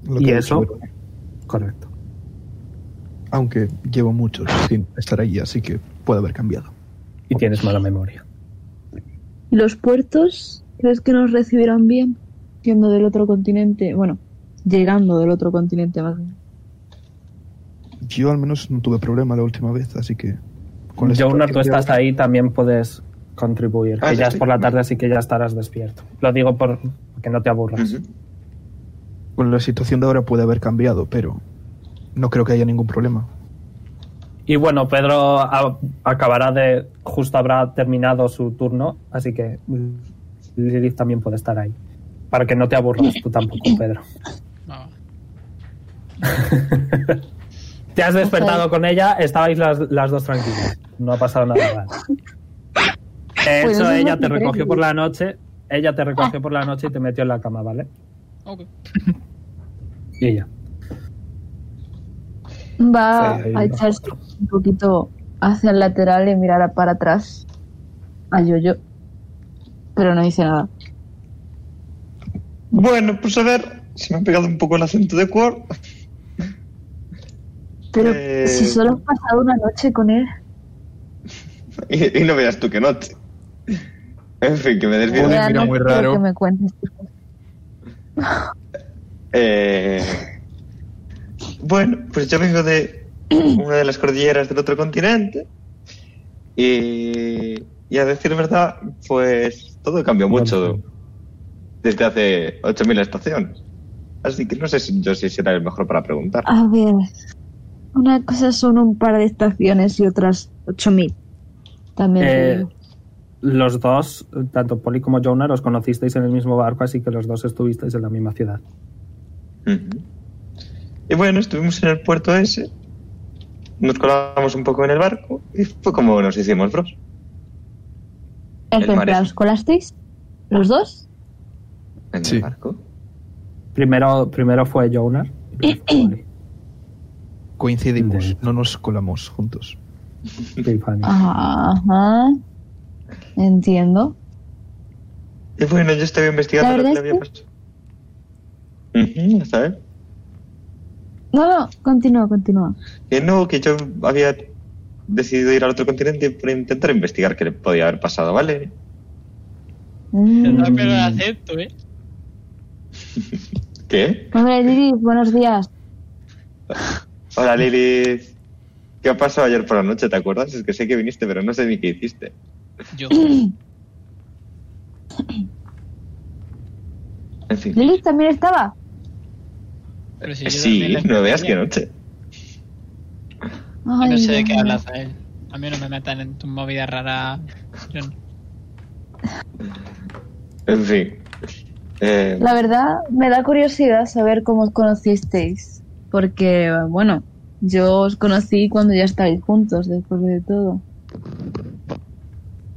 Lo
¿Y
que
eso?
deseo,
Correcto.
Aunque llevo muchos sin estar ahí, así que puede haber cambiado.
Y tienes mala memoria.
¿Y los puertos? ¿Crees que nos recibirán bien? Siendo del otro continente. Bueno, llegando del otro continente más bien.
Yo al menos no tuve problema la última vez, así que... con
Jonar,
la situación
tú
de
estás
ahora-
ahí, también puedes contribuir.
Ah,
que
ya
ya es
estoy.
por la tarde, así que ya estarás despierto. Lo digo por que no te aburras.
Con la situación de ahora puede haber cambiado, pero no creo que haya ningún problema.
Y bueno, Pedro a- acabará de. Justo habrá terminado su turno, así que mm, Lilith también puede estar ahí. Para que no te aburras tú tampoco, Pedro.
No.
Te has despertado con ella, estabais las, las dos tranquilas. No ha pasado nada raro. De
Pues
hecho,
eso es
ella
lo
te
que
recogió
creo.
por la noche. Ella te recogió por la noche y te metió en la cama, ¿vale?
Ok.
Y ella.
Va
Sí, ahí
a
va.
echarse un poquito hacia el lateral y mirará para atrás a Yoyo. Pero no dice nada.
Bueno, pues a ver, se me ha pegado un poco el acento de Quor.
Pero
Eh.
si solo has pasado una noche con él.
Y, y no veas tú que no. te- En fin, que me desvío.
Joder.
ya
mira,
no
muy
quiero
raro.
Que me cuentes.
Eh, bueno, pues yo vengo de una de las cordilleras del otro continente. Y, y a decir verdad, pues todo cambió mucho desde hace 8.000 estaciones. Así que no sé si yo si será el mejor para preguntar.
Ah.
A ver. Una cosa son un par de estaciones y otras 8000. También. te
Eh,
digo.
los dos, tanto Polly como Jonar, os conocisteis en el mismo barco, así que los dos estuvisteis en la misma ciudad.
Ujú. Y bueno, estuvimos en el puerto ese. nos colamos un poco en el barco y fue como nos hicimos bros.
Es
El
verdad,
maresmo.
¿os colasteis? ¿Los dos?
En
Sí.
el barco.
Primero, primero fue Jonar. y luego fue Oli.
Coincidimos, no nos colamos juntos.
Big fan.
Ajá. Entiendo.
Y Eh, bueno, yo estaba
¿La
investigando lo que le
verdad
había
es
pasado. Ujú, ¿eh? ¿Sabes?
No, no, continúa, continúa.
Que no, que yo había decidido ir al otro continente para intentar investigar qué le podía haber pasado, ¿vale?
Mm.
Pero el acento, ¿eh?
¿Qué?
Hombre, Lili, buenos días.
Hola Lilith. ¿Qué ha pasado ayer por la noche? ¿Te acuerdas? Es que sé que viniste, pero no sé ni qué hiciste.
Yo.
En fin.
Lili también estaba.
Pero si yo
Sí,
también le-
no veas qué noche.
Ay,
No sé de
Dios
qué
mío.
hablas, él. A mí no me metan en tu movida rara. Yo no.
En fin. Eh,
La verdad, me da curiosidad saber cómo os conocisteis.
Porque, bueno, yo os conocí cuando ya estáis juntos, después de todo.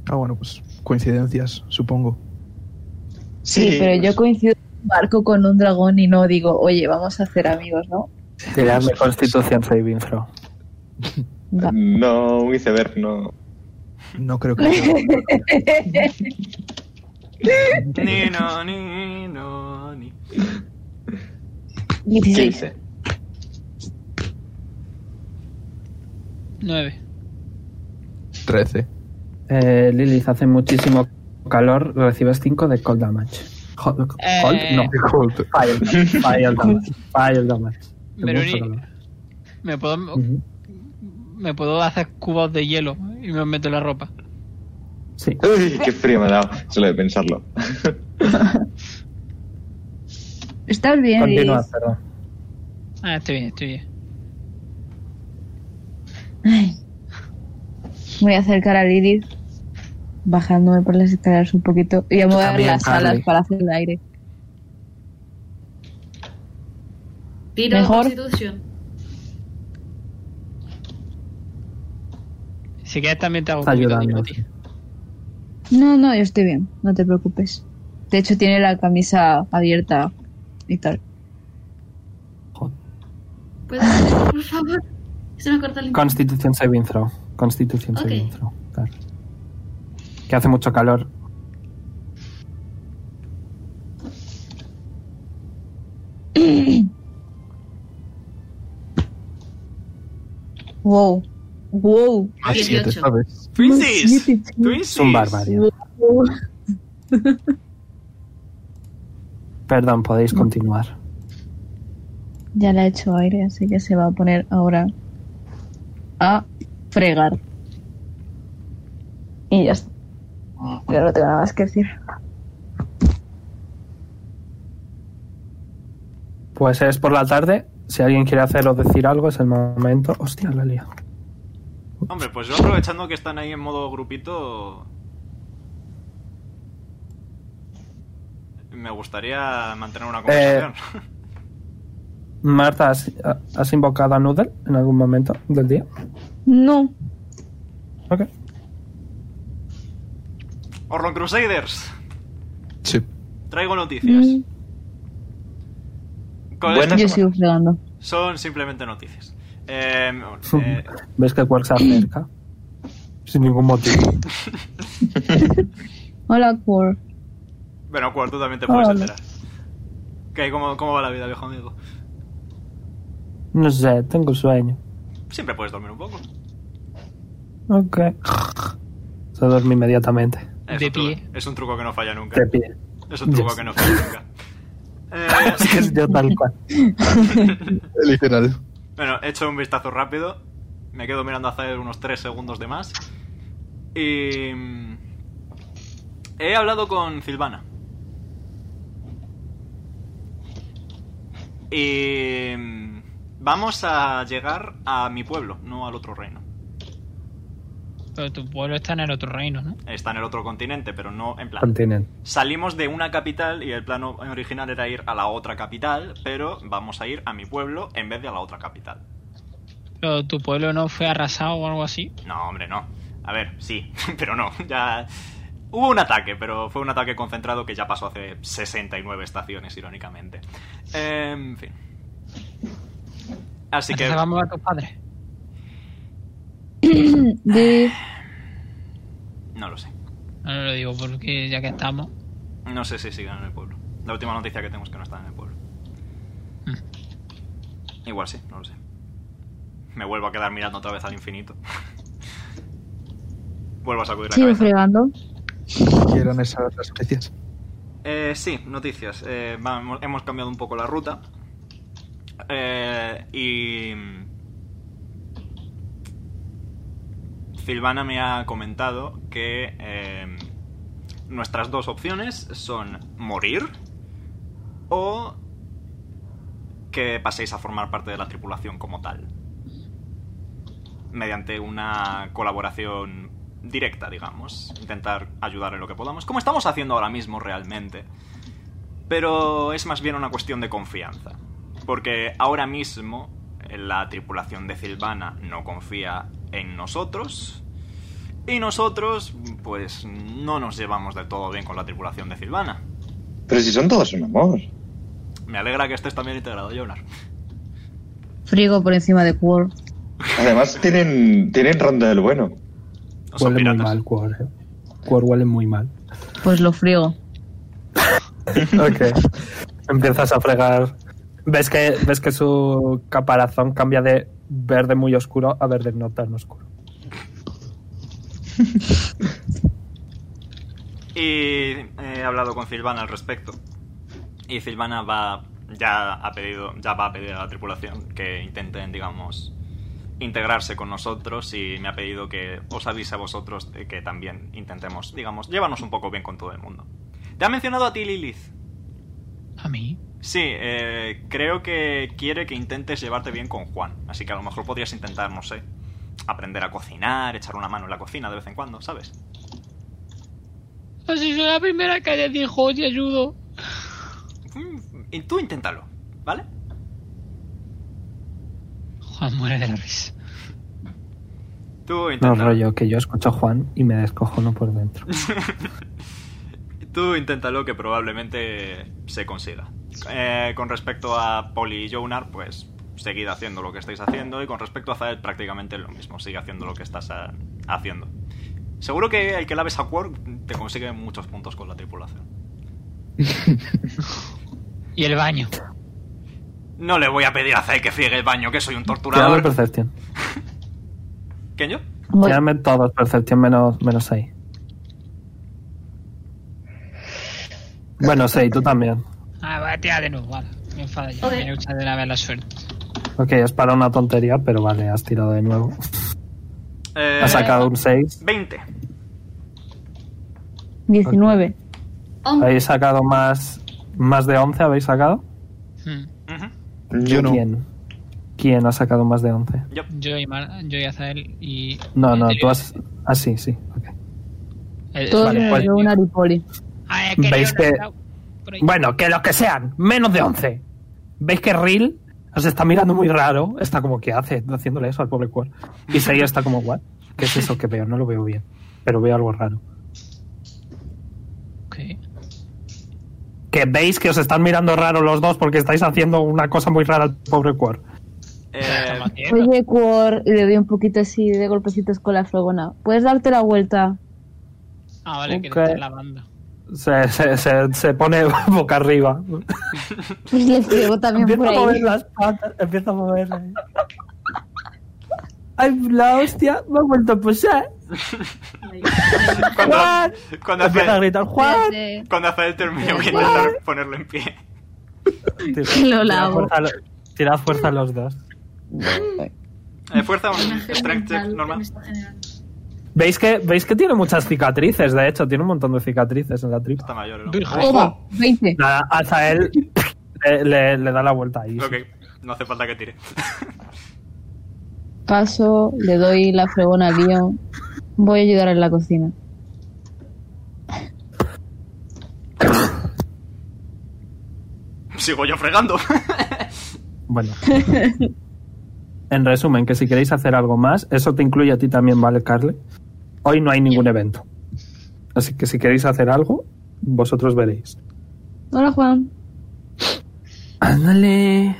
Ah, bueno, pues coincidencias, supongo.
Sí, pero
pues.
yo coincido en un barco con un dragón y no digo, oye, vamos a hacer amigos, ¿no?
Tirarme Constitución Saving Throw.
No, un iceberg no.
No creo que.
Ni no, ni no, ni.
16.
15.
Nueve.
13.
Eh, Lilith, hace muchísimo calor, recibes 5 de cold damage. Hot- Cold?
Eh.
No. Fire, fire damage. Fire damage. De
Meroni,
mucho calor.
me puedo,
Ujú.
me puedo hacer cubos de hielo y me meto en la ropa.
Sí.
Uy, qué frío me ha dado. Solo de pensarlo.
Estás bien,
Continúa,
Iris.
perdón.
Ah, estoy bien, estoy bien.
Me voy a acercar a Iris, bajándome por las escaleras un poquito y a mover
también,
las
Carly.
alas para hacer el aire.
Tiro
Mejor.
Constitution.
Si quieres también te hago un
Está
poquito de
ayudando.
hielo a ti.
No, no, yo estoy bien, no te preocupes. De hecho, tiene la camisa abierta y tal.
¿Puedes hacer, Pues, por favor? Se me corta el internet.
Constitución Saving Throw. Constitución
Ok.
Saving Throw. Claro. Que hace mucho calor.
Wow. Wow.
Más
18.
7, ¿sabes?
Twinsies. Twinsies.
Es un barbarie. Perdón, podéis continuar.
Ya la he hecho aire, así que se va a poner ahora a fregar. Y ya está. Yo no tengo nada más que decir.
Pues es por la tarde. Si alguien quiere hacer o decir algo, es el momento. Hostia, la lía.
Hombre, pues yo aprovechando que están ahí en modo grupito. Me gustaría mantener
Eh,
una conversación.
Marta, ¿has, has invocado a Noodle en algún momento del día?
No.
Ok.
Orlon Crusaders,
Sí.
traigo noticias. Con
Buenas.
estas
Yo sigo fregando.
son simplemente noticias. Eh, eh,
¿Ves que Quark se acerca? Sin ningún motivo.
Hola, Core.
bueno, cuarto también te puedes
Hola.
enterar. ¿Qué, cómo, ¿Cómo va la vida, viejo amigo?
No sé, tengo sueño.
Siempre puedes dormir un poco.
Ok. Se duerme inmediatamente.
Es
De
un truco-
pie.
es un truco que no falla nunca.
Te pide.
Es un truco
Yes.
que no falla nunca. Eh,
Es que es yo tal cual.
Literal.
Bueno, he hecho un vistazo rápido. Me quedo mirando a Zael unos 3 segundos de más. Y. mm, He hablado con Silvana. Y. mm, Vamos a llegar a mi pueblo, no al otro reino.
Pero tu pueblo está en el otro reino, ¿no?
Está en el otro continente, pero no en plan.
Continente.
Salimos de una capital y el plano original era ir a la otra capital, pero vamos a ir a mi pueblo en vez de a la otra capital.
Pero tu pueblo no fue arrasado o algo así.
No, hombre, no. A ver, sí, pero no. Ya. Hubo un ataque, pero fue un ataque concentrado que ya pasó hace 69 estaciones, irónicamente. Eh, en fin. Así que.
Entonces vamos a tus padres.
Div,
No lo sé.
No no lo digo porque ya que estamos.
No sé si siguen en el pueblo. La última noticia que tengo es que no están en el pueblo. Igual sí, no lo sé. Me vuelvo a quedar mirando otra vez al infinito. vuelvo a sacudir la
sigo
cabeza.
fregando.
Y eran esas las noticias.
Eh, sí, noticias. Eh, vamos- hemos cambiado un poco la ruta. Eh, y... Silvana me ha comentado que eh, nuestras dos opciones son morir o que paséis a formar parte de la tripulación como tal. Mediante una colaboración directa, digamos. Intentar ayudar en lo que podamos, como estamos haciendo ahora mismo realmente. Pero es más bien una cuestión de confianza. Porque ahora mismo eh, la tripulación de Silvana no confía en nosotros. Y nosotros, pues, no nos llevamos del todo bien con la tripulación de Silvana.
Pero si son todos un amor.
Me alegra que estés también integrado, Jonar.
Frigo por encima de Quor.
Además tienen, tienen ronda del bueno.
No son
Huele muy
piratas.
mal, Quor. eh. Quor huele muy mal.
Pues lo frigo.
Ok. Empiezas a fregar. ¿Ves que, ves que su caparazón cambia de verde muy oscuro a verde no tan oscuro.
Y eh, he hablado con Silvana al respecto. Y Silvana va ya ha pedido, ya va a pedir a la tripulación que intenten, digamos, integrarse con nosotros y me ha pedido que os avise a vosotros de que también intentemos, digamos, llevarnos un poco bien con todo el mundo. Te ha mencionado a ti, Lilith.
A mí.
Sí, eh, creo que quiere que intentes llevarte bien con Juan, así que a lo mejor podrías intentar, no sé, aprender a cocinar, echar una mano en la cocina de vez en cuando, ¿sabes?
Pues si soy la primera que le dijo, te ayudo.
Mm, Y tú inténtalo, ¿vale?
Juan muere de la risa.
Tú
No
inténtalo.
rollo, que yo escucho a Juan y me descojono por dentro.
Tú inténtalo que probablemente se consiga. Eh, con respecto a Poli y Jonar, pues seguid haciendo lo que estáis haciendo y con respecto a Zael prácticamente lo mismo, sigue haciendo lo que estás ah, haciendo. Seguro que el que laves a Quark te consigue muchos puntos con la tripulación.
Y el baño.
No le voy a pedir a Zael que friegue el baño, que soy un
Tirame
torturador.
Percepción.
¿Qué yo?
Voy-
Tirame todos Percepción menos, menos 6. Bueno, 6, tú también.
Ah, va, tira de nuevo, vale. Me enfada ya.
Joder.
Me gusta de la vez la suerte.
Ok, es para una tontería, pero vale, has tirado de nuevo.
Eh,
Has sacado un 6.
20.
19.
Hombre,
¿Habéis sacado más, más de 11? ¿Habéis sacado?
Hmm.
Ujú.
Yo no.
¿Quién? ¿Quién ha sacado más de 11?
Yo y, Mar yo y Azael y.
No, no,
y-
tú has... Ah, sí, sí. ok.
Eh,
Todos
vale,
menos
pues-
yo, una Aripoli.
eh,
Ah, es que
Veis
Leonard
que-
está por ahí.
Bueno, que los que sean, menos de 11. ¿Veis que Ril os está mirando muy raro? Está como, ¿qué hace haciéndole eso al pobre cuerpo? Y Seiya está como, ¿what? ¿Qué es eso que veo? No lo veo bien, pero veo algo raro.
Ok.
Que veis que os están mirando raro los dos porque estáis haciendo una cosa muy rara al pobre cuerpo.
Eh,
Estamos haciendo.
Oye, Quor, Pues y le doy un poquito así de golpecitos con la fregona. ¿Puedes darte la vuelta?
Ah, vale, que
ok.
está en la banda.
Se, se, se, se pone boca arriba.
Pues le friego también por
Empieza a mover
ahí.
las patas, empieza a mover. Ay, la hostia, me ha vuelto a posar.
cuando,
Juan.
cuando,
Empieza a
hace,
gritar, Juan.
Desde-
cuando hace el término voy a intentar ponerlo en pie.
Lo
Tira
lavo.
fuerza a lo- Tirad fuerza a los dos.
Eh, fuerza un
una
strength check
mental que me
normal.
está generando.
¿Veis que, ¿Veis que tiene muchas cicatrices? De hecho, tiene un montón de cicatrices en la tripa.
Está mayor el hombre.
Virgen.
Toma, 20.
Nada, hasta él le, le- le da la vuelta ahí.
Ok, no hace falta que tire.
Paso, le doy la fregona a Leon. Voy a ayudar en la cocina.
Sigo yo fregando.
Bueno. En resumen, que si queréis hacer algo más, eso te incluye a ti también, ¿vale, Carle? Hoy no hay ningún evento. Así que si queréis hacer algo, vosotros veréis.
Hola, Juan.
Ándale.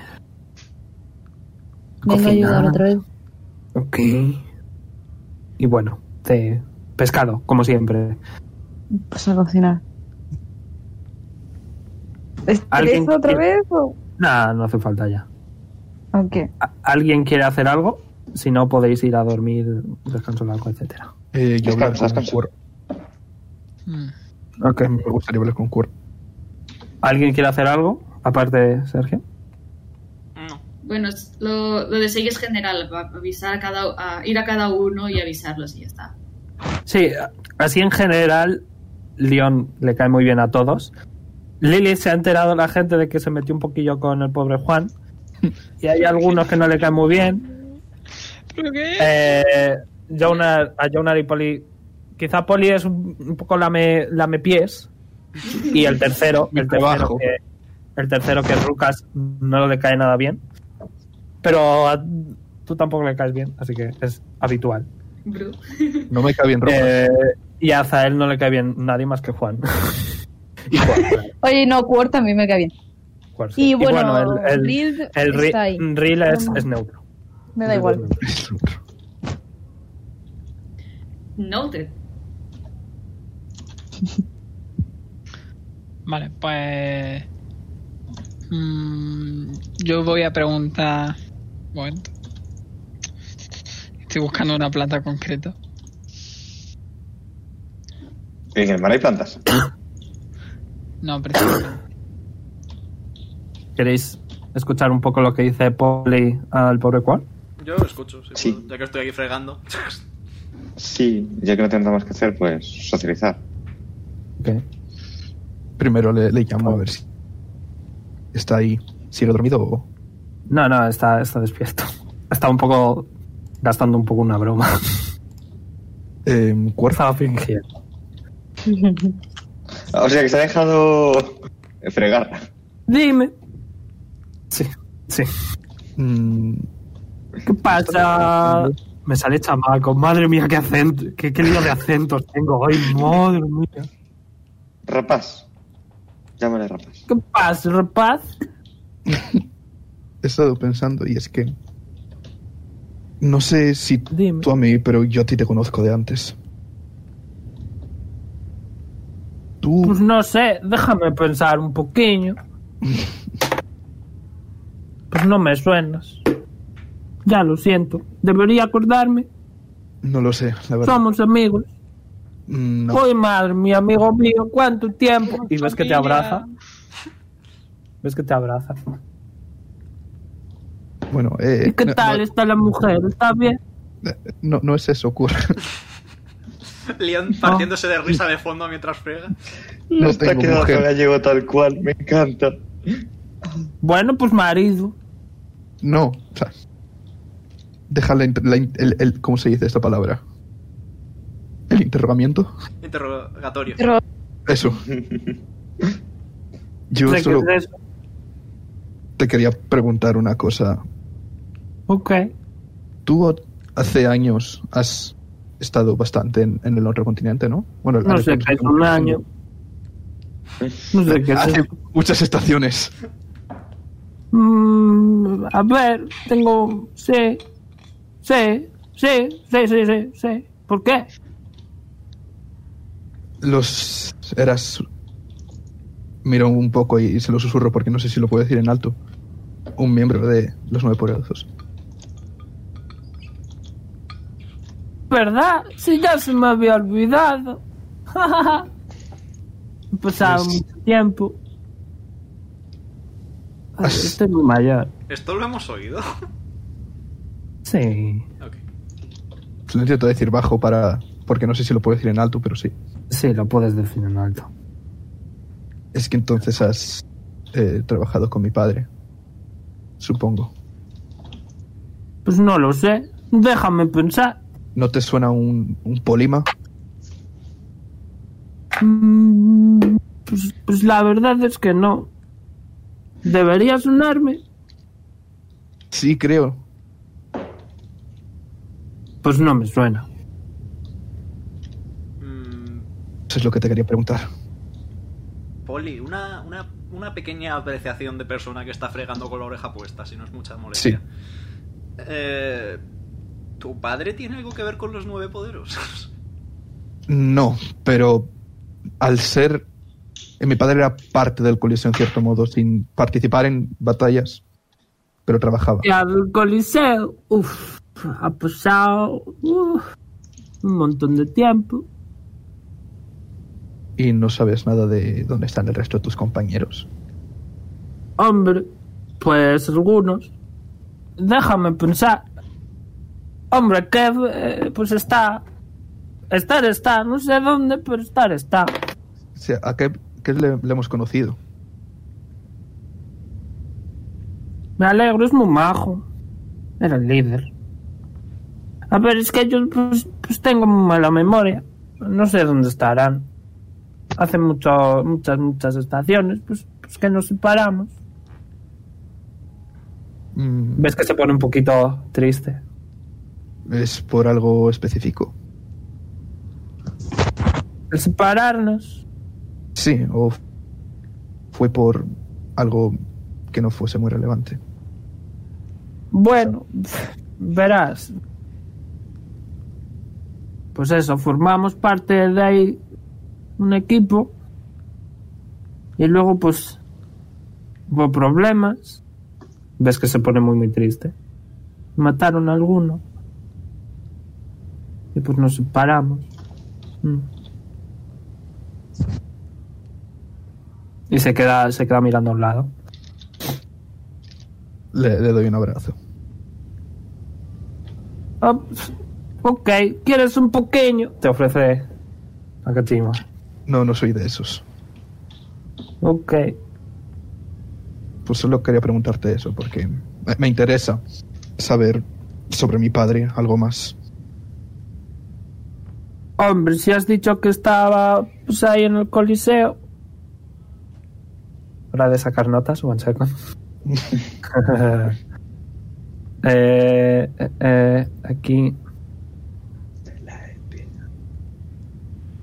Vengo a ayudar otra vez.
Ok. Y bueno, te... pescado, como siempre.
Pues a cocinar.
¿Alguien
¿Estresa otra
quiere-
vez o...?
Nada, no hace falta ya.
Aunque
¿A- ¿Alguien quiere hacer algo? Si no, podéis ir a dormir, descanso largo, etcétera.
Eh, yo hablar
Descansa,
con
descansa.
Cuor.
Mm.
Ok.
Me gustaría hablar con Cuor.
¿Alguien quiere hacer algo? Aparte, de Sergio.
No.
Bueno, es- lo, lo de seguir es general, va- avisar a cada, a ir a cada uno y avisarlos y ya está.
Sí, así en general, León le cae muy bien a todos. Lily se ha enterado la gente de que se metió un poquillo con el pobre Juan. Y hay algunos que no le caen muy bien.
¿Pero qué?
Eh, Jonar, a Jonar y Poli. Quizá Poli es un, un poco lame, pies. Y el tercero,
Mi
el tercero,
trabajo.
que, el tercero que es Rucas, no le cae nada bien. Pero a- tú tampoco le caes bien, así que es habitual.
Bru.
No me cae bien ropa.
Eh, y a Zael no le cae bien nadie más que Juan. y Juan, claro,
Oye, no, Quor también me cae bien.
Juan, sí.
Y bueno,
el, el,
Rild
el ri-
está ahí.
Ril es,
Pero no.
es neutro.
Me da igual.
Noted.
Vale, pues. mm, yo voy a preguntar. Un momento. Estoy buscando una planta concreta.
En el mar hay plantas.
No, precisamente.
¿Queréis escuchar un poco lo que dice Poli al pobre Juan?
Yo lo escucho, si
Sí.
puedo, ya que estoy aquí fregando.
Sí, ya que no tenemos nada más que hacer, pues socializar.
Primero le, le llamo a ver si está ahí. Si lo dormido o.
No, no, está, está despierto. Está un poco gastando un poco una broma.
Eh, Cuor,
Estaba fingiendo.
O sea que se ha dejado fregar.
Dime. Sí, sí.
mm,
¿Qué pasa? Me sale chamaco. Madre mía, qué acento. Qué, qué lío de acentos tengo hoy. Madre mía.
Rapaz. Llámale rapaz.
¿Qué pasa, rapaz?
he estado pensando y es que. No sé si
Dime.
tú a mí, pero yo a ti te conozco de antes.
Pues
Tú.
no sé, déjame pensar un poquillo. Pues no me suenas. Ya lo siento. Debería acordarme.
No lo sé, la verdad.
Somos amigos.
Mm, no.
Hoy, madre, mi amigo mío, cuánto tiempo. Y ves que te abraza. Ves que te abraza.
Bueno, eh.
¿Y qué
no-
tal está la mujer? ¿Está bien?
No, no, no es eso, Cuor.
Leon partiéndose de risa de fondo mientras frega.
No
Esta
tengo
quedada
mujer.
me la llevo tal cual, me encanta.
Bueno, pues marido.
No, o sea, deja la, inter- la in- el, el- ¿cómo se dice esta palabra? ¿El interrogamiento?
Interrogatorio.
Pero-
Eso. Yo
Sé que
solo
es eso.
te quería preguntar una cosa.
Ok.
Tú hace años has estado bastante en, en el otro continente, ¿no? Bueno,
No sé qué es un año. No sé qué es
pues, Hace
eso.
muchas estaciones.
Mm, a ver, tengo. Sí. Sí. Sí. Sí, sí, sí, sí. ¿Por qué?
Los eras. Miro un poco y se lo susurro porque no sé si lo puedo decir en alto. Un miembro de los nueve poderosos.
¿Verdad? Sí, ya se me había olvidado. Ha pasado
Pues-
mucho tiempo. Ay,
Has-
Estoy muy mayor.
¿Esto lo hemos oído?
Sí.
Ok.
Lo intento decir bajo para. Porque no sé si lo puedo decir en alto, pero sí.
Sí, lo puedes decir en alto.
Es que entonces has eh, trabajado con mi padre. Supongo.
Pues no lo sé. Déjame pensar.
¿No te suena un, un polima?
Mm, Pues, pues la verdad es que no. Debería sonarme.
Sí, creo.
Pues no me suena.
Mm,
Eso es lo que te quería preguntar.
Poli, una, una, una pequeña apreciación de persona que está fregando con la oreja puesta, si no es mucha molestia.
Sí.
Eh, ¿Tu padre tiene algo que ver con los nueve poderosos?
No, pero al ser... eh, Mi padre era parte del coliseo en cierto modo, sin participar en batallas, pero trabajaba.
Al Coliseo, uff, ha pasado uf, un montón de tiempo.
Y no sabes nada de dónde están el resto de tus compañeros.
Hombre, pues algunos. Déjame pensar. Hombre, que eh, pues está. Estar está, no sé dónde, pero estar está.
O sea, ¿a qué, qué le, le hemos conocido?
Me alegro, es muy majo. Era el líder. A ver, es que yo pues, pues tengo muy mala memoria. No sé dónde estarán. Hace mucho, muchas, muchas estaciones, pues, pues que nos separamos.
Mm,
Ves que se pone un poquito triste.
Es por algo específico.
Al separarnos,
Sí, o f- fue por algo que no fuese muy relevante.
bueno, verás. Pues eso, formamos parte de ahí un equipo. Y luego, pues, hubo problemas.
Ves que se pone muy, muy triste.
mataron a alguno y pues nos separamos Mm.
Y se queda, se queda mirando a un lado.
Le, le doy un abrazo.
Ah, pf, ok quieres un pequeño
Te ofrece la cachimba.
No, no soy de esos.
ok
Pues solo quería preguntarte eso, porque me- me interesa saber sobre mi padre algo más.
hombre si has dicho que estaba pues ahí en el coliseo
Hora de sacar notas, one second. Eh, eh, eh, aquí.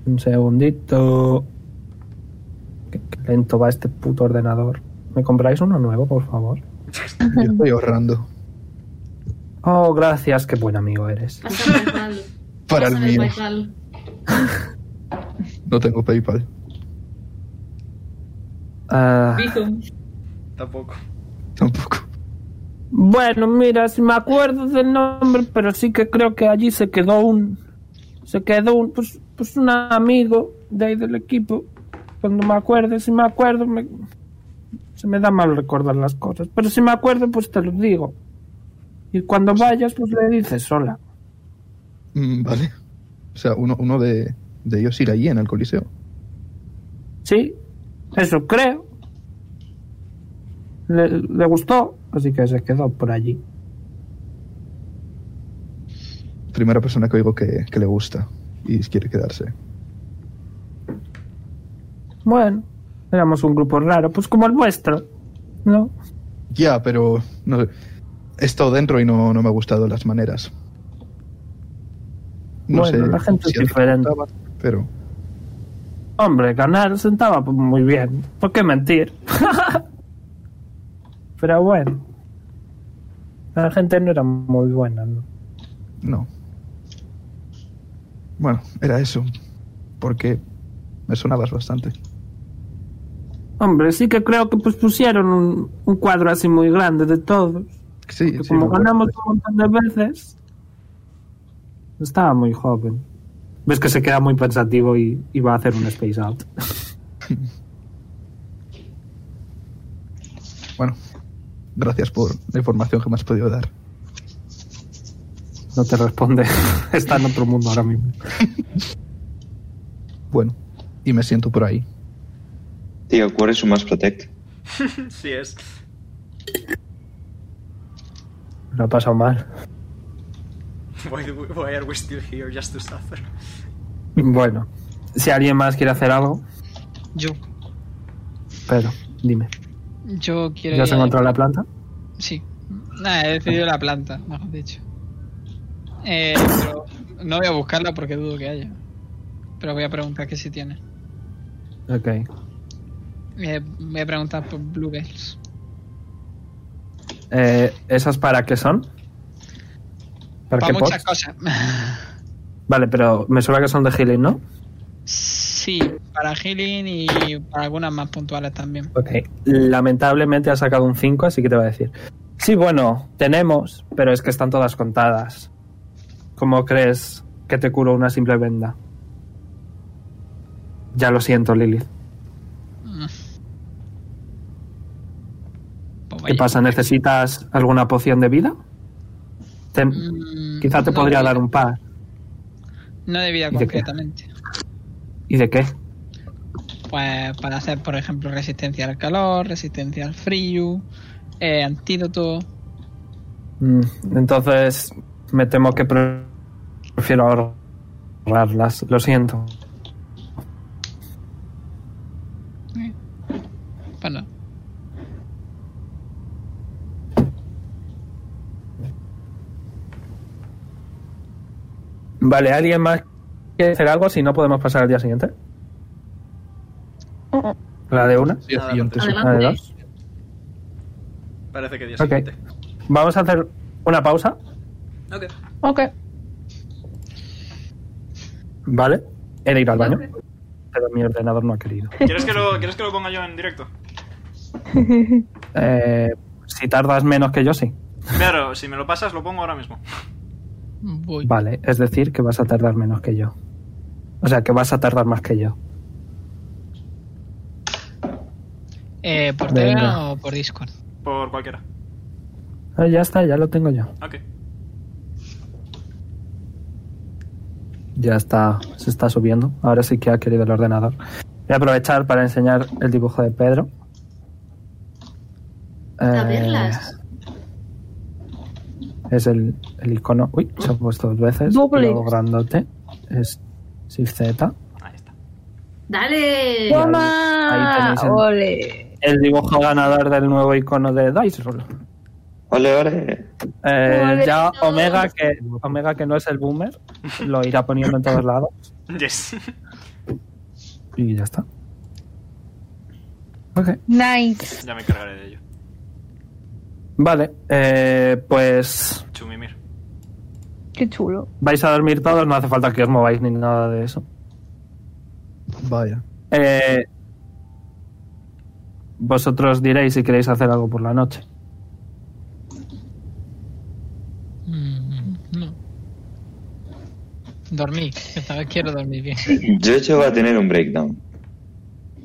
Un segundito. Qué, qué lento va este puto ordenador. ¿Me compráis uno nuevo, por favor?
Yo estoy ahorrando
Oh, gracias, qué buen amigo eres.
Pásame el palo.
para el
Pásame
mío.
paypal.
No tengo PayPal.
Ah,
Bizum.
Tampoco.
Tampoco.
bueno mira si me acuerdo del nombre pero sí que creo que allí se quedó un se quedó un pues, pues un amigo de ahí del equipo cuando me acuerde si me acuerdo me- se me da mal recordar las cosas pero si me acuerdo pues te lo digo y cuando vayas pues le dices sola
Mm, vale. O sea, uno, uno de, de ellos ir allí en el coliseo.
Sí, eso creo. Le, le gustó, así que se quedó por allí.
Primera persona que oigo que, que le gusta y quiere quedarse.
Bueno, éramos un grupo raro, pues como el vuestro, ¿no?
Ya, pero no, he estado dentro y no, no me ha gustado las maneras.
Bueno, la gente
a
es
ti te
diferente.
gustaba, Pero
Hombre, ganar sentaba pues, muy bien. ¿Por qué mentir? Pero bueno, la gente no era muy buena, ¿no?
no. Bueno, era eso. Porque me sonabas bastante.
Hombre, sí que creo que pues pusieron un, un cuadro así muy grande de todos.
Sí,
que
sí,
como
me acuerdo.
ganamos un montón de veces, estaba muy joven.
Ves que se queda muy pensativo y, y va a hacer un space out.
Bueno, gracias por la información que me has podido dar.
No te responde. Está en otro mundo ahora mismo.
Bueno, y me siento por ahí.
Tío, ¿cuál es su más protect?
sí es.
Lo ha pasado mal.
Why, do we- why are we still here just to suffer?
Bueno, si alguien más quiere hacer algo,
Yo,
pero dime.
yo
¿Ya
quiero. ir
has
a-
encontrado la planta?
Sí. Nada, he decidido la planta, mejor dicho. Eh, pero no voy a buscarla porque dudo que haya. Pero voy a preguntar que si tiene.
Ok.
Eh, voy a preguntar por Bluebells.
Eh, ¿Esas para qué son? ¿Para
Para
qué
muchas
pots?
cosas.
Vale, pero me suena que son de healing, ¿no?
sí, para healing y para algunas más puntuales también.
Ok. Lamentablemente ha sacado un 5, así que te va a decir. Sí, bueno, tenemos, pero es que están todas contadas. ¿Cómo crees que te curo una simple venda? Ya lo siento, Lilith.
Pues
¿Qué
vaya.
pasa? ¿Necesitas alguna poción de vida? Te-
Mm,
quizá te
no
podría
de-
dar un par.
No de vida
¿Y de qué?
concretamente.
¿Y de qué?
Pues para hacer, por ejemplo, resistencia al calor, resistencia al frío, eh, antídoto.
Mm, Entonces, me temo que pre- prefiero ahorrarlas. Lo siento.
Bueno,
Vale, ¿alguien más quiere hacer algo? Si no, podemos pasar al día siguiente. La de una.
Sí, así, antes.
La de
Adelante.
dos.
Parece que día
Ok.
siguiente.
Vamos a hacer una pausa,
Ok.
Ok.
¿vale? He de ir al baño. Pero mi ordenador no ha querido.
¿Quieres que lo, ¿quieres que lo ponga yo en directo?
Eh, si tardas menos que yo, sí.
Claro, si me lo pasas, lo pongo ahora mismo.
voy.
Vale, es decir, que vas a tardar menos que yo. O sea, que vas a tardar más que yo.
Eh, ¿Por Telegram
Venga.
o por Discord?
Por cualquiera.
Ah, ya está, ya lo tengo yo.
Ok.
Ya está, se está subiendo. Ahora sí que ha querido el ordenador. Voy a aprovechar para enseñar el dibujo de Pedro.
A
Eh,
verlas.
Es el, el icono. Uy, se ha puesto dos veces.
Doble.
Luego grandote. Es Shift Z.
Ahí está.
¡Dale!
Guau.
¡Toma!
ahí tenéis el-
¡Ole!
El dibujo ganador del nuevo icono de Dice Roll.
Ole, ole.
Eh, ya
Pobrecito.
Omega que, Omega, que no es el boomer, lo irá poniendo en todos lados.
Yes.
Y ya está. Ok.
Nice.
ya me encargaré de ello.
Vale, eh, pues
Chumimir.
Qué chulo.
vais a dormir todos, no hace falta que os mováis ni nada de eso.
Vaya.
Eh, vosotros diréis si queréis hacer algo por la noche.
Mm, no. Dormí, esta vez quiero dormir bien.
Yo hecho va a tener un breakdown.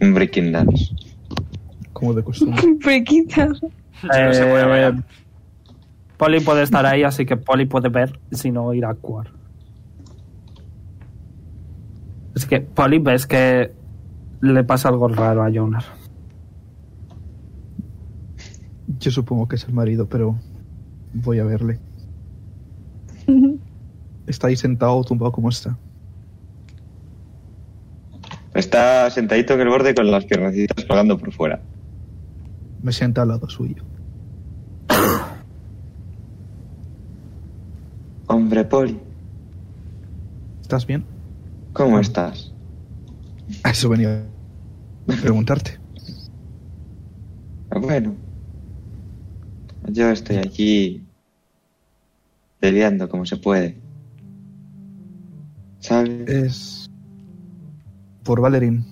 Un breaking dance.
Como de costumbre.
Frequita.
No se puede bailar.
Poli Eh, puede estar ahí, así que Poli puede ver si no ir a actuar. Así que Poli ves que le pasa algo raro a Jonar.
Yo supongo que es el marido, pero voy a verle. ¿Está ahí sentado o tumbado como está?
Está sentadito en el borde con las piernecitas colgando por fuera.
Me sienta al lado suyo.
Hombre, Poli,
¿Estás bien?
¿cómo estás?
A eso venía a preguntarte.
Ah, Bueno, yo estoy aquí peleando como se puede. ¿Sabes?
Es por Valerín.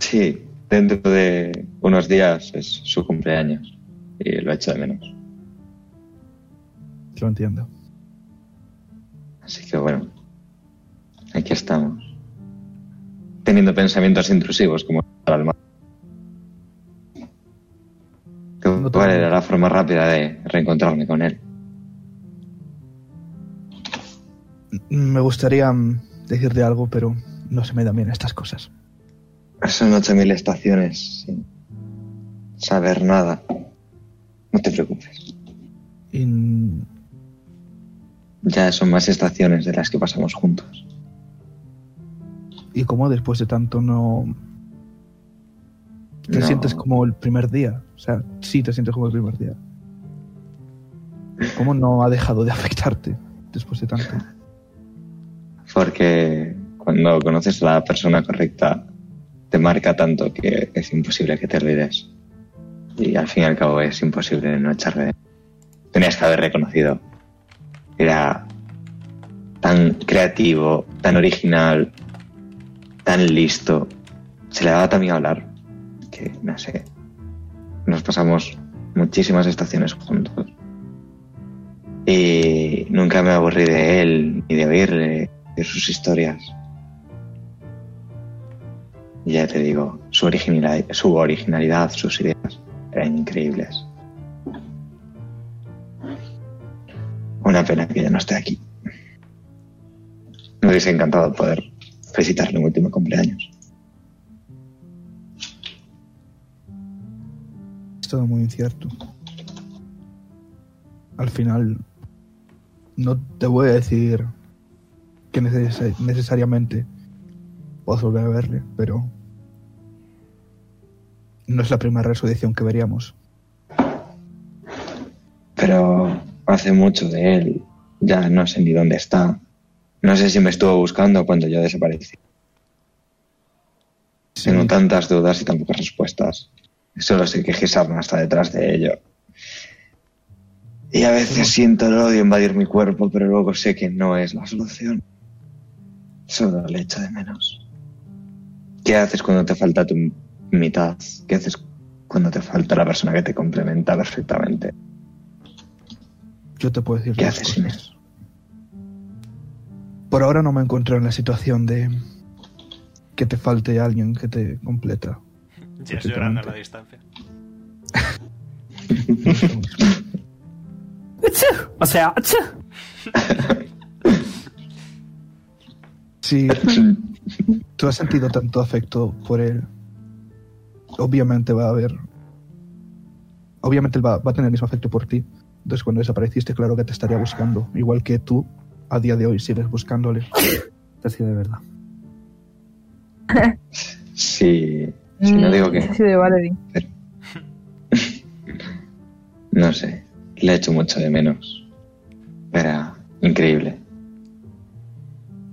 Sí, dentro de unos días es su cumpleaños y lo echo de menos.
Lo entiendo.
Así que bueno, aquí estamos. Teniendo pensamientos intrusivos como el alma. Que
No te-
¿Cuál era la forma rápida de reencontrarme con él?
Me gustaría mm, decirte algo, pero no se me dan bien estas cosas.
Son 8.000 estaciones sin saber nada. No te preocupes.
Y mm,
Ya son más estaciones de las que pasamos juntos.
¿Y cómo después de tanto no te
No.
sientes como el primer día? O sea, sí te sientes como el primer día. ¿Cómo no ha dejado de afectarte? después de tanto.
Porque cuando conoces a la persona correcta, te marca tanto que es imposible que te olvides. Y al fin y al cabo es imposible no echarle. Tenías que haber reconocido. Era tan creativo, tan original, tan listo. Se le daba también a hablar. Que no sé. Nos pasamos muchísimas estaciones juntos. Y nunca me aburrí de él, ni de oírle, de sus historias. Y ya te digo, su originalidad, su originalidad, sus ideas eran increíbles. Una pena que ya no esté aquí. Me hubiese encantado poder felicitarle en último cumpleaños.
Es todo muy incierto. Al final, no te voy a decir que neces- necesariamente puedas volver a verle, pero no es la primera resurrección que veríamos.
Pero hace mucho de él. Ya no sé ni dónde está. No sé si me estuvo buscando cuando yo desaparecí. Tengo tantas dudas y tan pocas respuestas. Solo sé que Gisarna está detrás de ello. Y a veces siento el odio invadir mi cuerpo, pero luego sé que no es la solución. Solo le echo de menos. ¿Qué haces cuando te falta tu mitad? ¿Qué haces cuando te falta la persona que te complementa perfectamente?
Yo te puedo decir
¿Qué
dos
haces,
cosas.
Inés?
Por ahora no me encuentro en la situación de que te falte alguien que te completa.
Jess llorando a la distancia.
O sea, ¡achú!
Si tú has sentido tanto afecto por él, obviamente va a haber. Obviamente él va, va a tener el mismo afecto por ti. Entonces, cuando desapareciste, claro que te estaría buscando. Igual que tú, a día de hoy, sigues buscándole.
Esto ha sido de verdad.
Sí, sí,
Mm.
no digo que
Sí, de Valerie.
no sé, le echo mucho de menos. Era increíble.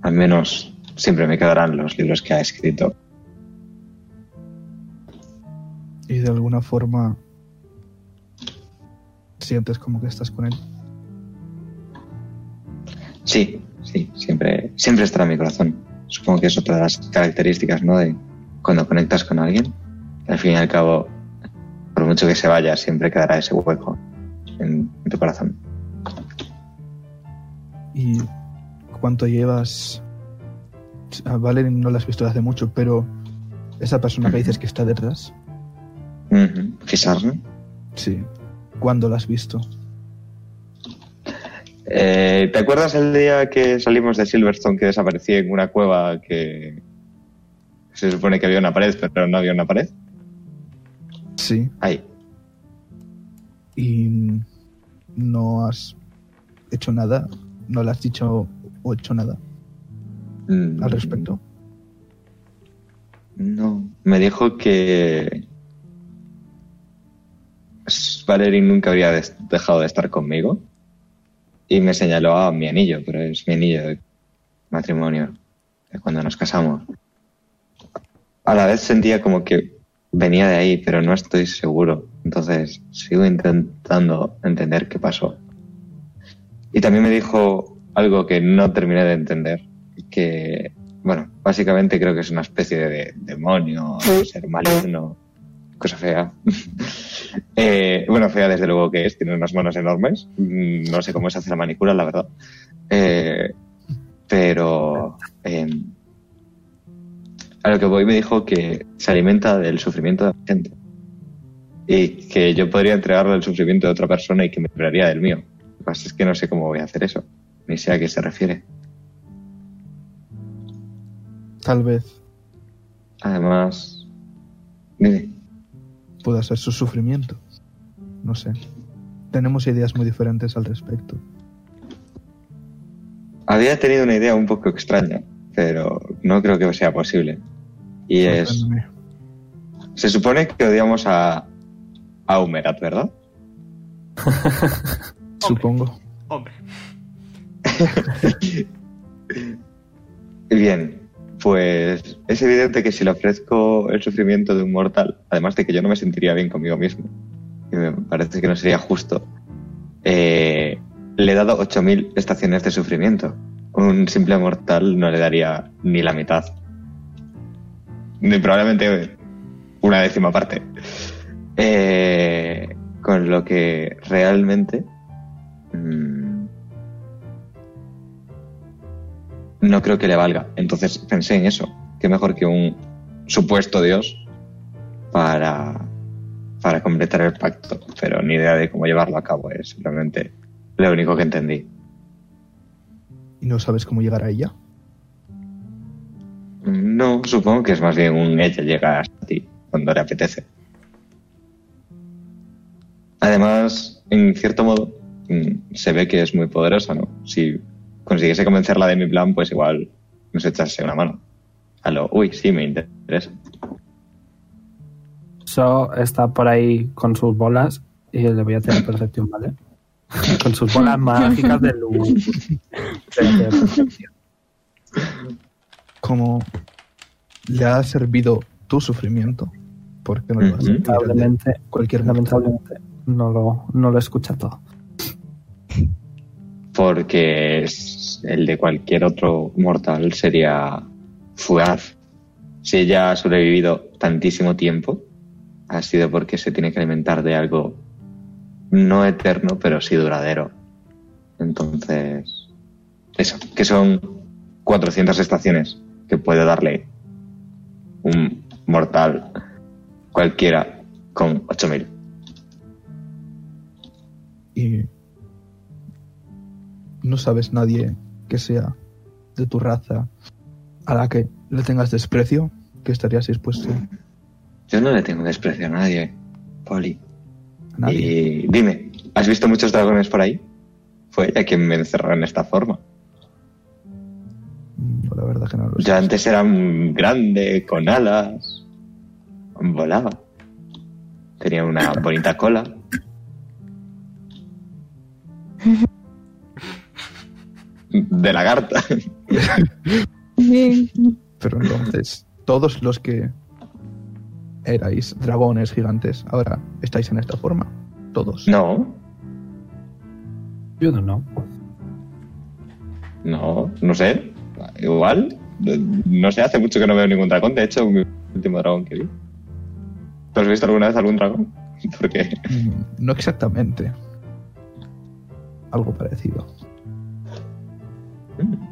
Al menos siempre me quedarán los libros que ha escrito.
Y de alguna forma. Sientes como que estás con él.
Sí, sí, siempre, siempre estará en mi corazón. Supongo que es otra de las características, ¿no? De cuando conectas con alguien. Al fin y al cabo, por mucho que se vaya, siempre quedará ese hueco en tu corazón.
¿Y cuánto llevas? A Valen no la has visto desde hace mucho, pero esa persona que dices que está detrás,
Ujú. Fisarne.
sí. ¿Cuándo la has visto?
Eh, ¿Te acuerdas el día que salimos de Silverstone que desaparecí en una cueva que se supone que había una pared, pero no había una pared?
Sí.
Ahí.
Y no has hecho nada, no le has dicho o hecho nada
Mm,
al respecto.
No. Me dijo que Valerie nunca había des- dejado de estar conmigo y me señaló a mi anillo, pero es mi anillo de matrimonio de cuando nos casamos. A la vez sentía como que venía de ahí, pero no estoy seguro. Entonces sigo intentando entender qué pasó. Y también me dijo algo que no terminé de entender, que, bueno, básicamente creo que es una especie de demonio, ser maligno, cosa fea. Eh, bueno, fea desde luego que es, tiene unas manos enormes, Mm, no sé cómo se hace la manicura, la verdad. Eh, pero... em, a lo que voy me dijo que se alimenta del sufrimiento de la gente. Y que yo podría entregarle el sufrimiento de otra persona y que me libraría del mío. Lo que pasa es que no sé cómo voy a hacer eso. Ni sé a qué se refiere.
Tal vez
Además... Dime.
pueda ser su sufrimiento. No sé. Tenemos ideas muy diferentes al respecto.
Había tenido una idea un poco extraña, pero no creo que sea posible. Y es...
Sorpréndeme.
Se supone que odiamos a... A Humerat, ¿verdad?
Supongo.
Hombre,
Bien, pues es evidente que si le ofrezco el sufrimiento de un mortal, además de que yo no me sentiría bien conmigo mismo, y me parece que no sería justo, eh, le he dado 8.000 estaciones de sufrimiento. Un simple mortal no le daría ni la mitad. Ni probablemente una décima parte. Eh, con lo que realmente... mm, no creo que le valga. Entonces pensé en eso. Qué mejor que un supuesto dios para, para completar el pacto. Pero ni idea de cómo llevarlo a cabo. Es simplemente lo único que entendí.
¿Y no sabes cómo llegar a ella?
No, supongo que es más bien un ella llega hasta ti cuando le apetece. Además, en cierto modo, mm, se ve que es muy poderosa, ¿no? Si consiguiese convencerla de mi plan, pues igual nos echase una mano. A lo, uy, sí, me interesa.
So está por ahí con sus bolas y le voy a tirar percepción, ¿vale? con sus bolas mágicas de luz. Le voy a tirar percepción.
Como le ha servido tu sufrimiento, porque no le vas a sentir el de
Lamentablemente,
cualquier mortal.
lamentablemente no lo, no lo escucha todo.
Porque es- el de cualquier otro mortal sería fugaz. Si ella ha sobrevivido tantísimo tiempo, ha sido porque se tiene que alimentar de algo no eterno, pero sí duradero. Entonces, eso, que son 400 estaciones que puede darle un mortal cualquiera con 8000.
y no sabes nadie que sea de tu raza a la que le tengas desprecio, que estarías dispuesto a
Yo no le tengo desprecio a nadie, Poli.
nadie.
Y dime, ¿has visto muchos dragones por ahí? Fue ella quien me encerró en esta forma.
No, Mm, la verdad que no lo sé.
Yo antes era un grande, con alas. Volaba. Tenía una bonita cola. De lagarta.
Pero entonces, todos los que erais dragones gigantes, ahora estáis en esta forma. Todos.
No,
Yo no, no.
no, no sé. Igual. No sé, hace mucho que no veo ningún dragón. De hecho, mi último dragón que vi. ¿Tú has visto alguna vez algún dragón? Porque
Mm, No exactamente. Algo parecido.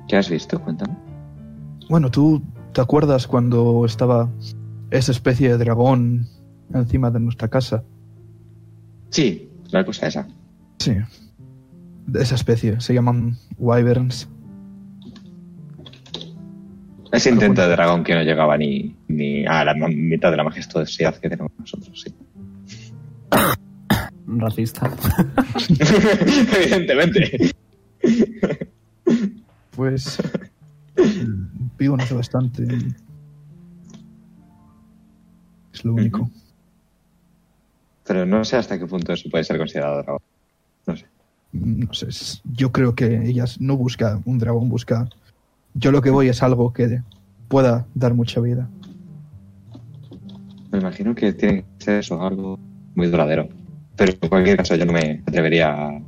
¿Qué has visto? Cuéntame.
Bueno, ¿tú te acuerdas cuando estaba esa especie de dragón encima de nuestra casa?
Sí, la cosa esa.
Sí. De esa especie. Se llaman wyverns.
Ese intento de dragón que no llegaba ni, ni a la ma- mitad de la majestuosidad que tenemos nosotros, sí.
Racista.
Evidentemente.
Pues vi uno hace bastante. y Es lo único.
Pero no sé hasta qué punto eso puede ser considerado dragón. No sé.
No sé. es- Yo creo que ellas no busca un dragón, busca. Yo lo que voy es algo que pueda dar mucha vida.
Me imagino que tiene que ser eso, algo muy duradero. Pero en cualquier caso, yo no me atrevería a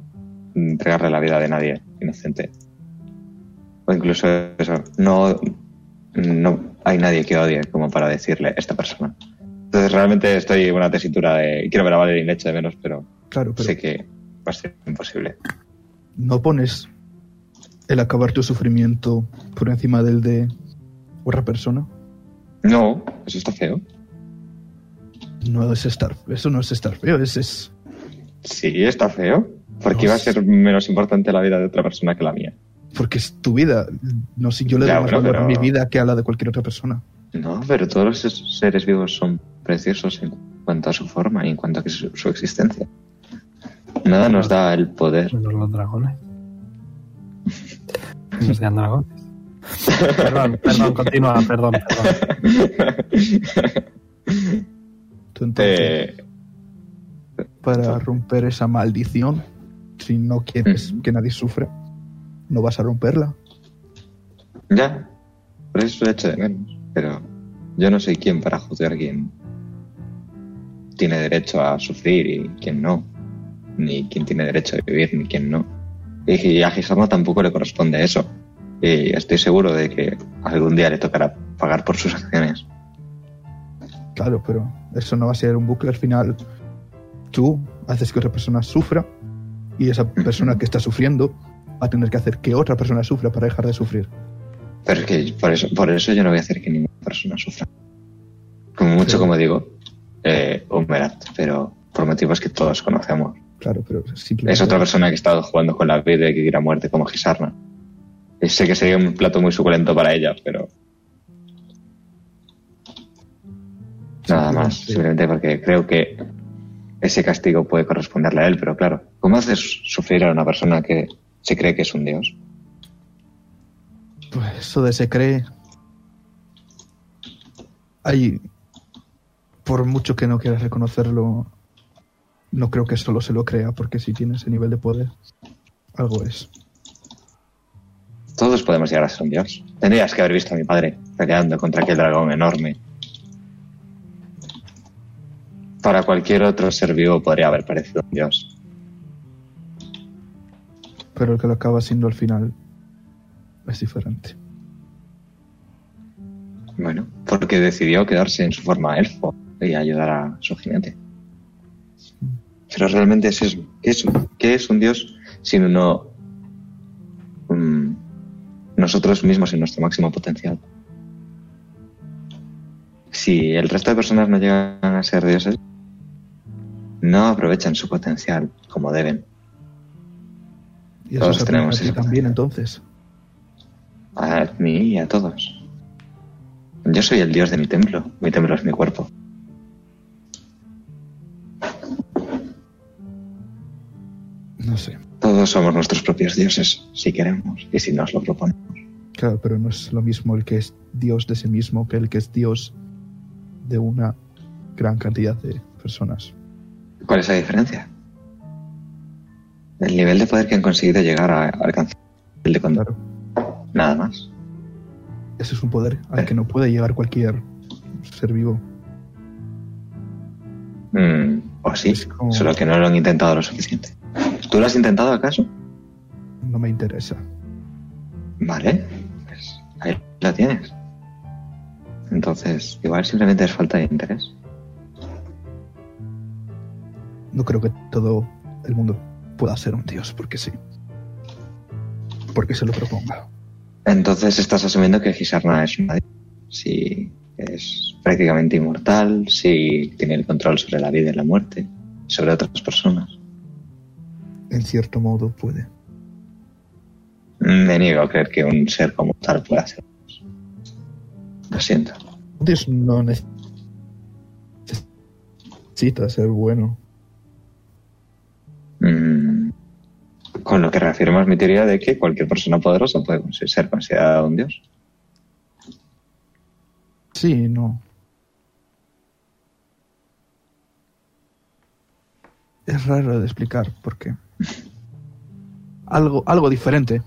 entregarle la vida de nadie inocente. O incluso eso, no, no hay nadie que odie como para decirle a esta persona. Entonces realmente estoy en una tesitura de quiero ver a Valerie hecho de menos, pero
Claro, pero
sé que va a ser imposible.
no pones el acabar tu sufrimiento por encima del de otra persona.
No, eso está feo.
No es estar. Eso no es estar feo, es. es
Sí, está feo. Porque iba a ser menos importante la vida de otra persona que la mía.
porque es tu vida. No sé, yo le doy
Ya,
más
bueno,
valor a
pero-
mi vida que a la de cualquier otra persona.
No, pero todos los es- seres vivos son preciosos en cuanto a su forma y en cuanto a que su, su existencia. Nada nos da el poder.
Menos los dragones. No sean dragones. Perdón, perdón, continúa, perdón, perdón.
Tú entonces,
Eh, Mm.
para romper esa maldición, si no quieres que nadie sufra, no vas a romperla.
Ya. Por eso lo echo de menos. Pero yo no soy quien para juzgar quién tiene derecho a sufrir y quién no. Ni quién tiene derecho a vivir ni quién no. Y a Gijama tampoco le corresponde eso. Y estoy seguro de que algún día le tocará pagar por sus acciones.
Claro, pero eso no va a ser un bucle al final. Tú haces que otra persona sufra y esa persona que está sufriendo va a tener que hacer que otra persona sufra para dejar de sufrir.
Pero es que por eso, por eso yo no voy a hacer que ninguna persona sufra. Como mucho, como digo, eh, Humerat, pero por motivos que todos conocemos.
Claro, pero simplemente...
Es otra persona que ha estado jugando con la vida y que quiere a muerte como Gisarna. Y sé que sería un plato muy suculento para ella, pero nada más.
Sí.
Simplemente porque creo que ese castigo puede corresponderle a él, pero claro, ¿cómo haces sufrir a una persona que se cree que es un dios?
Pues eso de se cree. Hay. Por mucho que no quieras reconocerlo, no creo que solo se lo crea, porque si tiene ese nivel de poder, algo es.
Todos podemos llegar a ser un dios. Tendrías que haber visto a mi padre peleando contra aquel dragón enorme. Para cualquier otro ser vivo podría haber parecido un dios.
Pero el que lo acaba siendo al final es diferente.
Bueno, porque decidió quedarse en su forma elfo y ayudar a su jinete. Pero realmente es eso. ¿Qué es, qué es un dios sin uno mm, nosotros mismos en nuestro máximo potencial? Si el resto de personas no llegan a ser dioses, no aprovechan su potencial como deben.
Y eso
Todos
se
tenemos
aplica a ti
ese
también, entonces.
A mí y a todos. Yo soy el dios de mi templo. Mi templo es mi cuerpo.
No sé.
Todos somos nuestros propios dioses, si queremos y si nos lo proponen.
Claro, pero no es lo mismo el que es Dios de sí mismo que el que es Dios de una gran cantidad de personas.
¿Cuál es la diferencia? El nivel de poder que han conseguido llegar a alcanzar. El de con-
Claro.
Nada más.
Ese es un poder al que no puede llegar cualquier ser vivo.
Mm, o sí,
Es como-
solo que no lo han intentado lo suficiente. ¿Tú lo has intentado acaso?
No me interesa.
Vale, pues ahí la tienes. Entonces, igual simplemente es falta de interés.
No creo que todo el mundo pueda ser un dios, porque sí. Porque se lo proponga.
Entonces estás asumiendo que Gisarna es una... di- Si es prácticamente inmortal, si tiene el control sobre la vida y la muerte, sobre otras personas.
En cierto modo puede.
Me niego a creer que un ser como tal pueda hacer eso. Lo siento.
Un dios no nece- necesita ser bueno.
Mm, Con lo que reafirmas mi teoría de que cualquier persona poderosa puede consi- ser considerada un dios.
Sí, no. Es raro de explicar porque algo, algo diferente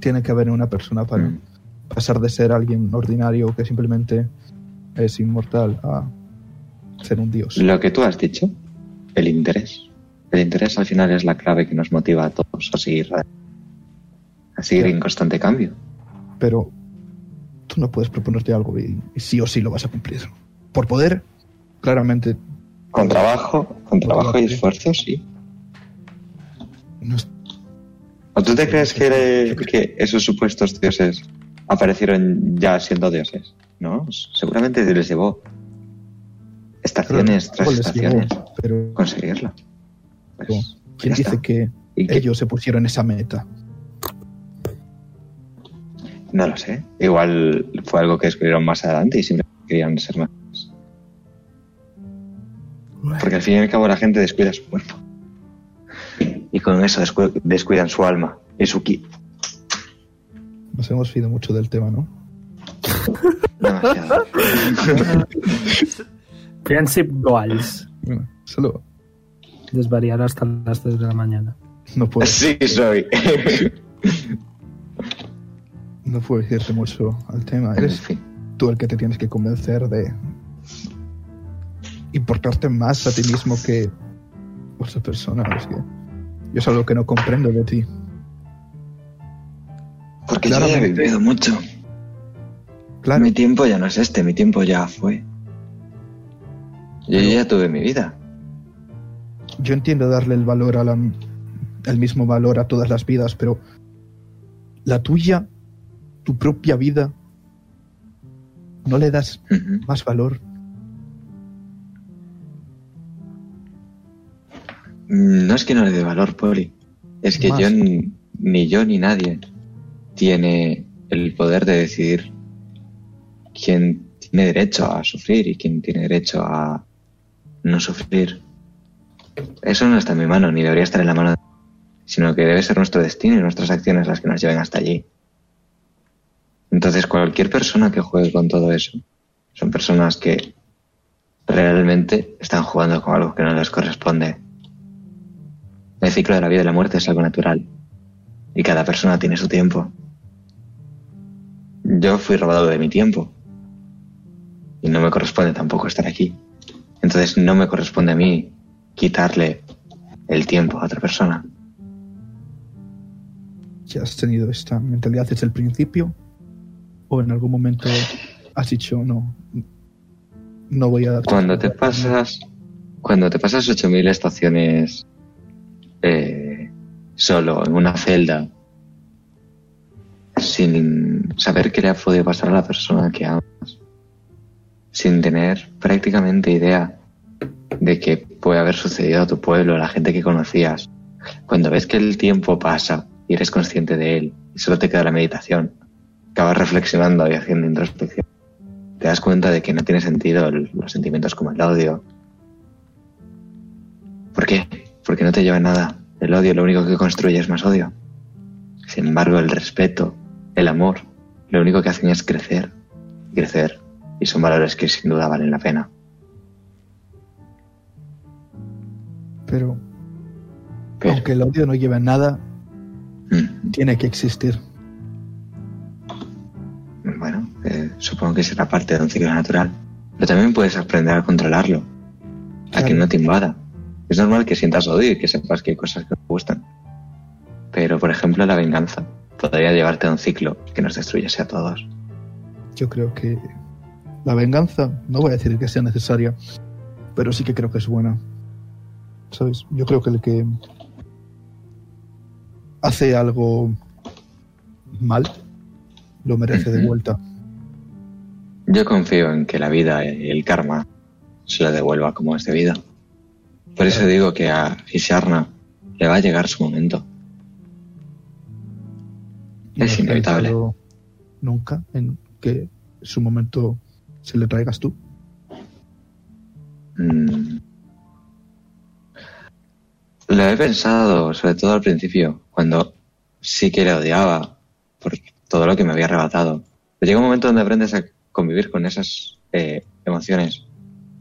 tiene que haber en una persona para
Mm.
pasar de ser alguien ordinario que simplemente es inmortal a ser un dios.
Lo que tú has dicho, el interés. El interés al final es la clave que nos motiva a todos a seguir, a, a seguir en constante cambio.
Pero tú no puedes proponerte algo y, y sí o sí lo vas a cumplir. Por poder, claramente
Con trabajo, con trabajo y esfuerzo, sí.
no es
¿O tú te crees que, que esos supuestos dioses aparecieron ya siendo dioses? No, seguramente les llevó estaciones tras
algo les llegó,
estaciones
pero
conseguirlo. Pues,
¿quién
ya está.
dice que
¿Y qué?
ellos se pusieron esa meta?
No lo sé. Igual fue algo que descubrieron más adelante y siempre querían ser más. Porque al fin y al cabo la gente descuida su cuerpo. Y con eso descu- descuidan su alma y su ki.
Nos hemos ido mucho del tema, ¿no?
Demasiado.
Friendship Goals.
Bueno, solo Pues
Desvariar hasta las 3 de la mañana.
no puedo.
sí, soy.
No puedo decirte mucho al tema. Eres tú el que te tienes que convencer de importarte más a ti mismo que otra persona. Es que yo es algo que no comprendo de ti.
Porque yo ya he
Claramente.
vivido mucho.
Claro,
Mi tiempo ya no es este, mi tiempo ya fue. Yo ya tuve mi vida.
yo entiendo darle el valor a la, el mismo valor a todas las vidas, pero la tuya, tu propia vida, no le das
Ujú.
más valor.
Mm, No es que no le dé valor, Poli. Es que
Más.
yo, n- ni yo ni nadie tiene el poder de decidir quién tiene derecho a sufrir y quién tiene derecho a no sufrir. Eso no está en mi mano, ni debería estar en la mano, de- sino que debe ser nuestro destino y nuestras acciones las que nos lleven hasta allí. Entonces, cualquier persona que juegue con todo eso son personas que realmente están jugando con algo que no les corresponde. El ciclo de la vida y la muerte es algo natural. Y cada persona tiene su tiempo. Yo fui robado de mi tiempo. Y no me corresponde tampoco estar aquí. Entonces no me corresponde a mí quitarle el tiempo a otra persona.
¿Ya has tenido esta mentalidad desde el principio? ¿O en algún momento has dicho, no, no voy a dar...
Cuando te pasas, cuando te pasas 8.000 estaciones eh, solo, en una celda, sin saber qué le ha podido pasar a la persona que amas, sin tener prácticamente idea de qué puede haber sucedido a tu pueblo, a la gente que conocías, cuando ves que el tiempo pasa y eres consciente de él y solo te queda la meditación, acabas reflexionando y haciendo introspección te das cuenta de que no tiene sentido el- los sentimientos como el odio. ¿Por qué? Porque no te lleva a nada. El odio lo único que construye es más odio. Sin embargo, el respeto, el amor, lo único que hacen es crecer, crecer. Y son valores que sin duda valen la pena.
Pero
Pero,
aunque el odio no lleve a nada,
mm,
tiene que existir.
bueno, eh, supongo que será parte de un ciclo natural. Pero también puedes aprender a controlarlo, a que
Claro.
no te invada. Es normal que sientas odio y que sepas que hay cosas que no te gustan. Pero, por ejemplo, la venganza podría llevarte a un ciclo que nos destruyese a todos.
Yo creo que la venganza, no voy a decir que sea necesaria, pero sí que creo que es buena. ¿Sabes? Yo creo que el que hace algo mal, lo merece de
Ujú.
vuelta.
Yo confío en que la vida y el karma se lo devuelva como es debido. Por eso digo que a Isharna le va a llegar su momento.
Y no
Es
has
inevitable.
pensado Nunca en que su momento se le traigas tú.
Mm. Lo he pensado, sobre todo al principio, cuando sí que le odiaba por todo lo que me había arrebatado. Pero llega un momento donde aprendes a convivir con esas eh, emociones.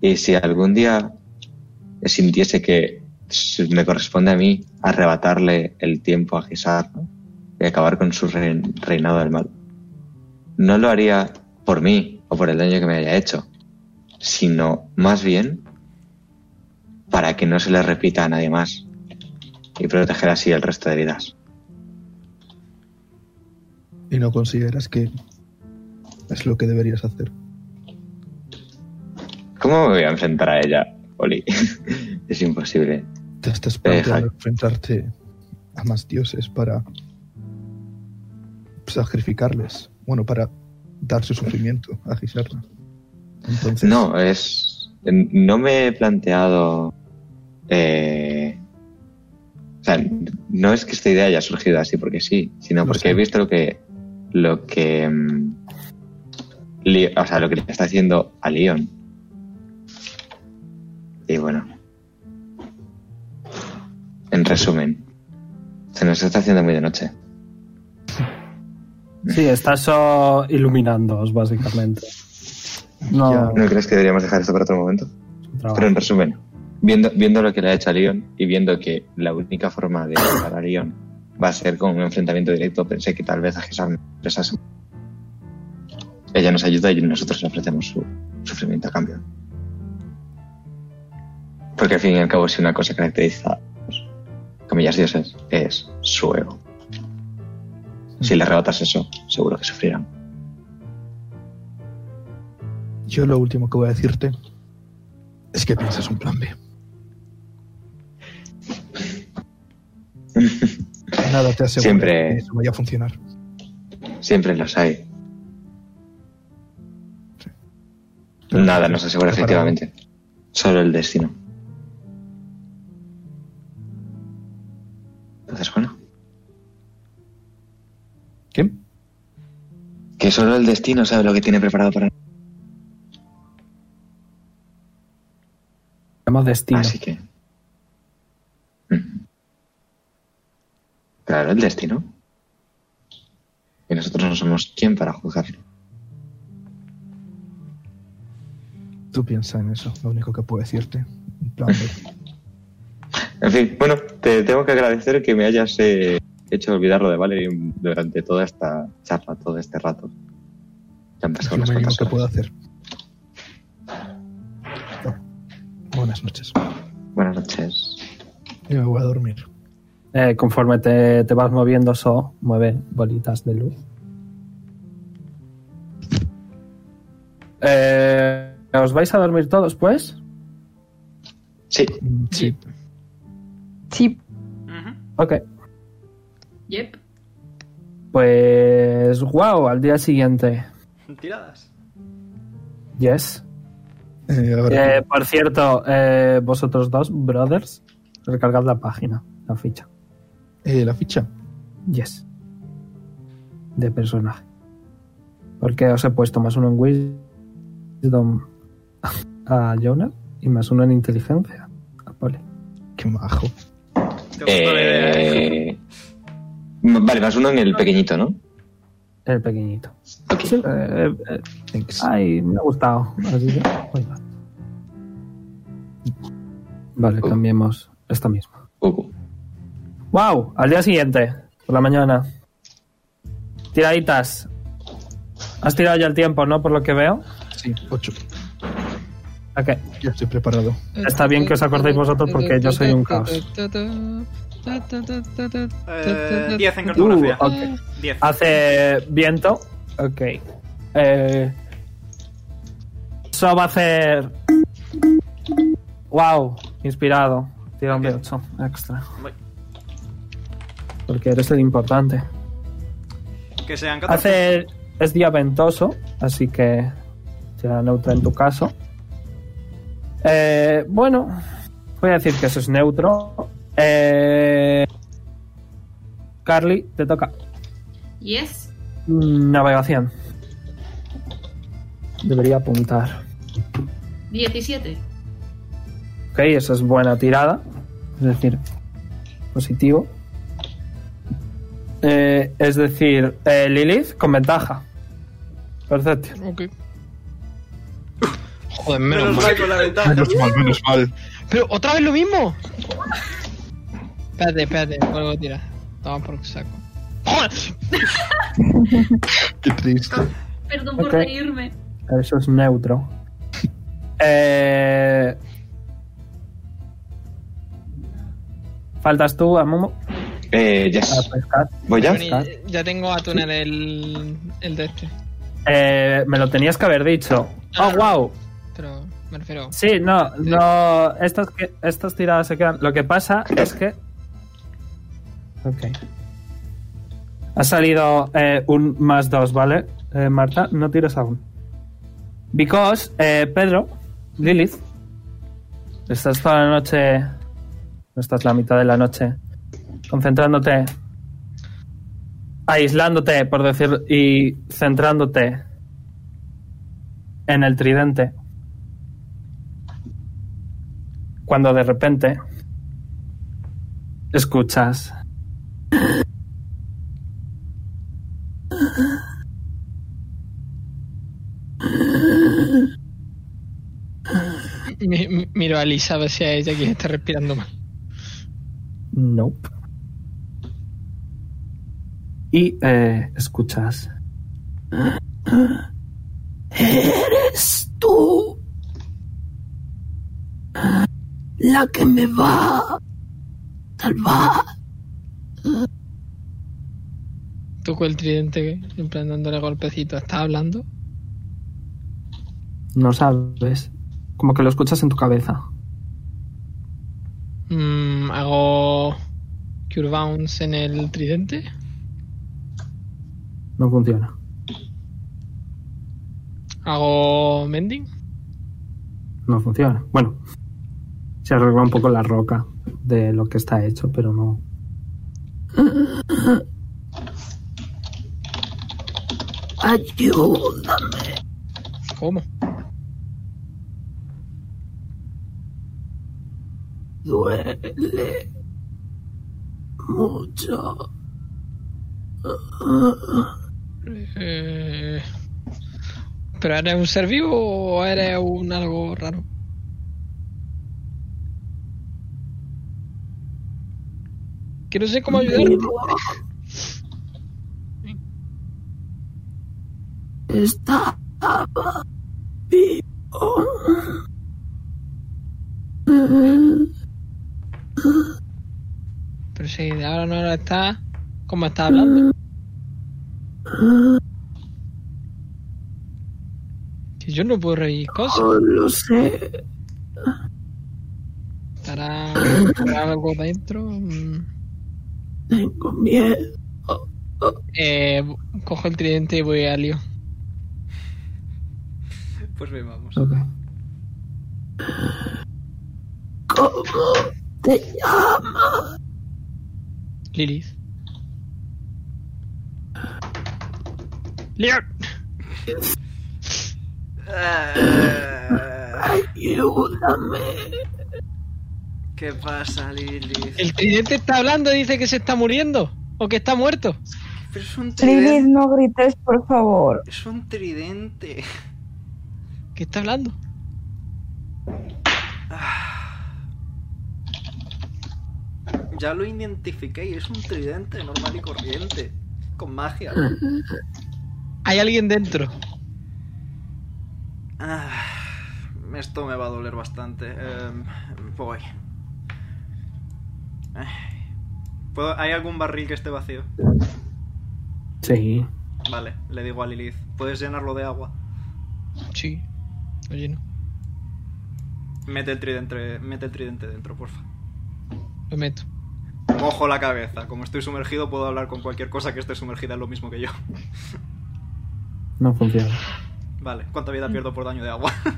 Y si algún día sintiese que s- me corresponde a mí arrebatarle el tiempo a Gisar ¿no? y acabar con su rein- reinado del mal, no lo haría por mí o por el daño que me haya hecho, sino más bien para que no se le repita a nadie más y proteger así el resto de vidas.
Y no consideras que es lo que deberías hacer.
¿Cómo me voy a enfrentar a ella, Oli? es imposible.
Te estás
Jaime.
planteando enfrentarte a más dioses para sacrificarles. Bueno, para dar su sufrimiento a Gisarna. Entonces,
No, es. em, No me he planteado. eh, o sea, no es que esta idea haya surgido así porque sí, sino
Lo
porque
sé.
he visto lo que. Lo que. mm, Li- o sea, lo que le está haciendo a Leon. Y bueno. En resumen, se nos está haciendo muy de noche.
Sí, estás oh, iluminándoos, básicamente. No,
¿No crees que deberíamos dejar esto para otro momento?
su trabajo.
Pero en resumen, viendo, viendo lo que le ha hecho a Leon y viendo que la única forma de salvar a Leon va a ser con un enfrentamiento directo. Pensé que tal vez a Gesam empresas. Ella nos ayuda y nosotros le ofrecemos su sufrimiento a cambio. Porque al fin y al cabo, si una cosa caracteriza a los comillas dioses, es su ego. Si le arrebatas eso, seguro que sufrirán.
Yo lo último que voy a decirte es que piensas un plan B. Nada te aseguro
Siempre-
que eso vaya a funcionar.
Siempre los hay.
Sí.
Nada nos asegura efectivamente. Solo el destino. Entonces, bueno.
¿Qué?
Que solo el destino sabe lo que tiene preparado para nosotros.
Llamo destino.
Así que. Mm. Claro, el destino. Y nosotros no somos quien para juzgarlo.
Tú piensa en eso, lo único que puedo decirte. Un plan B.
En fin, bueno, te tengo que agradecer que me hayas eh, hecho olvidar lo de Valerie durante toda esta charla, todo este rato. Ya han
Es
pasado
lo
unas
mínimo
cuantas
que puedo
horas.
hacer. Buenas noches.
Buenas noches.
Yo me voy a dormir.
Eh, conforme te, te vas moviendo, So mueve bolitas de luz. Eh, ¿Os vais a dormir todos, pues?
Sí,
Mm, Sí.
Sí,
Ujú.
Ok.
Yep.
Pues. ¡Wow! Al día siguiente.
Tiradas.
Yes.
Eh, ahora
Eh, por cierto, eh, vosotros dos, brothers, recargad la página, la ficha.
Eh, la ficha.
Yes. De personaje. Porque os he puesto más uno en Wisdom a Jonah y más uno en Inteligencia a Poli.
Qué majo.
Te gustó la idea, ¿eh?
Eh, Vale, más uno en el pequeñito, ¿no?
El pequeñito.
Ok.
Sí, eh, eh,
Thanks.
ay, me ha gustado. Así que, pues va. Vale, cambiemos esta misma.
Goku.
¡Wow! Al día siguiente, por la mañana. Tiraditas. Has tirado ya el tiempo, ¿no? Por lo que veo.
Sí, 8.
Ok.
Ya estoy preparado.
Está bien que os acordéis vosotros porque yo soy un caos.
Eh, 10 en
Uh,
cartografía.
ok.
10.
Hace viento. Ok. Eh, so va a hacer. Wow, inspirado. Tira un de 8 extra.
Voy.
Porque eres el importante.
Que sean 14.
Hace. Es día ventoso, así que. Será neutra en tu caso. Eh, bueno, voy a decir que eso es neutro. Eh, Carly, te toca.
Yes.
Mm, Navegación. Debería apuntar.
17.
Ok, eso es buena tirada. Es decir, positivo. Eh, es decir, eh, Lilith con ventaja. Perfecto.
Ok.
Joder, menos
Menos
mal.
mal con la ventaja.
Menos mal, menos mal.
Pero otra vez lo mismo. Espérate, espérate, vuelvo a tirar. Toma por saco. ¡Joder!
Qué triste.
Perdón
Ok.
por reírme.
Eso es neutro. Eh, Faltas tú a Momo para
Eh,
Ah,
yes.
pescar.
¿Voy ya?
está.
Bueno, Ya tengo a tunear el, el de este.
Eh, me lo tenías que haber dicho. Oh, wow.
Pero me refiero.
Sí, no, no. Estas, que, estas tiradas se quedan. Lo que pasa es que. Ok. Ha salido eh, un más dos, ¿vale? Eh, Marta, no tires aún. Because, eh, Pedro, Lilith, estás toda la noche. No estás la mitad de la noche. Concentrándote. Aislándote, por decir. Y centrándote. En el tridente cuando de repente escuchas
mi- mi- miro a Elisa a ver si a ella que está respirando mal.
nope y eh, escuchas.
¿Eres tú la que me va a salvar?
Toco el tridente, en plan dándole golpecito. ¿Estás hablando?
No sabes. Como que lo escuchas en tu cabeza.
Mm, hago Cure Bounce en el tridente.
No funciona.
Hago Mending.
No funciona. Bueno, se arregla un poco la roca de lo que está hecho, pero no.
Ayúdame.
¿Cómo?
Duele mucho.
Eh, ¿Pero eres un ser vivo o eres un algo raro? Que no sé cómo ayudarte.
Vivo. Estaba vivo.
Pero si de ahora no lo está, ¿cómo está hablando? Que yo no puedo reír cosas.
No Oh, lo sé.
¿Estará, estará algo dentro? Mm.
Tengo miedo.
Eh, cojo el tridente y voy a lío.
Pues bien, vamos.
¿Cómo te llamas?
Lilith. ¡Leon!
Ayúdame.
¿Qué pasa, Lilith?
El tridente está hablando y dice que se está muriendo. O que está muerto.
Pero es un
Lilith,
tridente.
no grites, por favor.
Es un tridente.
¿Qué está hablando?
Ya lo identifiqué y es un tridente normal y corriente. Con magia.
Hay alguien dentro.
Ah, esto me va a doler bastante. Em, voy. Ay. ¿Puedo- ¿Hay algún barril que esté vacío?
Sí.
Vale, le digo a Lilith. ¿Puedes llenarlo de agua?
Sí. Oye, no.
Mete el tridente, mete el tridente dentro, porfa.
Lo meto.
Mojo la cabeza. Como estoy sumergido, puedo hablar con cualquier cosa que esté sumergida en lo mismo que yo.
No funciona.
Vale, ¿cuánta vida pierdo por daño de agua?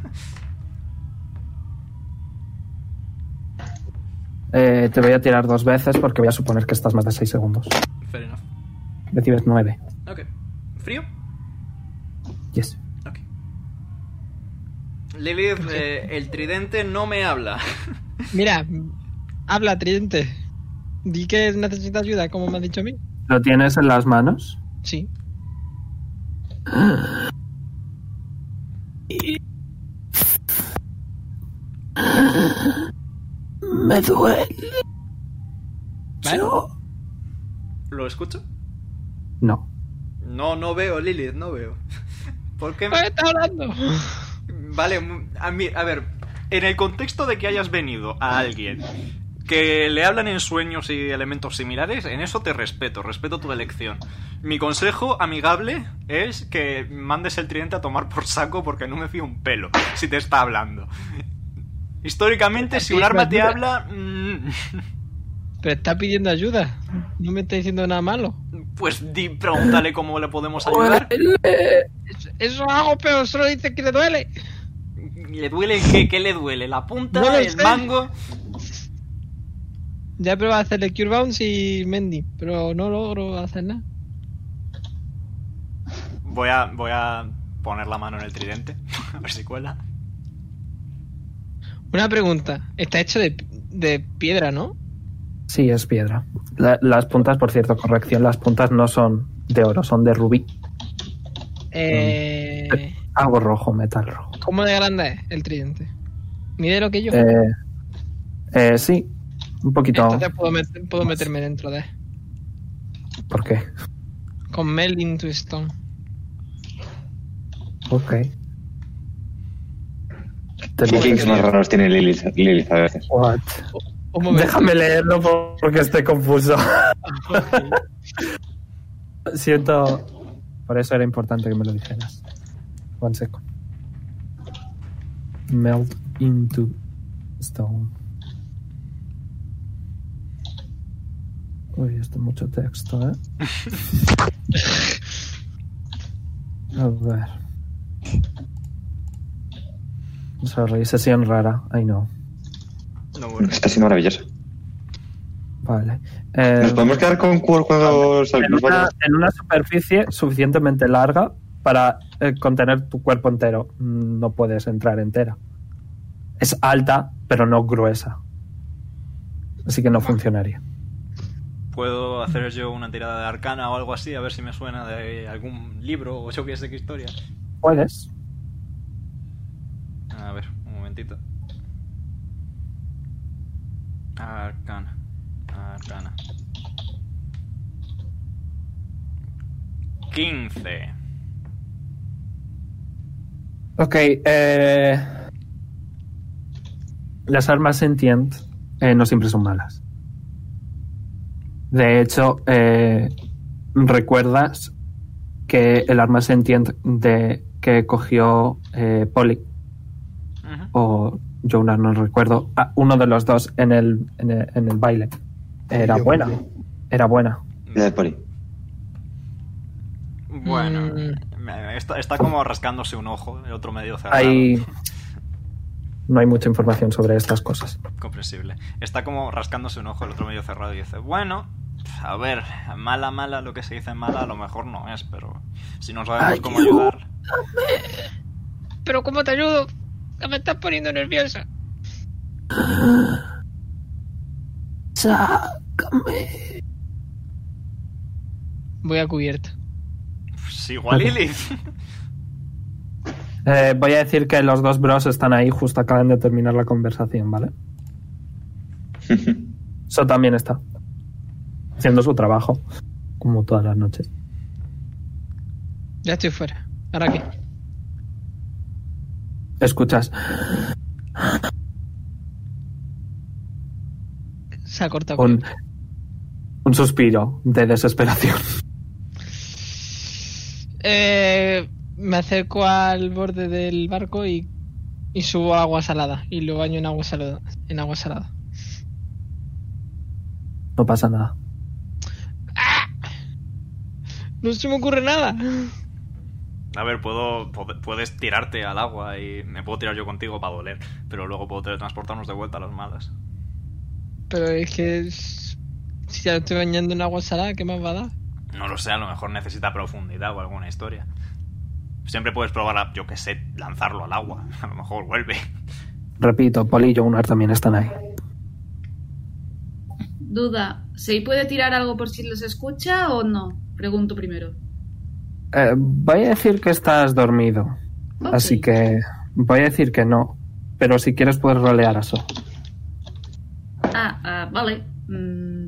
Eh, te voy a tirar dos veces porque voy a suponer que estás más de 6 segundos.
Fair enough.
Recibes 9.
Ok. ¿Frío?
Yes.
Ok. Lilith, eh, el tridente no me habla.
Mira, habla, tridente. Di que necesita ayuda, como me ha dicho a mí.
¿Lo tienes en las manos?
Sí.
Me duele.
Vale.
¿Lo escucho?
No.
No, no veo, Lilith, no veo. ¿Por qué?
¡Ah, está hablando!
Vale, mm, a, mí- a ver, en el contexto de que hayas venido a alguien que le hablan en sueños y elementos similares, en eso te respeto, respeto tu elección. Mi consejo amigable es que mandes el tridente a tomar por saco porque no me fío un pelo si te está hablando. Históricamente, si un arma te habla, mm,
Pero está pidiendo ayuda. No me está diciendo nada malo.
pues di, pregúntale cómo le podemos ayudar.
Eso, eso hago, pero solo dice que le duele.
¿Le duele qué? ¿Qué le duele? ¿La punta?
No lo
¿El
sé.
mango?
Ya he probado a hacerle Cure Bounce y Mendy, pero no logro hacer nada.
Voy a, voy a poner la mano en el tridente. A ver si cuela.
Una pregunta. Está hecho de, de piedra, ¿no?
Sí, es piedra. La- las puntas, por cierto, corrección, las puntas no son de oro, son de rubí.
Eh,
Algo rojo, metal rojo.
¿Cómo de grande es el tridente? Mide lo que yo.
Eh, eh, sí, un poquito.
Entonces puedo, met- puedo meterme dentro de.
¿Por qué?
Con Melvin Twistone.
Ok.
¿Qué kicks más raros tiene Lilith, Lilith a veces?
What?
Un momento.
Déjame leerlo por- porque estoy confuso. Siento. Por eso era importante que me lo dijeras. One second. Melt into stone. Uy, esto es mucho texto, ¿eh? A ver. Sorry, sesión rara. I know.
No, bueno.
Está siendo maravilloso.
Vale. Eh,
Nos podemos quedar con Quor cuando
en
salgamos.
una, en una superficie suficientemente larga para eh, contener tu cuerpo entero. Mm, No puedes entrar entera. Es alta, pero no gruesa. Así que no funcionaría.
¿Puedo hacer yo una tirada de arcana o algo así? A ver si me suena de algún libro o yo qué sé qué historia.
¿Puedes?
A ver, un momentito. Arcana. Arcana. 15.
Ok. eh, las armas sentient eh, no siempre son malas. De hecho, eh, recuerdas que el arma sentient de, que cogió eh, Polly
Ujú.
o Jonas, no recuerdo, ah, uno de los dos en el, en el, en el baile. Era
Yo
buena.
creo.
Era buena.
La de Poli.
Bueno,
Mm.
me- está, está como rascándose un ojo, el otro medio cerrado.
Hay. No hay mucha información sobre estas cosas.
Comprensible. Está como rascándose un ojo, el otro medio cerrado y dice, bueno, a ver, mala, mala, lo que se dice mala, a lo mejor no es, pero si no sabemos cómo ayudar...
Pero ¿cómo te ayudo? Que Me estás poniendo nerviosa. Voy a cubierta.
Pues igual Lilith.
Eh, voy a decir que los dos bros están ahí, justo acaban de terminar la conversación, ¿vale? Eso también está. Haciendo su trabajo. Como todas las noches.
Ya estoy fuera. ¿Ahora qué?
Escuchas.
Se ha cortado.
un, un suspiro de desesperación.
Eh, me acerco al borde del barco y, y subo a agua salada. Y lo baño en agua salada. En agua salada.
No pasa nada.
No se me ocurre nada.
A ver, puedo, pod- puedes tirarte al agua y me puedo tirar yo contigo para doler, pero luego puedo teletransportarnos de vuelta a las malas.
Pero es que es- si ya estoy bañando en agua salada, ¿qué más va a dar?
No lo sé, a lo mejor necesita profundidad o alguna historia. Siempre puedes probar, a, yo qué sé, lanzarlo al agua. A lo mejor vuelve.
Repito, Poli y Jonar también están ahí.
Duda, ¿se puede tirar algo por si los escucha o no? Pregunto primero.
Eh, voy a decir que estás dormido.
Ok.
Así que voy a decir que no. Pero si quieres puedes rolear eso.
Ah, ah, vale. Mm,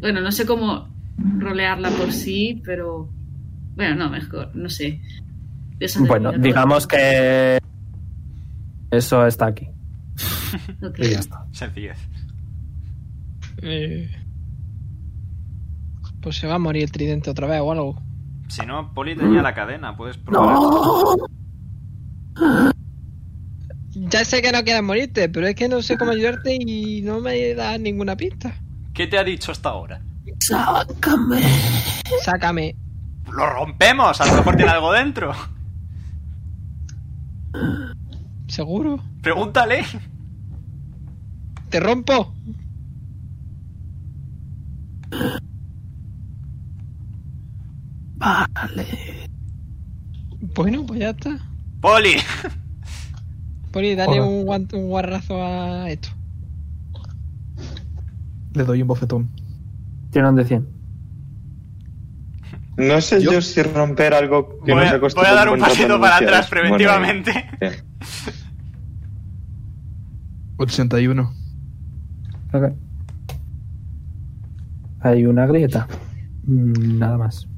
bueno, no sé cómo rolearla por sí, pero... Bueno, no, mejor, no sé. Esa de
Bueno,
mirar.
digamos que eso está aquí.
Ok.
Y ya está.
Sencillez.
Eh, pues se va a morir el tridente otra vez o algo.
Si no, Poli tenía la cadena, puedes probar.
Ya sé que no quieres morirte, pero es que no sé cómo ayudarte y no me da ninguna pista.
¿Qué te ha dicho hasta ahora?
Sácame.
¡Lo rompemos! A lo mejor tiene algo dentro.
¿Seguro?
Pregúntale.
¡Te rompo! Vale. Bueno, pues ya está.
¡Poli!
Poli, dale
Hola.
un, guan- un guarrazo a esto.
Le doy un bofetón.
Tienen de 100.
No sé
Yo-
yo, si romper algo que
Voy
no
a,
se
voy a dar un pasito para atrás preventivamente.
Bueno,
81.
Ok. Hay una grieta. Mm, Nada más.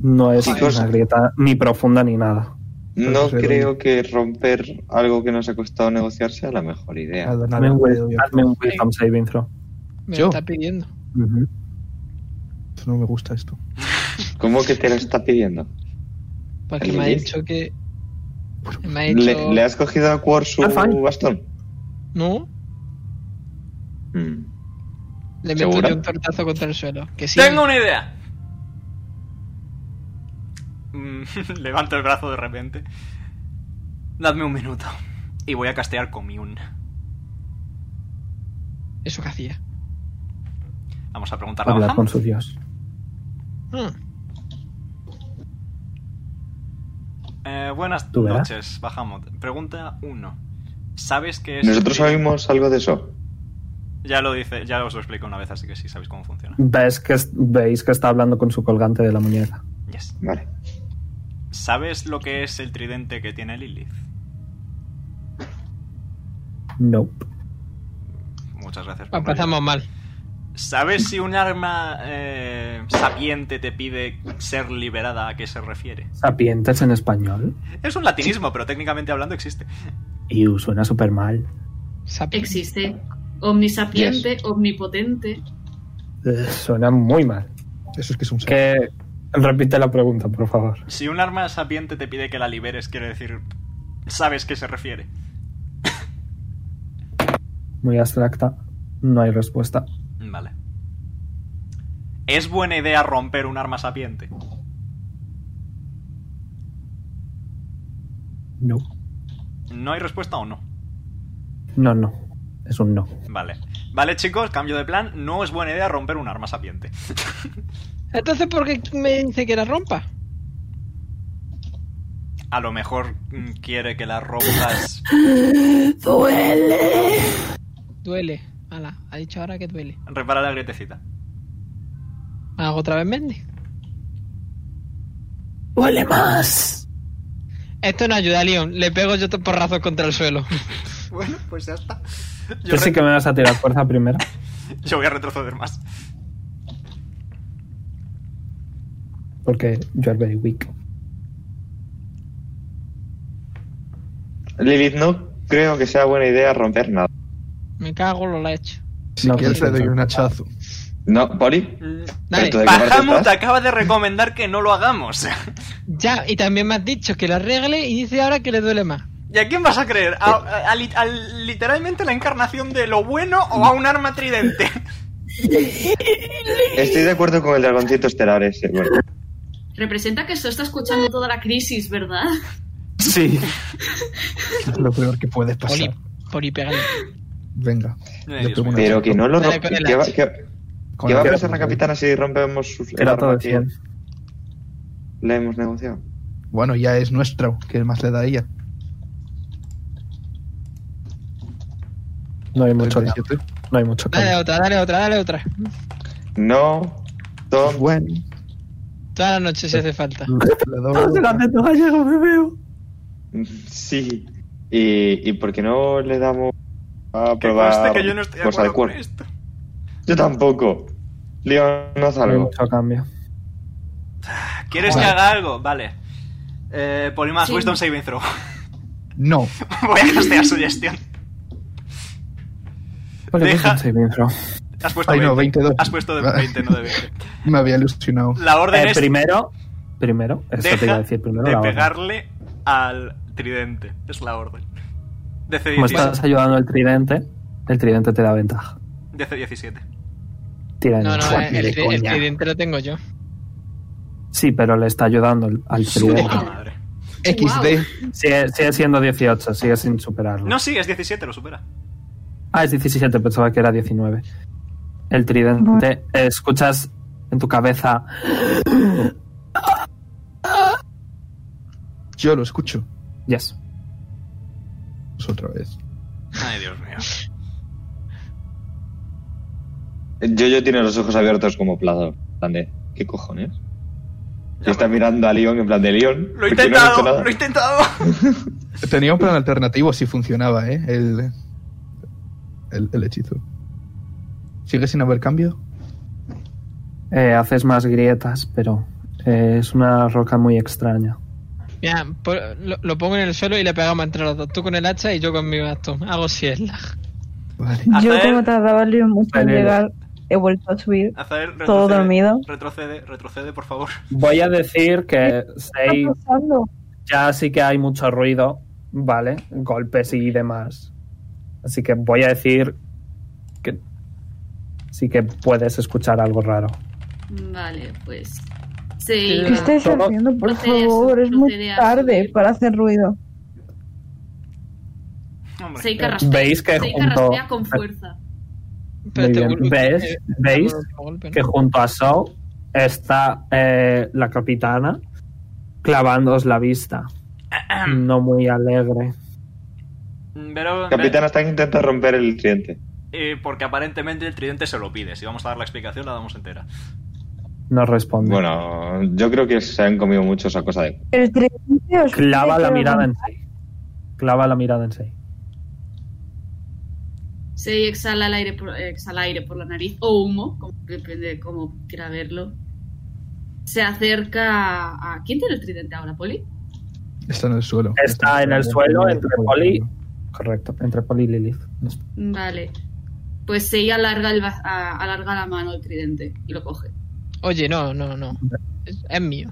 No es
Chicos.
una grieta ni profunda ni nada.
No
Pero-
creo que romper algo que nos ha costado negociar sea la mejor idea.
Nada, nada,
Hazme un, wi-
obvio.
hazme un wisdom saving throw.
Me
¿Yo?
lo está pidiendo.
Ujú.
No me gusta esto.
¿Cómo que te lo está pidiendo?
Porque me ha
¿Alguien?
dicho que. Me
¿Le,
ha dicho.
le has cogido a Quor su
Ah, fine.
bastón?
No,
Mm.
le meto
¿Segura?
yo un tortazo contra el suelo. Que sí.
Tengo una idea. Mm, Levanto el brazo de repente. Dadme un minuto. Y voy a castear commune.
Eso que hacía.
Vamos a preguntarle a
Hablar
Baham.
con su dios.
Hmm,
Eh, buenas
Tú verás.
noches, Bahamut. Pregunta 1. ¿Sabes qué es?
Nosotros
Drill?
sabemos algo de eso.
Ya lo dice, ya os lo explico una vez, así que sí sabéis cómo funciona.
Ves que es- veis que está hablando con su colgante de la muñeca.
Yes.
Vale.
¿Sabes lo que es el tridente que tiene Lilith?
No.
Muchas gracias.
la
por
pasamos mal.
¿Sabes si un arma eh, sapiente te pide ser liberada? ¿A qué se refiere?
Sapientes en español.
Es un latinismo, pero técnicamente hablando existe.
Y suena súper mal.
Sapi-
Existe. Omnisapiente, omnipotente.
Eh, Suena muy mal.
Eso es que es un saco.
Que repite la pregunta, por favor.
Si un arma sapiente te pide que la liberes, quiere decir, ¿sabes qué se refiere?
Muy abstracta. No hay respuesta.
Vale. ¿Es buena idea romper un arma sapiente?
No.
¿No hay respuesta o no?
No, no. Es un no.
Vale. Vale, chicos, cambio de plan. No es buena idea romper un arma sapiente.
Entonces, ¿por qué me dice que la rompa?
A lo mejor mm, quiere que la rompas.
Duele. Ala, ha dicho ahora que duele.
Repara la grietecita.
Hago otra vez Mendy.
¡Huele más!
Esto no ayuda, Leon. Le pego yo porrazo contra el suelo.
Bueno, pues ya está. Yo,
Yo sí
re-
que me vas a tirar fuerza primero.
yo voy a retroceder más.
Porque you are very weak.
Lilith, no creo que sea buena idea romper nada.
Me cago, lo la he hecho.
Si
no,
quieres
pues,
le doy
no.
un hachazo.
No, Poli. ¿Pero
Dale.
tú de qué parte
Bahamut
estás?
acaba de recomendar que no lo hagamos.
Ya, y también me has dicho que lo arregle y dice ahora que le duele más.
¿Y a quién vas a creer? ¿A, a- a li- a literalmente la encarnación de lo bueno o a un arma tridente?
Estoy de acuerdo con el dragoncito estelar ese. Bueno,
Representa que esto está escuchando toda la crisis, ¿verdad?
Sí.
Lo peor que puede
Poli,
pasar.
poli pegale.
Venga.
Ay,
yo
Dios
pego
mío.
una
pero que no lo
Dale
rom-
con el
¿Qué va,
hacha.
qué-
con
qué va
la
a
pierna,
pensar la
¿vale?
capitana si rompemos sus el
Era todo
arma
de
que
100.
La hemos negociado.
Bueno, ya es nuestra. ¿Qué más le da a ella?
No hay mucho. No,
37.
No hay mucho.
Dale
cambio.
otra, dale otra, dale otra.
No, Tom,
Pues Bueno,
Toda la noche si hace falta.
le doy.
sí. Y, y por qué no le damos a
Que
probar
conste que yo no estoy de
cosa de
acuerdo con
cuerpo?
esto.
Yo tampoco. Leon, no haz
No hay
algo.
mucho cambio.
¿Quieres que haga algo? Vale. Eh, Polimás,
Sí.
Wisdom Saving Throw.
No.
Voy a castear sugestión.
Vale,
Deja-
pues, sí, bien, bro.
Has puesto
Ay, no,
20.
22.
Has puesto de 20, no de 20.
Me había ilusionado.
La orden
Eh,
es
primero. Primero. Esto te iba a
deja
decir primero.
de
la orden.
pegarle al tridente. Es la orden. DC 17.
Como estás ayudando al tridente, el tridente te da ventaja.
DC 17.
Tira
No, no,
iniciativa.
el, el, el tridente lo tengo yo.
Sí, pero le está ayudando al- al
Su
tridente.
puta madre.
XD.
Sigue, sigue siendo 18, sigue sin superarlo.
No, sí, es 17, lo supera.
Ah, es 17, pensaba que era 19. El tridente. eh, escuchas en tu cabeza.
Yo lo escucho.
Yes.
Pues otra vez.
Ay, Dios mío.
Yo, yo tiene los ojos abiertos como plato. en plan de, ¿Qué cojones?
Ya,
Y está
bueno.
mirando a Leon en plan de Leon.
Lo he
¿por qué no has
intentado,
hecho nada?".
lo he intentado.
Tenía un plan alternativo si funcionaba, ¿eh? El, el, el hechizo. ¿Sigue sin haber cambio?
Eh, haces más grietas, pero Eh, es una roca muy extraña.
Mira, por- lo, lo pongo en el suelo y le pegamos entre los dos. Tú con el hacha y yo con mi bastón. Hago ciela.
Vale.
Yo
Hacer-
como tardaba Leon mucho en
Vale.
llegar, he vuelto a subir.
Azael, retrocede.
Todo dormido.
Retrocede, retrocede, por favor.
Voy a decir que
¿Qué
Sei
está pasando?
ya sí que hay mucho ruido, ¿vale? Golpes y demás. Así que voy a decir que sí que puedes escuchar algo raro.
Vale, pues. Sí.
¿Qué estáis
Todo-
haciendo? Por
procede a su-
favor, es muy
procede a
tarde
subir.
para hacer ruido.
Hombre.
Seika raspea-
Veis que
Seika
junto-
raspea con fuerza.
Espérate,
bien.
vuelvo-
¿Ves?
eh,
¿Veis?
vuelvo- golpe, ¿no?
que junto a Shaw está eh, la capitana clavándoos la vista. No muy alegre.
Mm, Pero,
Capitán, hasta que intenta romper el tridente.
eh, porque aparentemente el tridente se lo pide. Si vamos a dar la explicación, la damos entera.
No responde.
Bueno, yo creo que se han comido mucho esa cosa de...
El tridente os
Clava
pide
la
que
mirada
hagan-
en sí. Clava la mirada en sí.
Se exhala el aire por, exhala aire por la nariz o humo, como, depende de cómo quiera verlo. Se acerca a... ¿Quién tiene el tridente ahora, Poli?
Está en el suelo.
Está en el suelo entre Poli. Correcto, entre Poli y Lilith.
Vale. Pues ella alarga, el ba- a- alarga la mano el tridente y lo coge.
Oye, no, no, no. Es, es mío.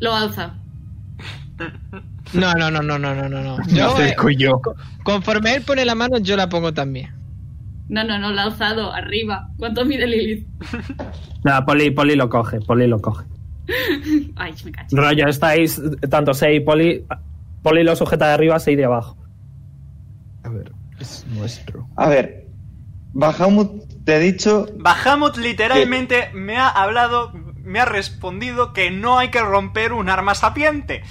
Lo alza.
No, no, no, no, no, no, no. no. Yo, eh, conforme él pone la mano, yo la pongo también.
No, no, no, lo ha alzado. Arriba. ¿Cuánto mide Lilith?
Nada, Poli, Poli lo coge, Poli lo coge.
Ay, me cacho.
Rollo, estáis eh, tanto Sei y Poli. Poli lo sujeta de arriba, Sei de abajo.
A ver, es nuestro.
A ver, Bahamut, te he dicho...
Bahamut literalmente me ha hablado, me ha respondido que no hay que romper un arma sapiente.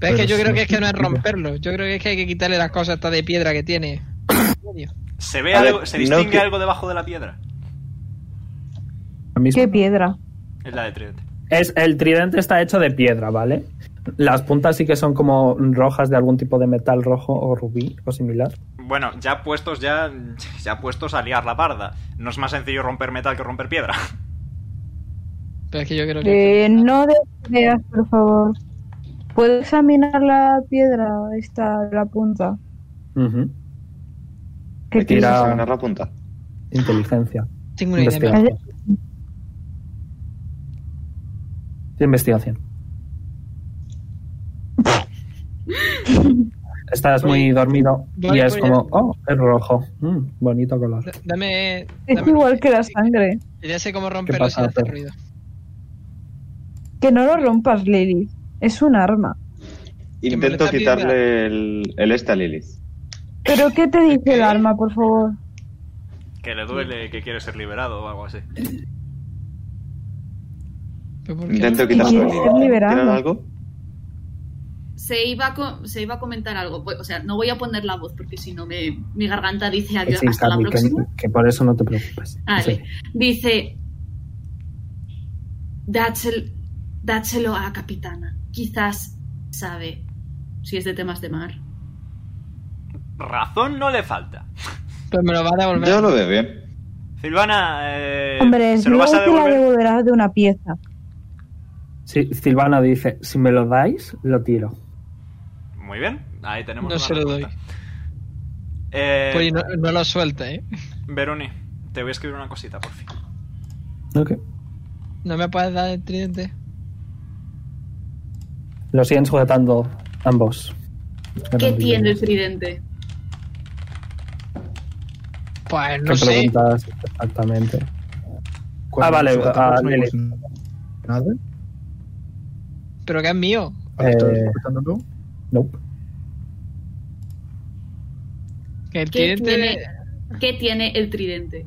Pero es que
Pero
yo
sí,
creo que es que no es
mira.
romperlo. Yo creo que es que hay que quitarle las cosas estas de piedra que tiene. Odio.
Se ve
A
algo,
ver,
se
no
distingue
que-
algo debajo de la piedra.
Lo mismo.
¿Qué piedra?
Es la de tridente.
Es, el tridente está hecho de piedra, ¿vale? Las puntas sí que son como rojas de algún tipo de metal rojo o rubí o similar.
Bueno, ya puestos, ya, ya puestos a liar la parda. No es más sencillo romper metal que romper piedra.
Pero es que yo creo que.
Eh, no de ideas, por favor. ¿Puedo examinar la piedra? Esta, la punta.
Ujú.
¿Te
¿Qué
quieres
tira?
ganar la punta?
Inteligencia.
Tengo una idea. mira.
Investigación. Investigación. Estás muy
Voy-
dormido y
voy
es
por
como, oh, es rojo. Mm, bonito color.
D- Dame.
Es
dame-
igual que la sangre.
Ya sé cómo romperlo
pasa,
sin hacer
Fer?
ruido.
Que no lo rompas, Lily. Es un arma.
Que me
Intento
lo está
quitarle el, el este a Lilith.
¿Pero qué te dice el arma, por favor?
Que le duele, que quiere ser liberado o algo así.
Pero ¿por qué no?
Intento
¿Y quieres
quitarle
ser liberado?
¿Tiran algo?
Se iba, a co- se iba a comentar algo. Voy- O sea, no voy a poner la voz porque si no me, mi garganta dice
Que
adiós
sí,
hasta la
Cami, que,
próxima. Ah,
que por eso no te preocupes.
Vale.
Sí.
Dice, "Dádsel- dádselo a la capitana. Quizás sabe si es de temas de mar.
Ah,
Razón no le falta.
Pero me lo va a devolver.
Yo lo veo bien.
Silvana, eh,
Hombre,
¿se lo
luego
vas a
te la
devolver?
devolverás de una pieza.
Sí, Silvana dice, si me lo dais, lo tiro.
Muy bien, ahí tenemos
No
una
se lo doy.
respuesta. Eh,
Pues no, no lo suelta, ¿eh?
Veroni, te voy a escribir una cosita, por fin.
Ok.
No me puedes dar el tridente.
Lo siguen sujetando ambos.
¿Qué
Eran
tiene el
brillantes.
tridente?
Pues
¿Qué
no sé.
preguntas exactamente?
Cuando
Ah, vale,
nos
ah,
atacamos, no
Lilith.
vemos Nada.
Pero que es mío.
Ahora
Eh,
estás sujetándolo.
Nope.
Que el
¿Qué
tridente.
tiene, qué tiene el tridente?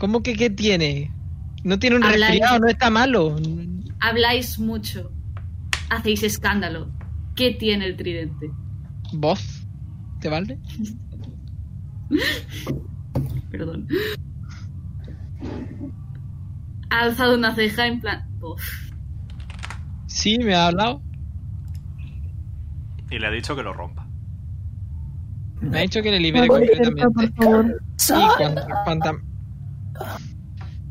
¿Cómo que qué tiene? No tiene un
Habla de-
resfriado, no está malo.
Habláis mucho. Hacéis escándalo. ¿Qué tiene el tridente?
¿Voz? ¿Te vale?
Perdón. Ha alzado una ceja en plan. "Uf".
Sí, me ha hablado.
Y le he dicho que lo rompa.
Me ha dicho que le
No
libere
te acerca,
completamente.
por favor.
Y cuando cuanta-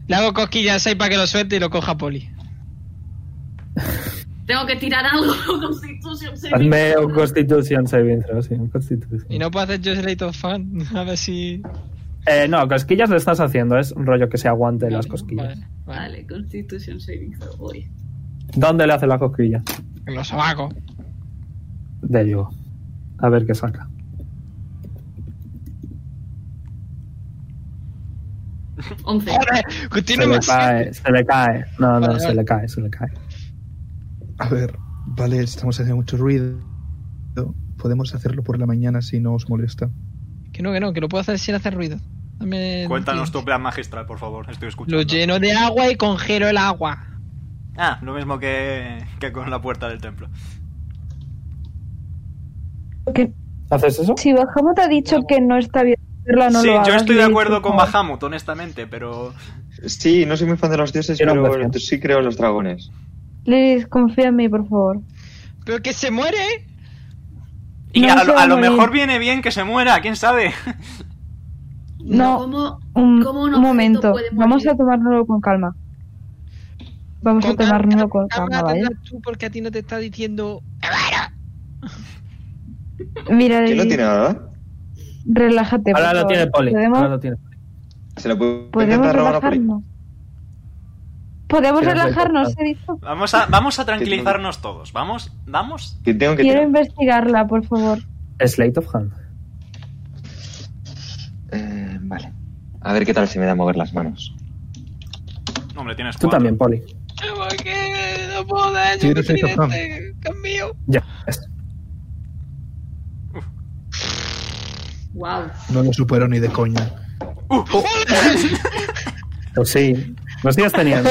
Le hago cosquillas ahí para que lo suelte y lo coja Poli.
Tengo que tirar algo con Constitution. saving.
Hazme un Constitution saving throw, sí, un Constitution.
Y no puedo hacer Just Late of Fan. A ver si.
Eh, no, cosquillas le estás haciendo, es un rollo que se aguante las cosquillas.
Vale, vale.
Vale, Constitution Saving Throw. Voy.
¿Dónde le hace la cosquilla?
En los sobacos.
De Yugo. A ver qué saca.
Once.
¡Joder! que
Se
Tiene
le
más.
cae, se le cae. No, no,
Vale,
se
vale.
le cae, se le cae.
A ver, vale, estamos haciendo mucho ruido. Podemos hacerlo por la mañana si no os molesta.
Que no, que no, que lo puedo hacer sin hacer ruido. Dame-
Cuéntanos tu plan magistral, por favor. Estoy escuchando.
Lo lleno de agua y congelo el agua.
Ah, lo mismo que, que con la puerta del templo.
Porque
¿Haces eso?
si Bahamut ha dicho que no está bien hacerla, no
sí,
lo hagas,
yo estoy de
Lilith,
acuerdo
por
con
favor.
Bahamut, honestamente, pero
Sí, no soy muy fan de los dioses,
Yo no
pero
me fío.
sí creo en los dragones.
Lilith, confía en mí, por favor.
Pero que se muere.
Y
No,
a,
se
lo,
va
a
a
lo
morir.
mejor viene bien que se muera, quién sabe.
No,
¿Cómo,
Un,
cómo
un
objeto
momento,
puede morir?
vamos a tomárnoslo con calma. Vamos a tomárnoslo con calma, ¿vale?
tendrás tú porque a ti no te está diciendo.
Mira,
¿Quién lo
Lilith,
tiene, verdad?
relájate. por
Ahora lo
favor.
tiene Poli.
Podemos,
Ahora lo tiene Poli.
Se lo puedo
podemos
intentar robar a Poli.
relajarnos. Podemos
Quiero
relajarnos,
recortar.
he dicho.
Vamos a, vamos a tranquilizarnos todos. Vamos, vamos.
Que tengo que
Quiero
tirar.
investigarla, por favor.
Slate of Hand.
Eh, vale. A ver qué tal si me da mover las manos.
Hombre, tienes
Tú
cuatro.
también, Poli.
¿Por qué? No puedo dar
Sí, eres el capaz.
este cambio.
Ya. es-
Wow.
No lo supero ni de coña.
Pues sí, lo sigues teniendo.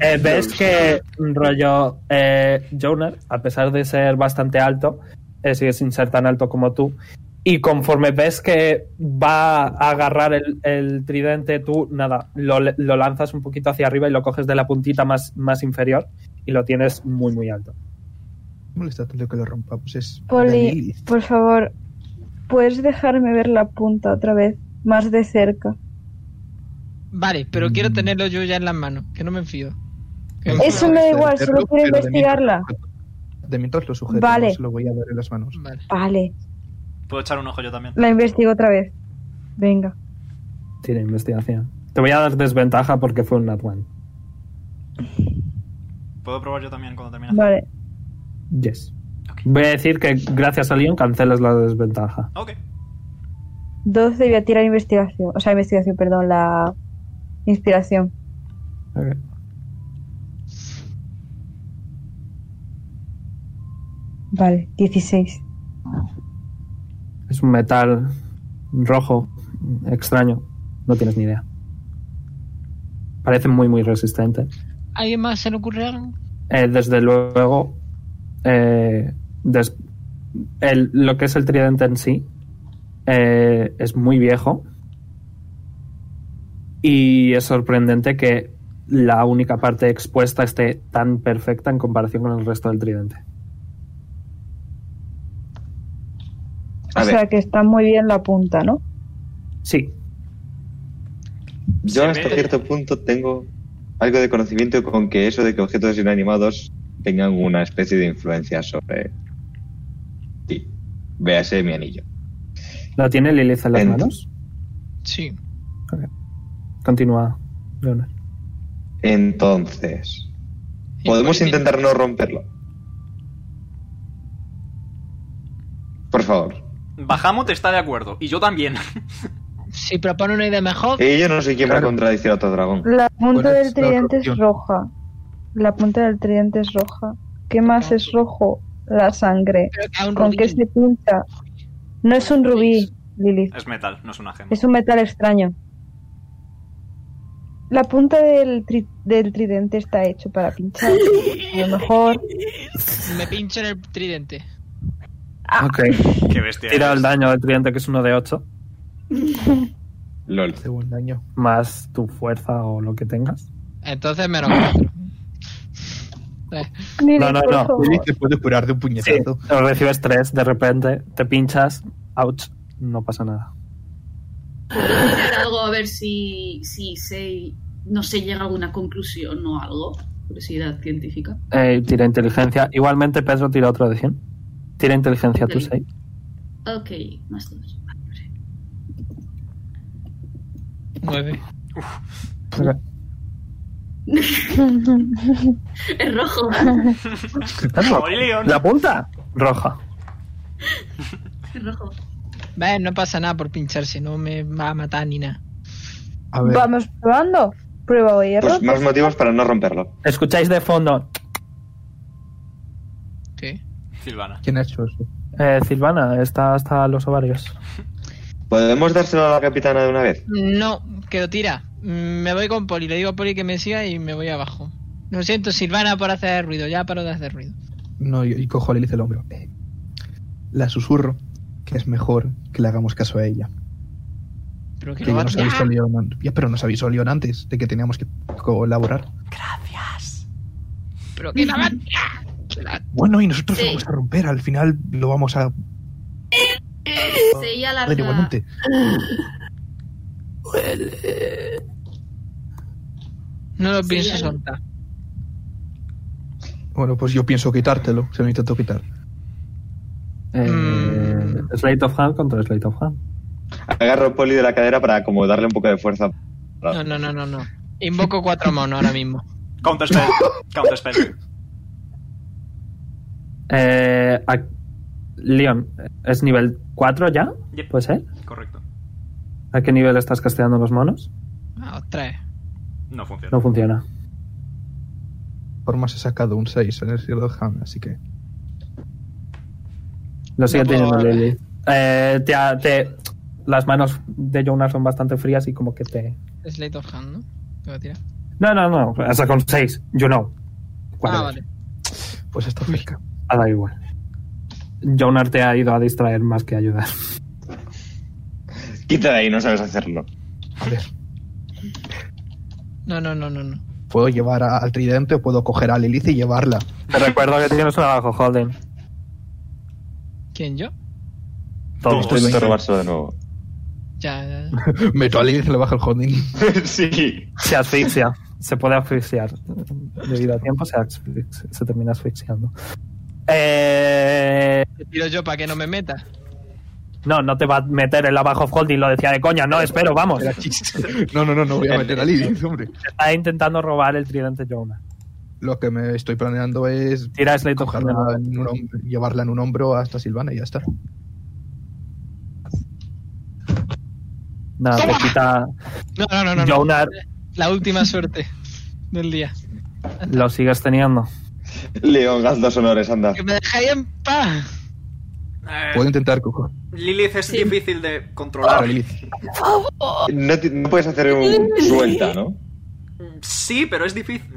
Eh, Ves que rollo eh, Jonar, a pesar de ser bastante alto, eh, sigue sin ser tan alto como tú. Y conforme ves que va a agarrar el, el tridente, tú nada, lo, lo lanzas un poquito hacia arriba y lo coges de la puntita más, más inferior y lo tienes muy, muy alto.
No molesta tanto que lo rompa, pues es. la
Poli,
Lilith.
por favor, ¿puedes dejarme ver la punta otra vez? Más de cerca.
Vale, pero quiero tenerlo yo ya en las manos, que no me enfío. Que-
Eso me da igual,
Hacerlo,
solo quiero
pero de
investigarla.
mientras- De mientras lo sujeto,
Vale.
se lo voy a dar en las manos.
Vale.
Vale,
Puedo echar un ojo yo también.
la investigo otra vez. Venga.
Tiene investigación. Te voy a dar desventaja porque fue un Nat One.
Puedo probar yo también cuando termine.
Vale.
Yes. Voy a decir que gracias a Leon cancelas la desventaja.
Ok.
12 voy a tirar investigación. O sea, investigación, perdón, la inspiración. Vale, 16.
Es un metal rojo, extraño. No tienes ni idea. Parece muy, muy resistente.
¿Alguien más se le ocurre algo?
Eh, desde luego, eh, des- el- lo que es el tridente en sí eh, es muy viejo. Y es sorprendente que la única parte expuesta esté tan perfecta en comparación con el resto del tridente.
A
o
ver,
sea, que está muy bien la punta, ¿no?
Sí,
yo
se
hasta
ve-
cierto punto tengo algo de conocimiento con que eso de que objetos inanimados tengan una especie de influencia sobre ti. Véase mi anillo.
¿la tiene Lilith en las
En-
manos?
Sí.
Continúa, Leonard.
Entonces, podemos intentar no romperlo. Por favor.
Bahamut está de acuerdo. Y yo también.
Si propone una idea mejor,
Y yo no soy quien
Claro.
va a contradecir a otro dragón.
La punta
Bueno,
del
es la
tridente es
corrupción.
roja. La punta del tridente es roja. ¿Qué más es rojo? La sangre.
pero que a un
¿Con
rubí.
qué se pinta? No es un rubí, Lilith.
Es metal, no es una gema.
Es un metal extraño. La punta del, tri- del tridente está hecho para pinchar. A lo mejor.
Me pincho en el tridente.
Ah.
Ok.
Qué bestia. eh,
Tira
eres.
el daño del tridente, que es uno de 8,
LOL. Pues
Hace buen daño.
más tu fuerza o lo que tengas.
Entonces menos cuatro. Eh,
Lilith,
no,
por
no.
favor.
Lilith te puede curar de un
Sí,
puñetazo.
o recibes 3, de repente te pinchas, ouch, no pasa nada.
Hacer algo a ver si, si se, no se llega a alguna conclusión o algo. Curiosidad científica.
Eh, tira inteligencia. Igualmente, Pedro tira otro de 100. Tira inteligencia tú,
Ok.
6.
Ok, más dos. Vale, vale.
Nueve.
Es rojo.
Leon.
La punta roja.
Es rojo.
Ve, no pasa nada por pincharse, no me va a matar ni nada.
A ver,
Vamos probando. Prueba o hierro.
Pues más motivos para no romperlo.
Escucháis de fondo
¿Qué?
Silvana.
¿quién ha hecho eso?
Eh, Silvana, está hasta los ovarios.
¿Podemos dárselo a la capitana de una vez?
No, que lo tira. Mm, Me voy con Poli, le digo a Poli que me siga y me voy abajo. Lo siento, Silvana, por hacer ruido, ya paro de hacer ruido.
No, y, y cojo a Lilith el hombro. Eh, La susurro que es mejor que le hagamos caso a ella.
Pero que
Que
no va a
ya nos avisó
tirar.
Leon an- ya, pero nos avisó Leon antes de que teníamos que colaborar.
Pero que la va a tirar. Que la-
Bueno, y nosotros
Sí.
lo vamos a romper. Al final lo vamos a
Seiya
hacer
lanza,
igualmente.
No lo pienso
ya.
soltar.
Bueno, pues yo pienso quitártelo. Se lo intento quitar.
Eh,
Mm.
Slate of Hand contra Slate of Hand.
Agarro poli de la cadera para como darle un poco de fuerza.
No, no, no, no, no. Invoco cuatro monos ahora mismo.
Counter spell. Counter spell.
Eh, ac- Leon, ¿es nivel 4 ya?
Yep.
Pues eh.
Correcto.
¿A qué nivel estás casteando los monos?
Ah, ostras.
No funciona.
No funciona.
De forma se ha sacado un 6 en el Cielo de Ham, así que.
Lo sigue
No puedo
teniendo
hablar.
Lily. Eh, te, te- las manos de Jonas son bastante frías y como que te...
Slate of Hand, ¿no? Te va a tirar.
No, no, no. Hasta con 6. You know.
Ah,
Whatever.
vale.
Pues está cerca.
Ah, da igual. Jonas te ha ido a distraer más que ayudar.
Quita de ahí, no sabes hacerlo.
A ver,
No, no, no, no, no.
puedo llevar a- al tridente o puedo coger a Lilith y llevarla.
Te recuerdo que tienes un abajo, Holden.
¿Quién yo?
Todo.
Estoy a robárselo de nuevo.
Ya, ya, ya.
Meto a Lilith y le bajo el holding.
sí.
Se asfixia. Se puede asfixiar. Debido a tiempo se, asfixia- se termina asfixiando. Eh,
Te tiro yo para que no me meta.
no, no te va a meter el abajo holding. Lo decía de coña. No, espero, vamos.
No, no, no, no voy a meter a Lilith, hombre.
Está intentando robar el tridente Jonah.
Lo que me estoy planeando es
Tira Slate of Hand de
cogerla
nuevo.
en un hombro- llevarla en un hombro hasta Silvana y ya está.
Eh.
Nada, te quita.
No, no, Ah, no, no. no.
Jonah
La última suerte del día.
lo sigues teniendo.
León, haz dos honores, anda.
Que me dejáis en paz.
Eh,
Puedo intentar coger
Lilith es difícil de
a
Ah.
controlar.
Ah, Lilith.
No, ti- no puedes hacer un suelta, ¿no?
Sí, pero es difícil.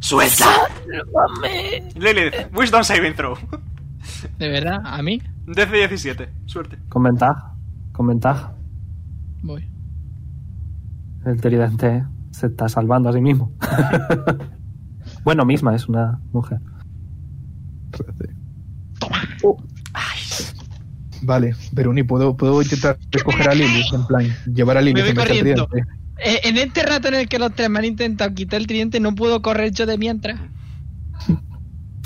¡Suelta! Lilith, Wisdom Saving Throw.
¿De verdad? ¿A mí?
DC 17. Suerte.
Con ventaja. Con ventaja.
Voy.
El tridente se está salvando a sí mismo. bueno, misma, es una mujer.
Oh. Vale, Veroni, ¿puedo, puedo intentar recoger a Lilith, en plan, llevar a Lilith
voy
y meter al
corriendo.
tridente.
Eh, en este rato en el que los tres me han intentado quitar el tridente, no puedo correr yo de mientras.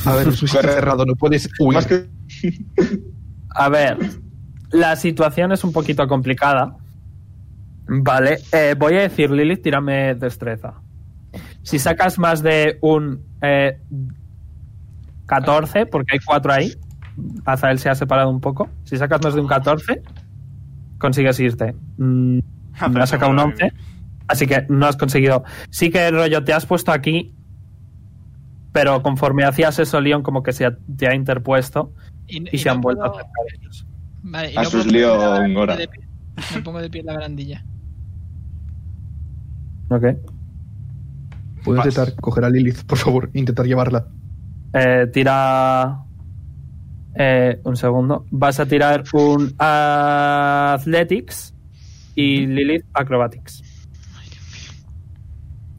A ver, un sushi
Corre.
cerrado, no puedes huir.
Más que
A ver, la situación es un poquito complicada. Vale, eh, voy a decir, Lilith, tírame destreza. Si sacas más de un eh, 14, porque hay 4 ahí, Azael se ha separado un poco. Si sacas más de un 14, consigues irte. Mm,
Azael
me has
se
sacado un
muere.
11, así que no has conseguido. Sí que, rollo, te has puesto aquí, pero conforme hacías eso, Leon como que se ha- te ha interpuesto y, se
no
han vuelto
puedo-
a acercar ellos.
Vale, y
A
no
sus
puedo
líos,
poner la
Gora.
barandilla de pie. Me pongo de pie en la barandilla.
Ok.
Puedo
Vas.
intentar coger a Lilith, por favor, intentar llevarla.
Eh, tira. eh, un segundo. Vas a tirar un Athletics y Lilith Acrobatics.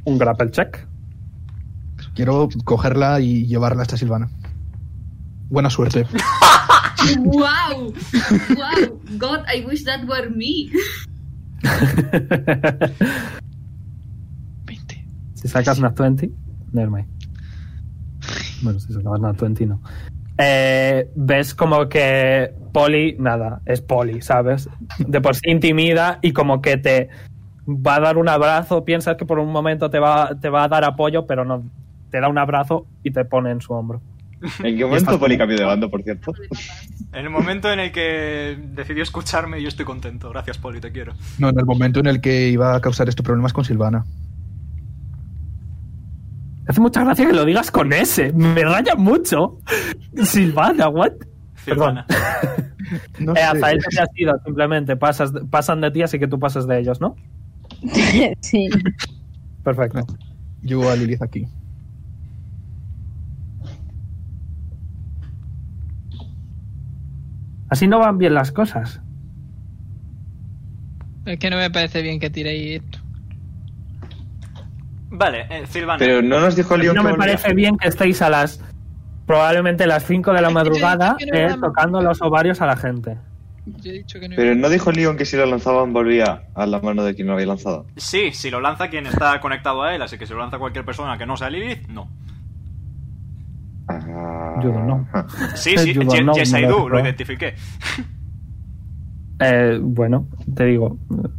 Un grapple check.
Quiero cogerla y llevarla hasta Silvana. Buena suerte.
¡Wow! ¡Wow! God, I wish that were me.
Veinte.
si sacas una 20, nevermind. Bueno, si se acaba nada, 20 no. Eh, ves como que Polly, nada, es Polly, ¿sabes? De por sí intimida y como que te va a dar un abrazo, piensas que por un momento te va, te va a dar apoyo, pero no, te da un abrazo y te pone en su hombro.
¿En qué momento Poli cambió de bando, por cierto?
En el momento en el que decidió escucharme, yo estoy contento. Gracias, Poli, te quiero.
No, en el momento en el que iba a causar estos problemas con Silvana.
Me Hace mucha gracia que lo digas con ese. Me raya mucho. Silvana, what?
Silvana.
No
Eh,
sé,
hasta él
es-
te has ido, simplemente. Pasas, pasan de ti, así que tú pasas de ellos, ¿no?
Pues
sí.
Perfecto.
Llevo a Lilith aquí.
Así no van bien las cosas.
Es que no me parece bien que tiréis esto.
Vale, eh, Silvana.
Pero no nos dijo Leon
no
que
me
volvía.
parece bien que estéis a las probablemente las 5 de la
Es que yo he dicho
madrugada
que no era
eh,
la madrugada.
tocando los ovarios a la gente.
Yo he dicho que no.
Pero no dijo Leon que si lo lanzaban volvía a la mano de quien lo había lanzado.
Sí, si lo lanza quien está conectado a él, así que si lo lanza cualquier persona que no sea Lilith, no.
Ah.
Yo no.
Sí, sí,
Yo
ye-
no,
yes,
no
I
lo
do,
recuerdo.
lo identifiqué.
Eh, bueno, te digo,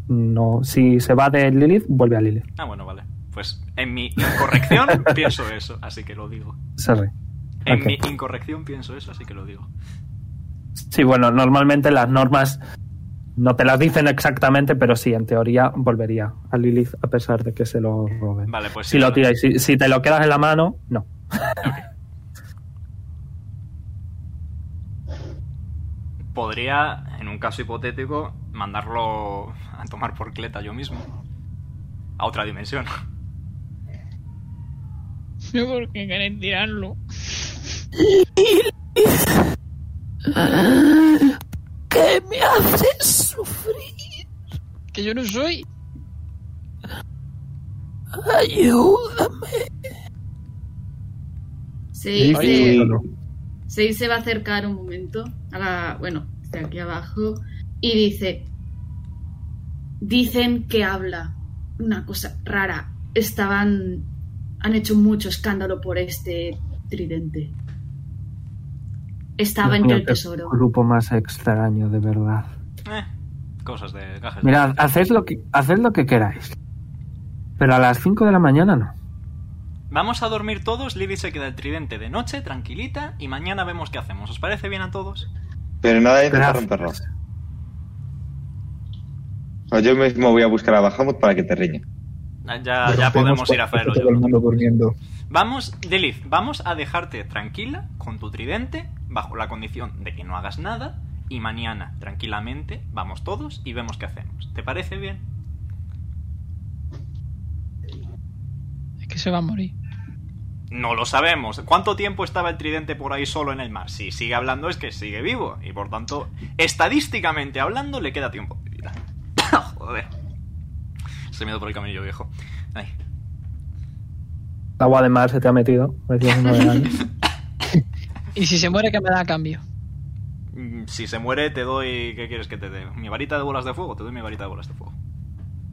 no, si se va de Lilith, vuelve a Lilith.
Ah, bueno, vale. Pues en mi incorrección pienso eso, así que lo digo.
Se ríe.
En
Ok.
mi incorrección pienso eso, así que lo digo.
Sí, bueno, normalmente las normas no te las dicen exactamente, pero sí, en teoría volvería a Lilith a pesar de que se lo roben.
Vale, pues
si lo tiráis, si, si te lo quedas en la mano, no.
Podría, en un caso hipotético, mandarlo a tomar por cleta yo mismo. A otra dimensión.
No porque queréis tirarlo.
¿Qué me haces sufrir?
Que yo no soy.
Ayúdame.
Oye,
Sí, sí.
cuéntalo.
Sei se va a acercar un momento a la. Bueno, está aquí abajo. Y dice. Dicen que habla. Una cosa rara. Estaban. Han hecho mucho escándalo por este tridente. Estaba
Dios
entre
mío,
el
qué
tesoro.
Grupo más extraño, de verdad.
Eh, cosas de gajes. de-
Mirad, haced lo que, haced lo que queráis. Pero a las 5 de la mañana no.
Vamos a dormir todos, Lilith se queda el tridente de noche, tranquilita, y mañana vemos qué hacemos. ¿Os parece bien a todos?
Pero nada de intentar
Gracias.
romperlo. O yo mismo voy a buscar a Bahamut para que te riña.
Ah, Ya, ya podemos ir a hacerlo.
Todo el mundo durmiendo.
Vamos, Lilith, vamos a dejarte tranquila con tu tridente, bajo la condición de que no hagas nada, y mañana, tranquilamente, vamos todos y vemos qué hacemos. ¿Te parece bien?
Es que se va a morir.
No lo sabemos. ¿Cuánto tiempo estaba el tridente por ahí solo en el mar? Si sigue hablando es que sigue vivo, y por tanto, estadísticamente hablando, le queda tiempo de vida. Joder. Se me dio por el caminillo viejo. Ay.
El agua de mar se te ha metido. parecías un navegante.
Y si se muere, que me da a cambio.
Mm, Si se muere, te doy. ¿Qué quieres que te dé? ¿Mi varita de bolas de fuego? Te doy mi varita de bolas de fuego.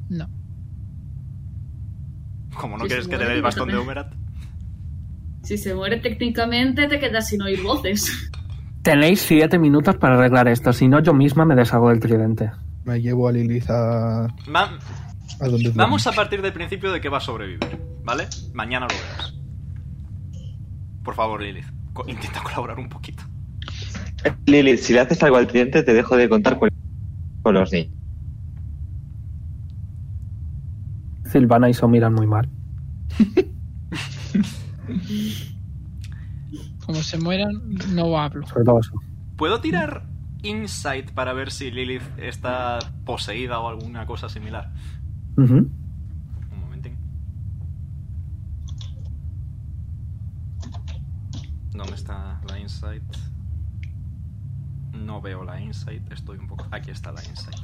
No.
Como no
Sí,
quieres
se
que te dé
muere,
el
yo
bastón de
también.
Humerat.
Si se muere técnicamente, te quedas sin oír voces.
Tenéis 7 minutos para arreglar esto, si no yo misma me deshago del tridente.
Me llevo a Lilith a, a
Va-
donde
vamos a partir del principio de que va a sobrevivir, ¿vale? Mañana lo verás. Por favor, Lilith, co- intenta colaborar un poquito.
Lili, si le haces algo al cliente, te dejo de contar con, con los niños.
Silvana y So miran muy mal.
Como se mueran, no hablo.
Sobre todo So.
¿Puedo tirar Insight para ver si Lilith está poseída o alguna cosa similar?
Ujú.
Un momentín. ¿Dónde está la insight? No veo la insight, estoy un poco... Aquí está la insight.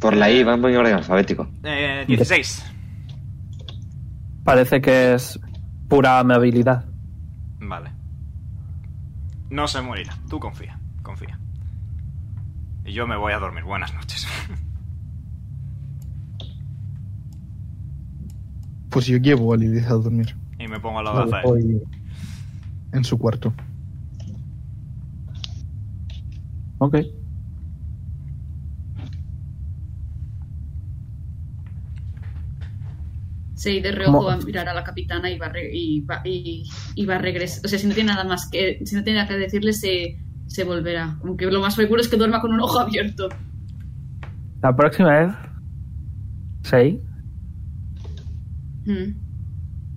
Por la I, van muy orden alfabético.
Eh, 16.
Parece que es pura amabilidad.
Vale. No se morirá, tú confía, confía. Y yo me voy a dormir, buenas noches.
Pues yo llevo a Lilith a dormir.
y me pongo a la
La
baza.
dejo y- en su cuarto.
Ok.
Sí, de reojo
Como-
va a mirar a la capitana y va, a re- y va, y, y va a regresar. O sea, si no tiene nada más que, si no tiene nada que decirle, se, se volverá. Aunque lo más seguro es que duerma con un ojo abierto.
La próxima vez. Sí,
Mm.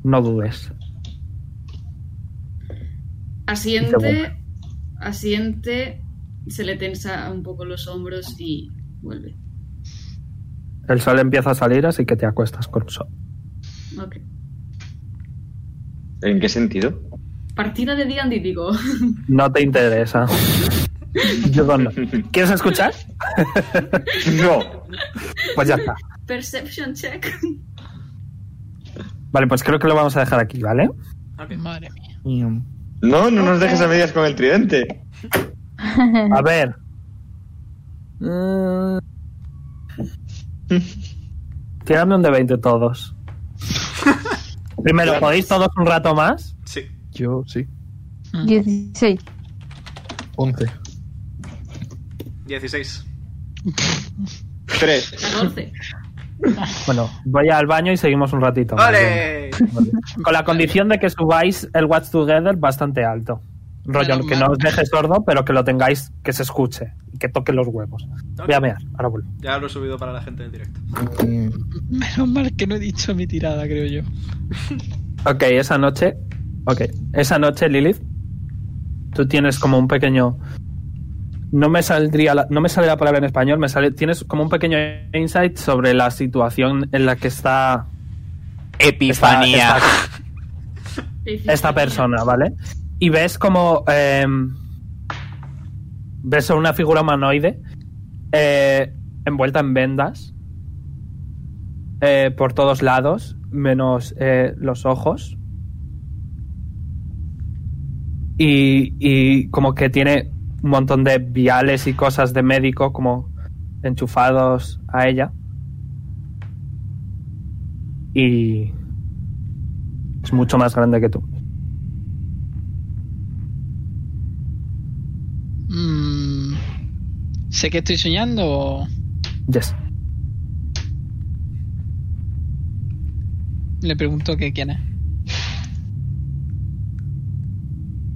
no dudes.
Asiente, asiente, se le tensa un poco los hombros y vuelve.
El sol empieza a salir, así que te acuestas con sol.
Ok.
¿En qué sentido?
Partida de D&D, digo.
No te interesa. Yo no. ¿Quieres escuchar?
No.
Pues ya está.
Perception check.
Vale, pues creo que lo vamos a dejar aquí, ¿vale?
Madre mía.
um,
No, no nos dejes a medias con el tridente.
A ver. Tiradme un de 20 todos. Primero, ¿podéis todos un rato más?
Sí.
Yo sí.
16.
11.
16.
Tres.
14.
Bueno, voy al baño y seguimos un ratito. más bien.
¡Ole!
Con la condición de que subáis el Watch Together bastante alto. Rollo,
Menos
que
mal.
no os deje sordo, pero que lo tengáis, que se escuche y que toque los huevos. Voy a mear, ahora vuelvo.
Ya lo he subido para la gente del directo.
Eh,
Menos mal que no he dicho mi tirada, creo yo.
Ok, esa noche. Ok, esa noche, Lilith, tú tienes como un pequeño. No me saldría la- no me sale la palabra en español, me sale. Tienes como un pequeño insight sobre la situación en la que está
Epifanía.
Está- esta persona, ¿vale? Y ves como. em, ves a una figura humanoide eh, envuelta en vendas eh, por todos lados, menos eh, los ojos. Y, y como que tiene un montón de viales y cosas de médico como enchufados a ella. Y es mucho más grande que tú.
Mm, sé que estoy soñando. o
Yes.
Le pregunto que quién es.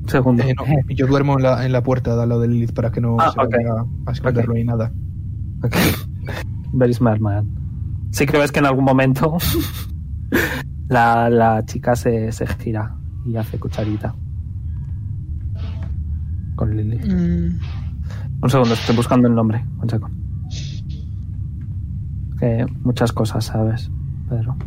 Segundo.
eh, no, yo duermo en la, en la puerta de al lado de Lilith para que no
Ah,
se vaya a esconderlo ni nada.
Ok. Very smart man. Sí que ves que en algún momento la, la chica se, se gira y hace cucharita. Con Lily.
Mm,
Un segundo, estoy buscando el nombre. Un seco. Que muchas cosas, ¿sabes, Pedro?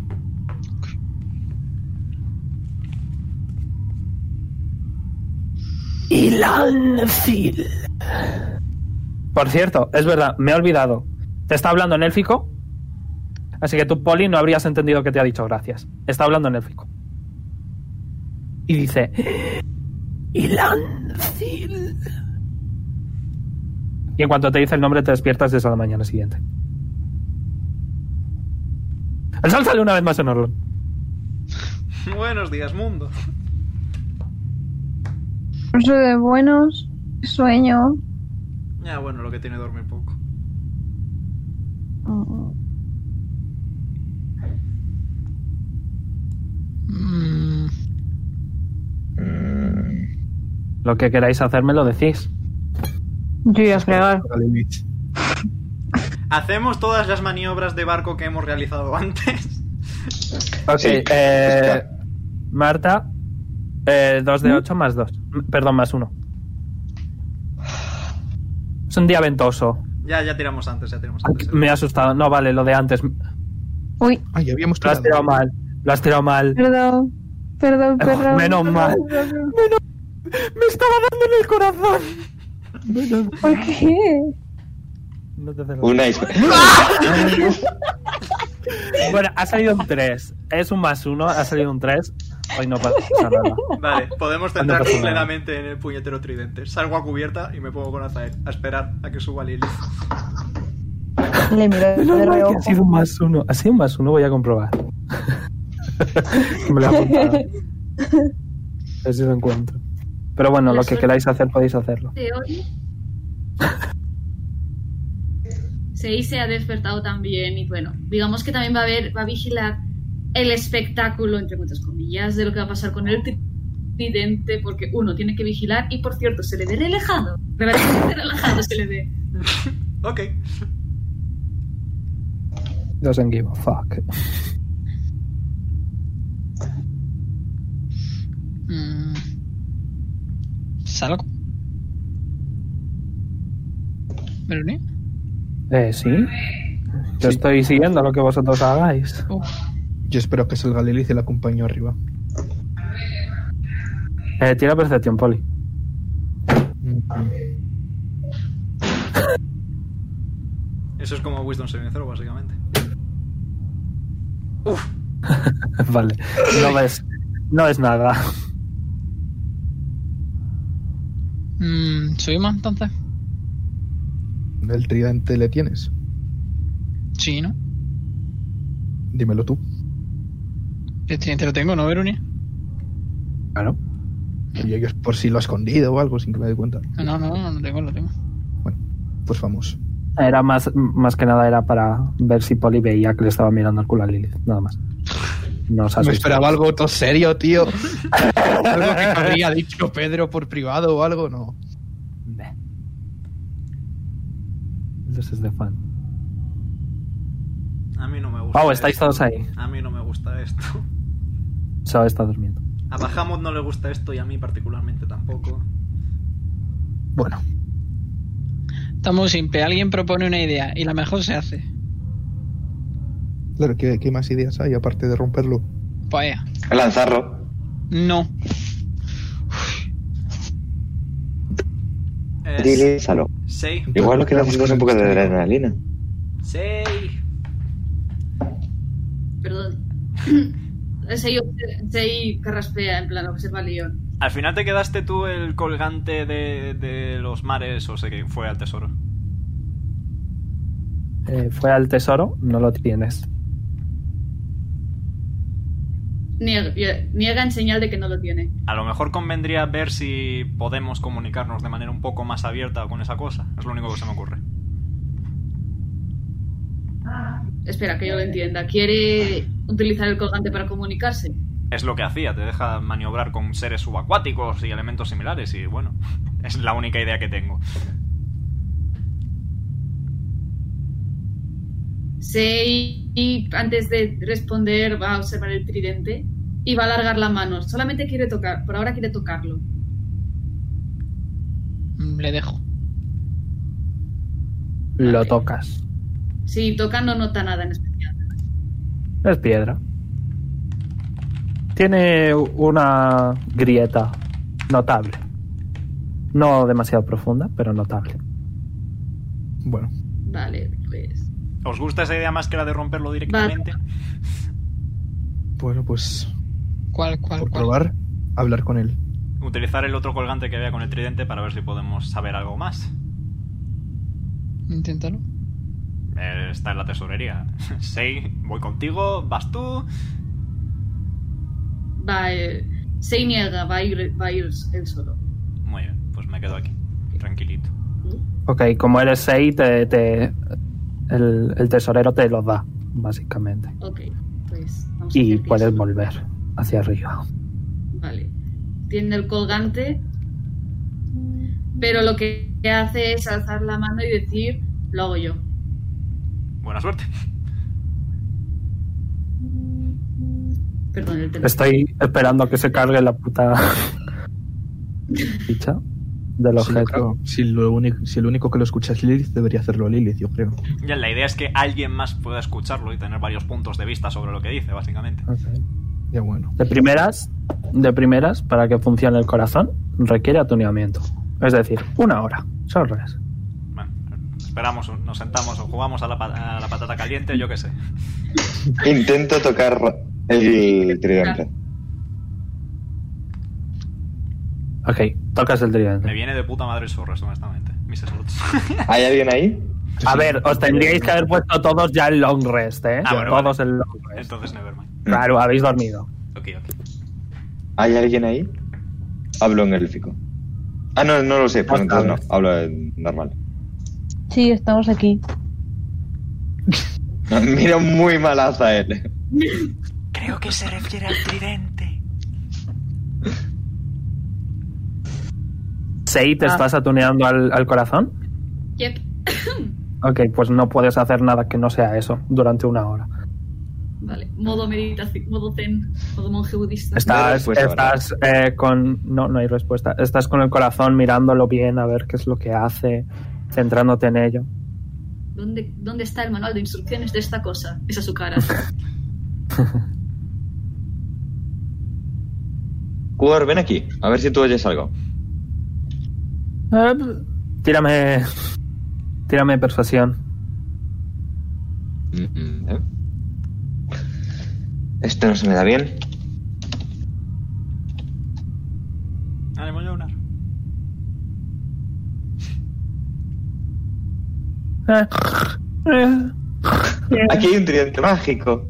Ilanfil. Por cierto, es verdad, me he olvidado. Te está hablando en élfico. Así que tú, Poli, no habrías entendido que te ha dicho gracias. Está hablando en élfico. Y dice... Ilanfil. Y en cuanto te dice el nombre, te despiertas desde la mañana siguiente. El sol sale una vez más en Orlon.
Buenos días, mundo.
Noche de buenos, sueño.
Ya, bueno, lo que tiene dormir poco.
mm,
Lo que queráis hacerme lo decís.
Yo iba a
Ah.
fregar.
A Lilith.
¿Hacemos todas las maniobras de barco que hemos realizado antes?
Ok,
Sí.
eh, Marta, 2 de 8 más 2. Perdón, más 1. Es un día ventoso.
Ya, ya tiramos antes, ya tiramos
Ay,
antes.
Me he asustado. No, vale, lo de antes. Lo
Uy,
Ay, habíamos
has tirado mal. Lo has tirado mal.
perdón. Perdón,
Oh,
perdón.
menos
perdón,
mal.
perdón.
Me estaba dando en el corazón.
¿Por qué?
No te haces
Una is-
Bueno, ha salido un 3. Es un más 1, ha salido un 3. Hoy no pasa nada.
Vale, podemos
Ah, no
centrarnos
pasa nada.
plenamente en el puñetero tridente. Salgo a cubierta y me pongo con Azael a esperar a que suba Lilith.
Le miro
Menos
de
mal que
reojo.
ha sido un más 1. Ha sido un más 1, voy a comprobar. Me lo he apuntado. A ver si lo encuentro. Pero bueno,
La
lo que
suerte.
queráis hacer podéis hacerlo.
de hoy. Sei se ha despertado también y bueno, digamos que también va a ver, va a vigilar el espectáculo, entre muchas comillas, de lo que va a pasar con el tri- tridente, porque uno tiene que vigilar y por cierto, se le ve relajado. Relativamente relajado se le ve.
Ok.
Doesn't give a fuck.
Mm. ¿Salgo? ¿Verónica?
Eh, sí. Yo
Sí.
estoy siguiendo lo que vosotros hagáis.
Uf.
Yo espero que salga Lilith y la acompaño arriba.
Eh, tira percepción, Poli.
Mm,
Eso es como Wisdom Saving Throw, básicamente.
vale. No ves. No es nada.
Mm, ¿Subimos entonces?
¿El tridente le tienes?
Sí, ¿no?
Dímelo tú.
El tridente lo tengo, ¿no, Verónica?
Claro.
Que yo- yo por si lo ha escondido o algo sin que me dé cuenta.
No, no, no, no, lo tengo, lo tengo.
Pues vamos.
Era más, más que nada era para ver si Poli veía que le estaba mirando el culo a Lilith, nada más. No os
Me
asustéis.
esperaba algo todo serio, tío. algo que habría dicho Pedro por privado o algo, no.
Bleh. This is the fun.
A mí no me gusta.
Wow, estáis
esto.
todos ahí.
A mí no me gusta esto.
Solo está durmiendo.
A Bahamut no le gusta esto y a mí particularmente tampoco.
Bueno,
Estamos simple. Alguien propone una idea y la mejor se hace.
claro, ¿qué, qué más ideas hay aparte de romperlo?
Pues ea.
Lanzarlo.
No.
Eh,
Lilith, salo.
Sei.
Igual lo que necesitas es un poco de adrenalina.
Sei.
Perdón. Sei, Sei carraspea, en plan, observa a León.
Al final te quedaste tú el colgante de, de los mares o sé que fue al tesoro.
Eh, fue al tesoro, no lo tienes.
Niega, niega en señal de que no lo tiene.
A lo mejor convendría ver si podemos comunicarnos de manera un poco más abierta con esa cosa. Es lo único que se me ocurre.
Espera, que yo lo entienda. ¿Quiere utilizar el colgante para comunicarse?
Es lo que hacía, te deja maniobrar con seres subacuáticos y elementos similares y bueno, es la única idea que tengo.
Sei, y antes de responder, va a observar el tridente y va a alargar la mano. Solamente quiere tocar, por ahora quiere tocarlo.
Mm, Le dejo.
Lo tocas.
Si toca, no nota nada en especial.
Es piedra. Tiene una grieta notable. No demasiado profunda, pero notable.
Bueno,
Vale, pues.
¿Os gusta esa idea más que la de romperlo directamente?
bueno, pues
¿Cuál, cuál,
por
cuál?
probar, hablar con él.
Utilizar el otro colgante que había con el tridente para ver si podemos saber algo más.
Inténtalo.
Eh, está en la tesorería. Sei, voy contigo, vas tú.
Va, eh, Sei niega, va a, ir, va a ir él solo.
Muy bien, pues me quedo aquí, tranquilito.
Ok, como eres 6, te, te- el, el tesorero te lo da, básicamente.
Ok, pues. Vamos a
Y
hacer que
puedes
eso-
volver hacia arriba.
Vale. Tiene el colgante. Pero lo que hace es alzar la mano y decir, lo hago yo.
Buena suerte.
Perdón, el teléfono.
Estoy esperando a que se cargue la puta ficha del
Sí, yo
objeto.
creo, Si, lo único, si lo único que lo escucha es Lilith, debería hacerlo Lilith, yo creo.
Ya, la idea es que alguien más pueda escucharlo y tener varios puntos de vista sobre lo que dice, básicamente.
Ok.
Ya bueno.
De primeras, de primeras, para que funcione el corazón, requiere atuneamiento. Es decir, una hora. Solo es.
Bueno, esperamos, nos sentamos o jugamos a la, pa- a la patata caliente, yo qué sé.
Intento tocar el tridente.
Ok, tocas el
Me
tridente.
viene de puta madre el sorreso, honestamente. Mis slots.
¿Hay alguien ahí?
A ver, os tendríais que haber puesto todos ya el long rest, ¿eh?
Ah, bueno,
todos el long rest.
Entonces, nevermind.
Claro, habéis dormido.
Ok, ok.
¿Hay alguien ahí? Hablo en élfico. Ah, no, no lo sé, pues entonces no, hablo en normal.
Sí, estamos aquí.
Miro muy malaza a él.
Creo que se refiere al tridente.
Sei, ¿te
Ah.
estás atuneando al, al corazón?
Yep.
Ok, pues no puedes hacer nada que no sea eso durante una hora.
Vale. Modo meditación, modo zen, modo monje budista.
No hay
Estás,
respuesta, ¿verdad?
estás eh, con... No, no hay respuesta. Estás con el corazón mirándolo bien a ver qué es lo que hace, centrándote en ello.
¿Dónde, ¿Dónde está el manual de instrucciones de esta cosa? Esa es su cara.
Cudor, ven aquí, a ver si tú oyes algo.
Eh, tírame... Tírame persuasión.
Mm, mm, ¿eh? Esto no se me da bien.
Ánimo, Jonar.
Eh, eh,
Aquí hay un tridente mágico.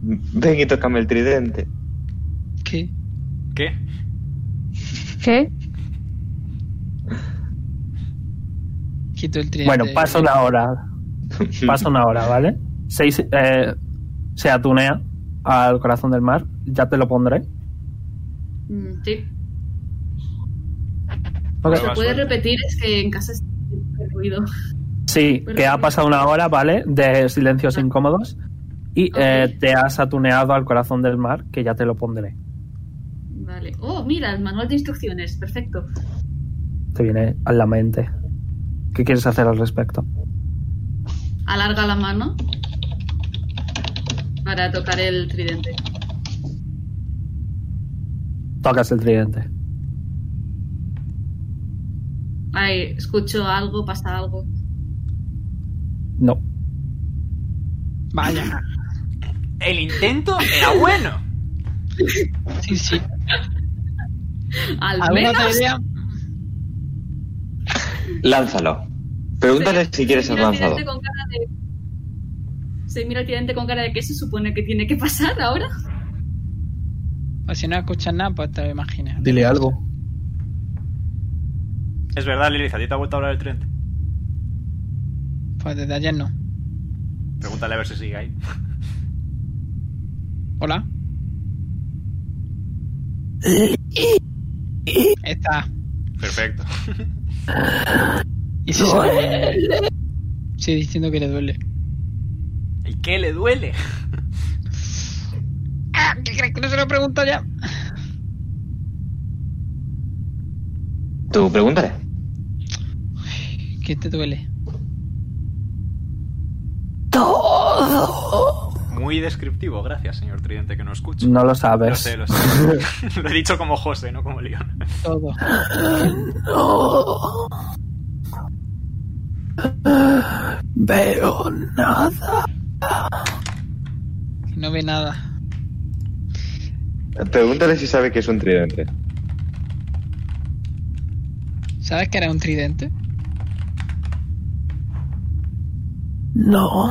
Ven y tócame el tridente.
¿Qué?
¿Qué?
¿Qué?
Quito el tridente.
Bueno, pasa una hora. Pasa una hora, ¿vale? Seis, eh, se atunea al corazón del mar. Ya te lo pondré.
Mm, sí.
Ok.
¿Se puede repetir? Es que en casa está el ruido.
Sí, que ha pasado una hora, ¿vale? De silencios incómodos. Y eh,
Ok.
te has atuneado al corazón del mar, que ya te lo pondré.
Vale. Oh, mira, el manual de instrucciones. Perfecto.
Te viene a la mente. ¿Qué quieres hacer al respecto?
Alarga la mano para tocar el tridente.
Tocas el tridente.
Ay, escucho algo, pasa algo.
No.
Vaya.
El intento era bueno.
Sí, sí.
Al
¿Alguna
menos
otra idea?
Lánzalo. Pregúntale si quieres
se
ser
mira el
lanzado.
tridente con cara de- Se mira el tridente con cara de que se supone que tiene que pasar ahora.
O si no escuchas nada, pues te lo imaginas.
Dile algo.
Es verdad, Lilith, a ti te ha vuelto a hablar el tridente.
Pues desde ayer no.
Pregúntale a ver si sigue ahí.
Hola. Está.
Perfecto.
Y si se Sí, diciendo que le duele.
¿Y qué le duele?
Ah, ¿Qué crees que no se lo pregunto ya?
Tú pregúntale.
¿Qué te duele?
Muy descriptivo, gracias, señor Tridente, que no escucho.
No lo
Lo
sabes.
sé, lo sé. lo he dicho como José, no como León.
Todo.
Veo nada.
No ve nada.
Pregúntale si sabe que es un tridente.
¿Sabes que era un tridente?
No.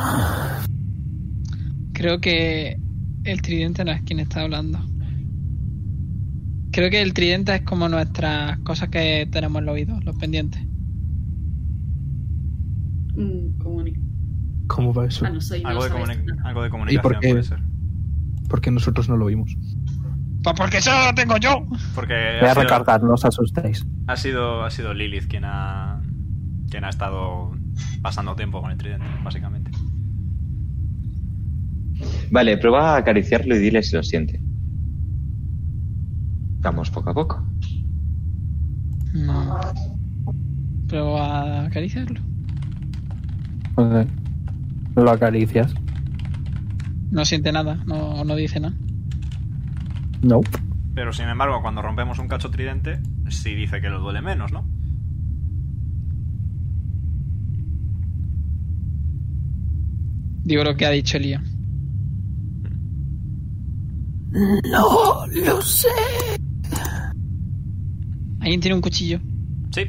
Creo que el tridente no es quien está hablando. Creo que el tridente es como nuestras cosas que tenemos en los oídos, los pendientes.
Mm, comuni-
¿Cómo va eso?
Ah, no soy no
Algo de,
sabes
comuni-
nada.
algo de
¿Y
comunicación
por qué?
puede ser.
Porque nosotros no lo vimos.
Pues porque eso lo tengo yo.
Porque
Voy
ha
a
sido,
recargar, no os asustéis.
ha, sido, ha sido Lilith quien ha, quien ha estado pasando tiempo con el tridente, básicamente.
Vale, prueba a acariciarlo y dile si lo siente. Vamos poco a poco.
No. Pero a acariciarlo.
Ok. Lo acaricias.
No siente nada, no, no dice nada.
No.
Pero sin embargo, cuando rompemos un cacho tridente, sí dice que lo duele menos, ¿no?
Digo lo que ha dicho Lía.
No lo sé.
Alguien tiene un cuchillo.
Sí,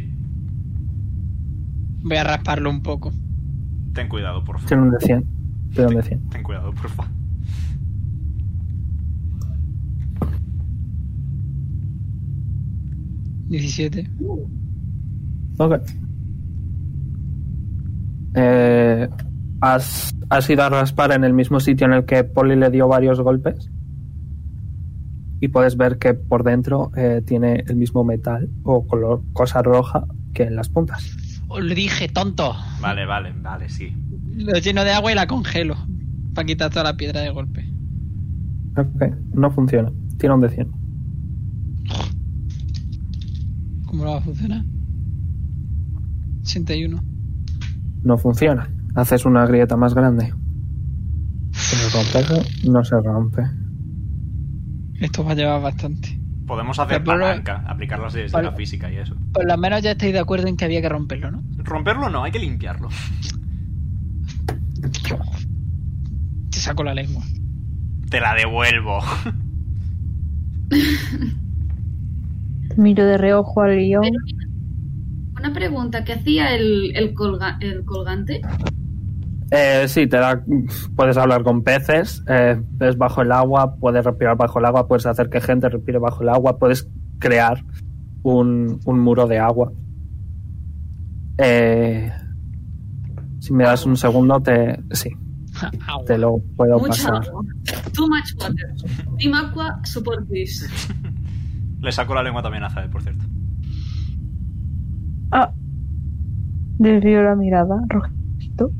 Voy a rasparlo un poco.
ten cuidado, por favor.
Tiene un de 100. Tiene un de 100.
Ten cuidado, por favor.
17.
Ok. Eh, ¿has, has ido a raspar en el mismo sitio en el que Polly le dio varios golpes. Y puedes ver que por dentro eh, tiene el mismo metal o color, cosa roja que en las puntas.
Os lo dije, tonto.
Vale, vale, vale, sí.
Lo lleno de agua y la congelo. Para quitar toda la piedra de golpe.
Ok, no funciona. Tira un de 100.
¿Cómo lo va a funcionar? 81.
No funciona. Haces una grieta más grande. Pero con peso no se rompe.
Esto va a llevar bastante.
Podemos hacer
Pero-
palanca, aplicar las leyes de
Vale.
la física y eso.
Por lo menos ya estáis de acuerdo en que había que romperlo, ¿no?
Romperlo no, hay que limpiarlo.
Te saco la lengua.
Te la devuelvo.
Miro de reojo al guión.
Una pregunta, ¿qué hacía el, el, colga- el colgante?
Eh, sí, te da, puedes hablar con peces, eh, ves bajo el agua, puedes respirar bajo el agua, puedes hacer que gente respire bajo el agua, puedes crear un, un muro de agua. Eh, si me das un segundo, te, sí,
Agua.
te lo puedo
Mucha
pasar.
agua. Too much water. Team Aqua, support this.
Le saco la lengua también a Zael, por cierto.
Ah. Desvío la mirada, rojito.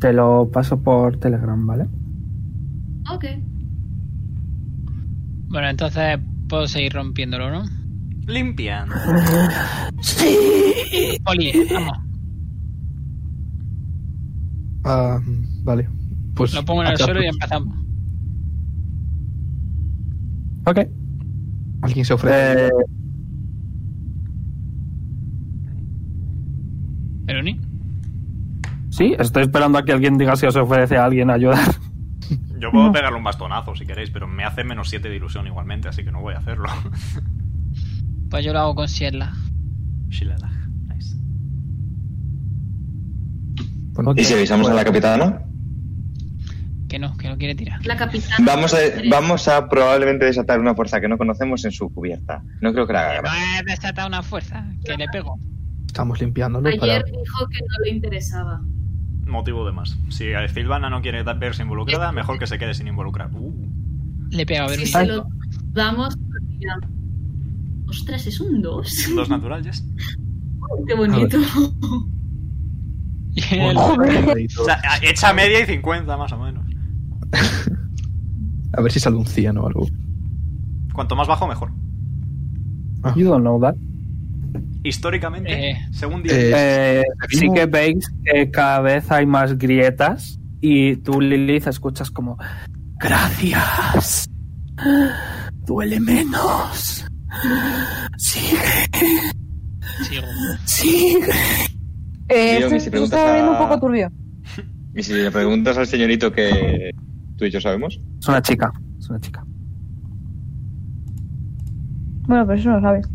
Te lo paso por Telegram, ¿vale?
Ok.
Bueno, entonces puedo seguir rompiéndolo, ¿no?
Limpian.
Oli, vamos.
Ah, vale. Pues
Lo pongo en
Ah,
el
acá-
suelo y empezamos.
Ok.
Alguien se ofrece.
Eh,
Veroni.
sí, estoy esperando a que alguien diga si os ofrece a alguien ayudar.
Yo puedo pegarle un bastonazo si queréis, pero me hace menos 7 de ilusión igualmente, así que no voy a hacerlo.
Pues yo lo hago con Sierla.
Shilalah. Nice.
Bueno,
¿Y si avisamos a la capitana?
Que no, que no quiere tirar.
La capitana.
Vamos a, vamos a probablemente desatar una fuerza que no conocemos en su cubierta. No creo que la haga.
Va
gracia.
a desatar una fuerza. Que le pego.
estamos limpiándolo para.
Ayer dijo que no le interesaba.
Motivo de más. Si a Silvana no quiere da- verse involucrada, mejor que se quede sin involucrar. Uh,
Le pega a
Si
Veroni.
se lo damos, mira. Ostras, es un 2.
dos natural, yes.
Qué bonito.
Y el-
Bueno, cuidadito.
O sea, a- hecha media y 50 más o menos.
A ver si sale un 100 o algo.
Cuanto más bajo, mejor.
You don't know that.
Históricamente,
Eh.
según
Eh,
dice.
Eh,
Seguimos.
sí que veis que cada vez hay más grietas y tú, Lilith, escuchas como gracias, duele menos, sigue,
Sigo.
sigue.
Eh,
Guión,
esto
y si
se
preguntas
está viendo
a-
un poco turbio.
¿Y si le preguntas al señorito que tú y yo sabemos?
Es una chica, es una chica.
Bueno, pero eso no lo sabes.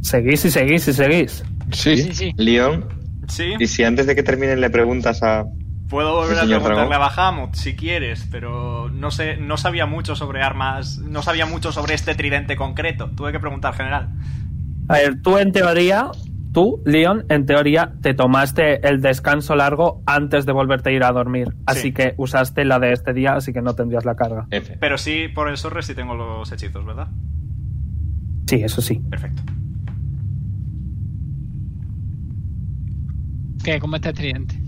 Seguís y seguís y seguís.
Sí.
Sí, sí.
Leon,
Sí,
y si antes de que terminen le preguntas a...
puedo volver
Sí,
a
señor
preguntarle
Dragón.
a Bahamut si quieres, pero no sé, no sabía mucho sobre armas, no sabía mucho sobre este tridente concreto. Tuve que preguntar general.
A ver, tú en teoría, tú, Leon, en teoría te tomaste el descanso largo antes de volverte a ir a dormir. Así
Sí.
que usaste la de este día, así que no tendrías la carga.
F.
Pero sí, por el sorre sí tengo los hechizos, ¿verdad?
Sí, eso sí.
Perfecto.
¿Qué? ¿Cómo está el tridente?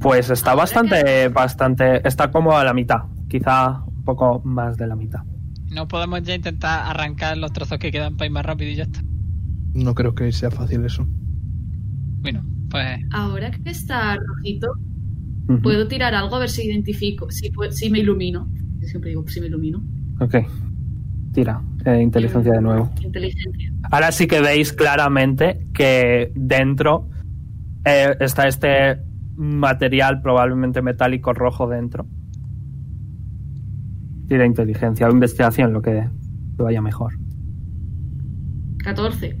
Pues está bastante, bastante, está como a la mitad, quizá un poco más de la mitad.
No podemos ya intentar arrancar los trozos que quedan para ir más rápido y ya está.
No creo que sea fácil eso.
Bueno, pues
Ahora que está rojito,
Ujú.
puedo tirar algo a ver si identifico, si, pu- si me ilumino. Yo siempre digo, si me ilumino.
Ok, tira, eh, inteligencia de nuevo.
Inteligencia.
Ahora sí que veis claramente que dentro eh, está este material probablemente metálico rojo dentro. Tira inteligencia o investigación, lo que te vaya mejor.
14.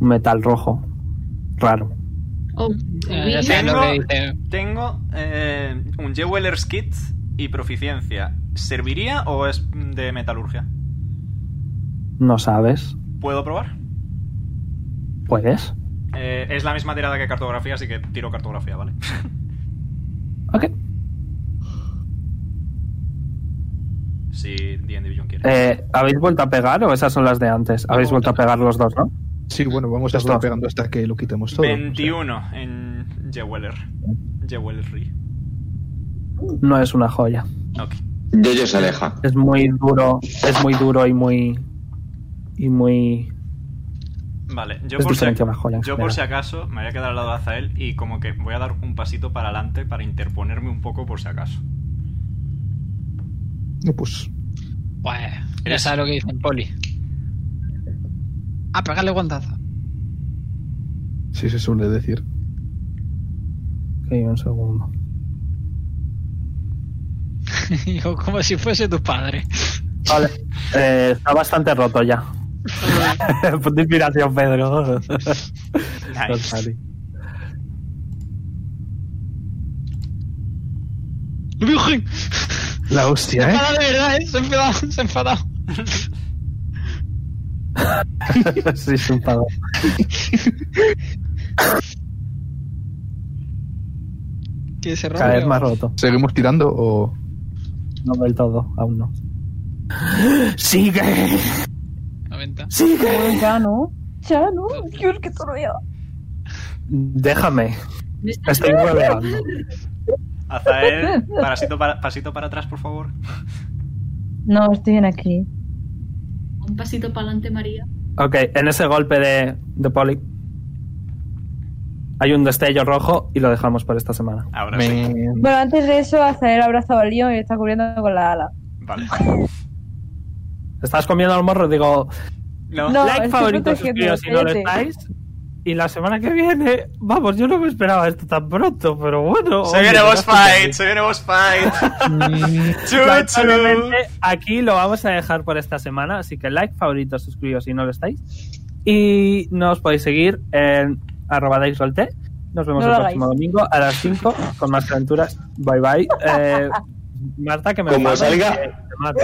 Un metal rojo, raro.
Oh,
Ya, Eh, ya
¿sí?
sé lo
Tengo,
que dice.
tengo eh, un Jeweller's Kit y Proficiencia. ¿Serviría o es de metalurgia?
No sabes.
¿Puedo probar?
¿Puedes?
Eh, es la misma tirada que cartografía, así que tiro cartografía, ¿vale?
Ok.
si The Division quiere.
Eh, ¿Habéis vuelto a pegar o esas son las de antes? Habéis vuelto a pegar los dos, ¿no?
Sí, bueno, vamos a
Los
estar
dos.
pegando hasta que lo quitemos todo.
21 en Jeweller. Jewelry.
No es una joya.
Ok.
Yoyo se aleja.
Es muy duro, es muy duro y muy. Y muy.
Vale, yo,
Es
por si,
diferente a una joya en
yo por
general.
si acaso me voy a quedar al lado de Azael y como que voy a dar un pasito para adelante para interponerme un poco por si acaso.
No, pues
Pues, ya sabes lo que dicen, Poli. A pegarle guantazo.
sí se suele decir.
Ok, un segundo.
Hijo, como si fuese tu padre.
Vale. Eh, está bastante roto ya. Punto de inspiración, Pedro. Total.
¡Virgen!
¿Eh?
La
Se ha
hostia, ¿eh?
enfadado de verdad, ¿eh? Se ha enfadado, se ha enfadado.
sí, es un pago.
Que se rompe.
Cada vez más roto.
¿Seguimos tirando o...?
No del todo, aún no. ¡Sigue!
90.
¡Sigue!
Ya no. Ya no. Dios, que
Déjame.
Me está-
Estoy hueveando.
Azael, parasito para, pasito para atrás, por favor.
No, estoy bien aquí.
Un pasito para adelante, María.
Ok, en ese golpe de, de Poli hay un destello rojo y lo dejamos por esta semana.
Ahora sí.
Men.
Bueno, antes de eso, Azael ha abrazado al Leon y está cubriendo con la ala.
Vale.
¿Estás comiendo al morro? Digo,
No,
No,
like
estoy
favorito,
protegiendo,
suscribíos si no lo
cállate.
estáis. Y la semana que viene, vamos, yo no me esperaba esto tan pronto, pero bueno.
Se
oye,
viene boss
gracias a
fight,
Dios.
se viene boss fight. Chu,
Mm. Lamentablemente, aquí lo vamos a dejar por esta semana, así que like, favorito, suscribíos si no lo estáis. Y nos podéis seguir en arroba DiceRollT. Nos vemos
No
el
lo
próximo
hagáis.
domingo a las 5 con más aventuras. Bye bye. Eh, Marta, que me eh,
Como
matas,
salga.
que te mato.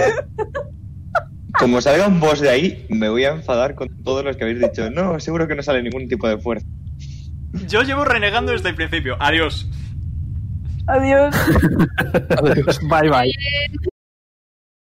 Como salga un boss de ahí, me voy a enfadar con todos los que habéis dicho. No, seguro que no sale ningún tipo de fuerza.
chu. Yo llevo renegando desde el principio. Adiós.
Adiós.
Adiós.
Bye bye.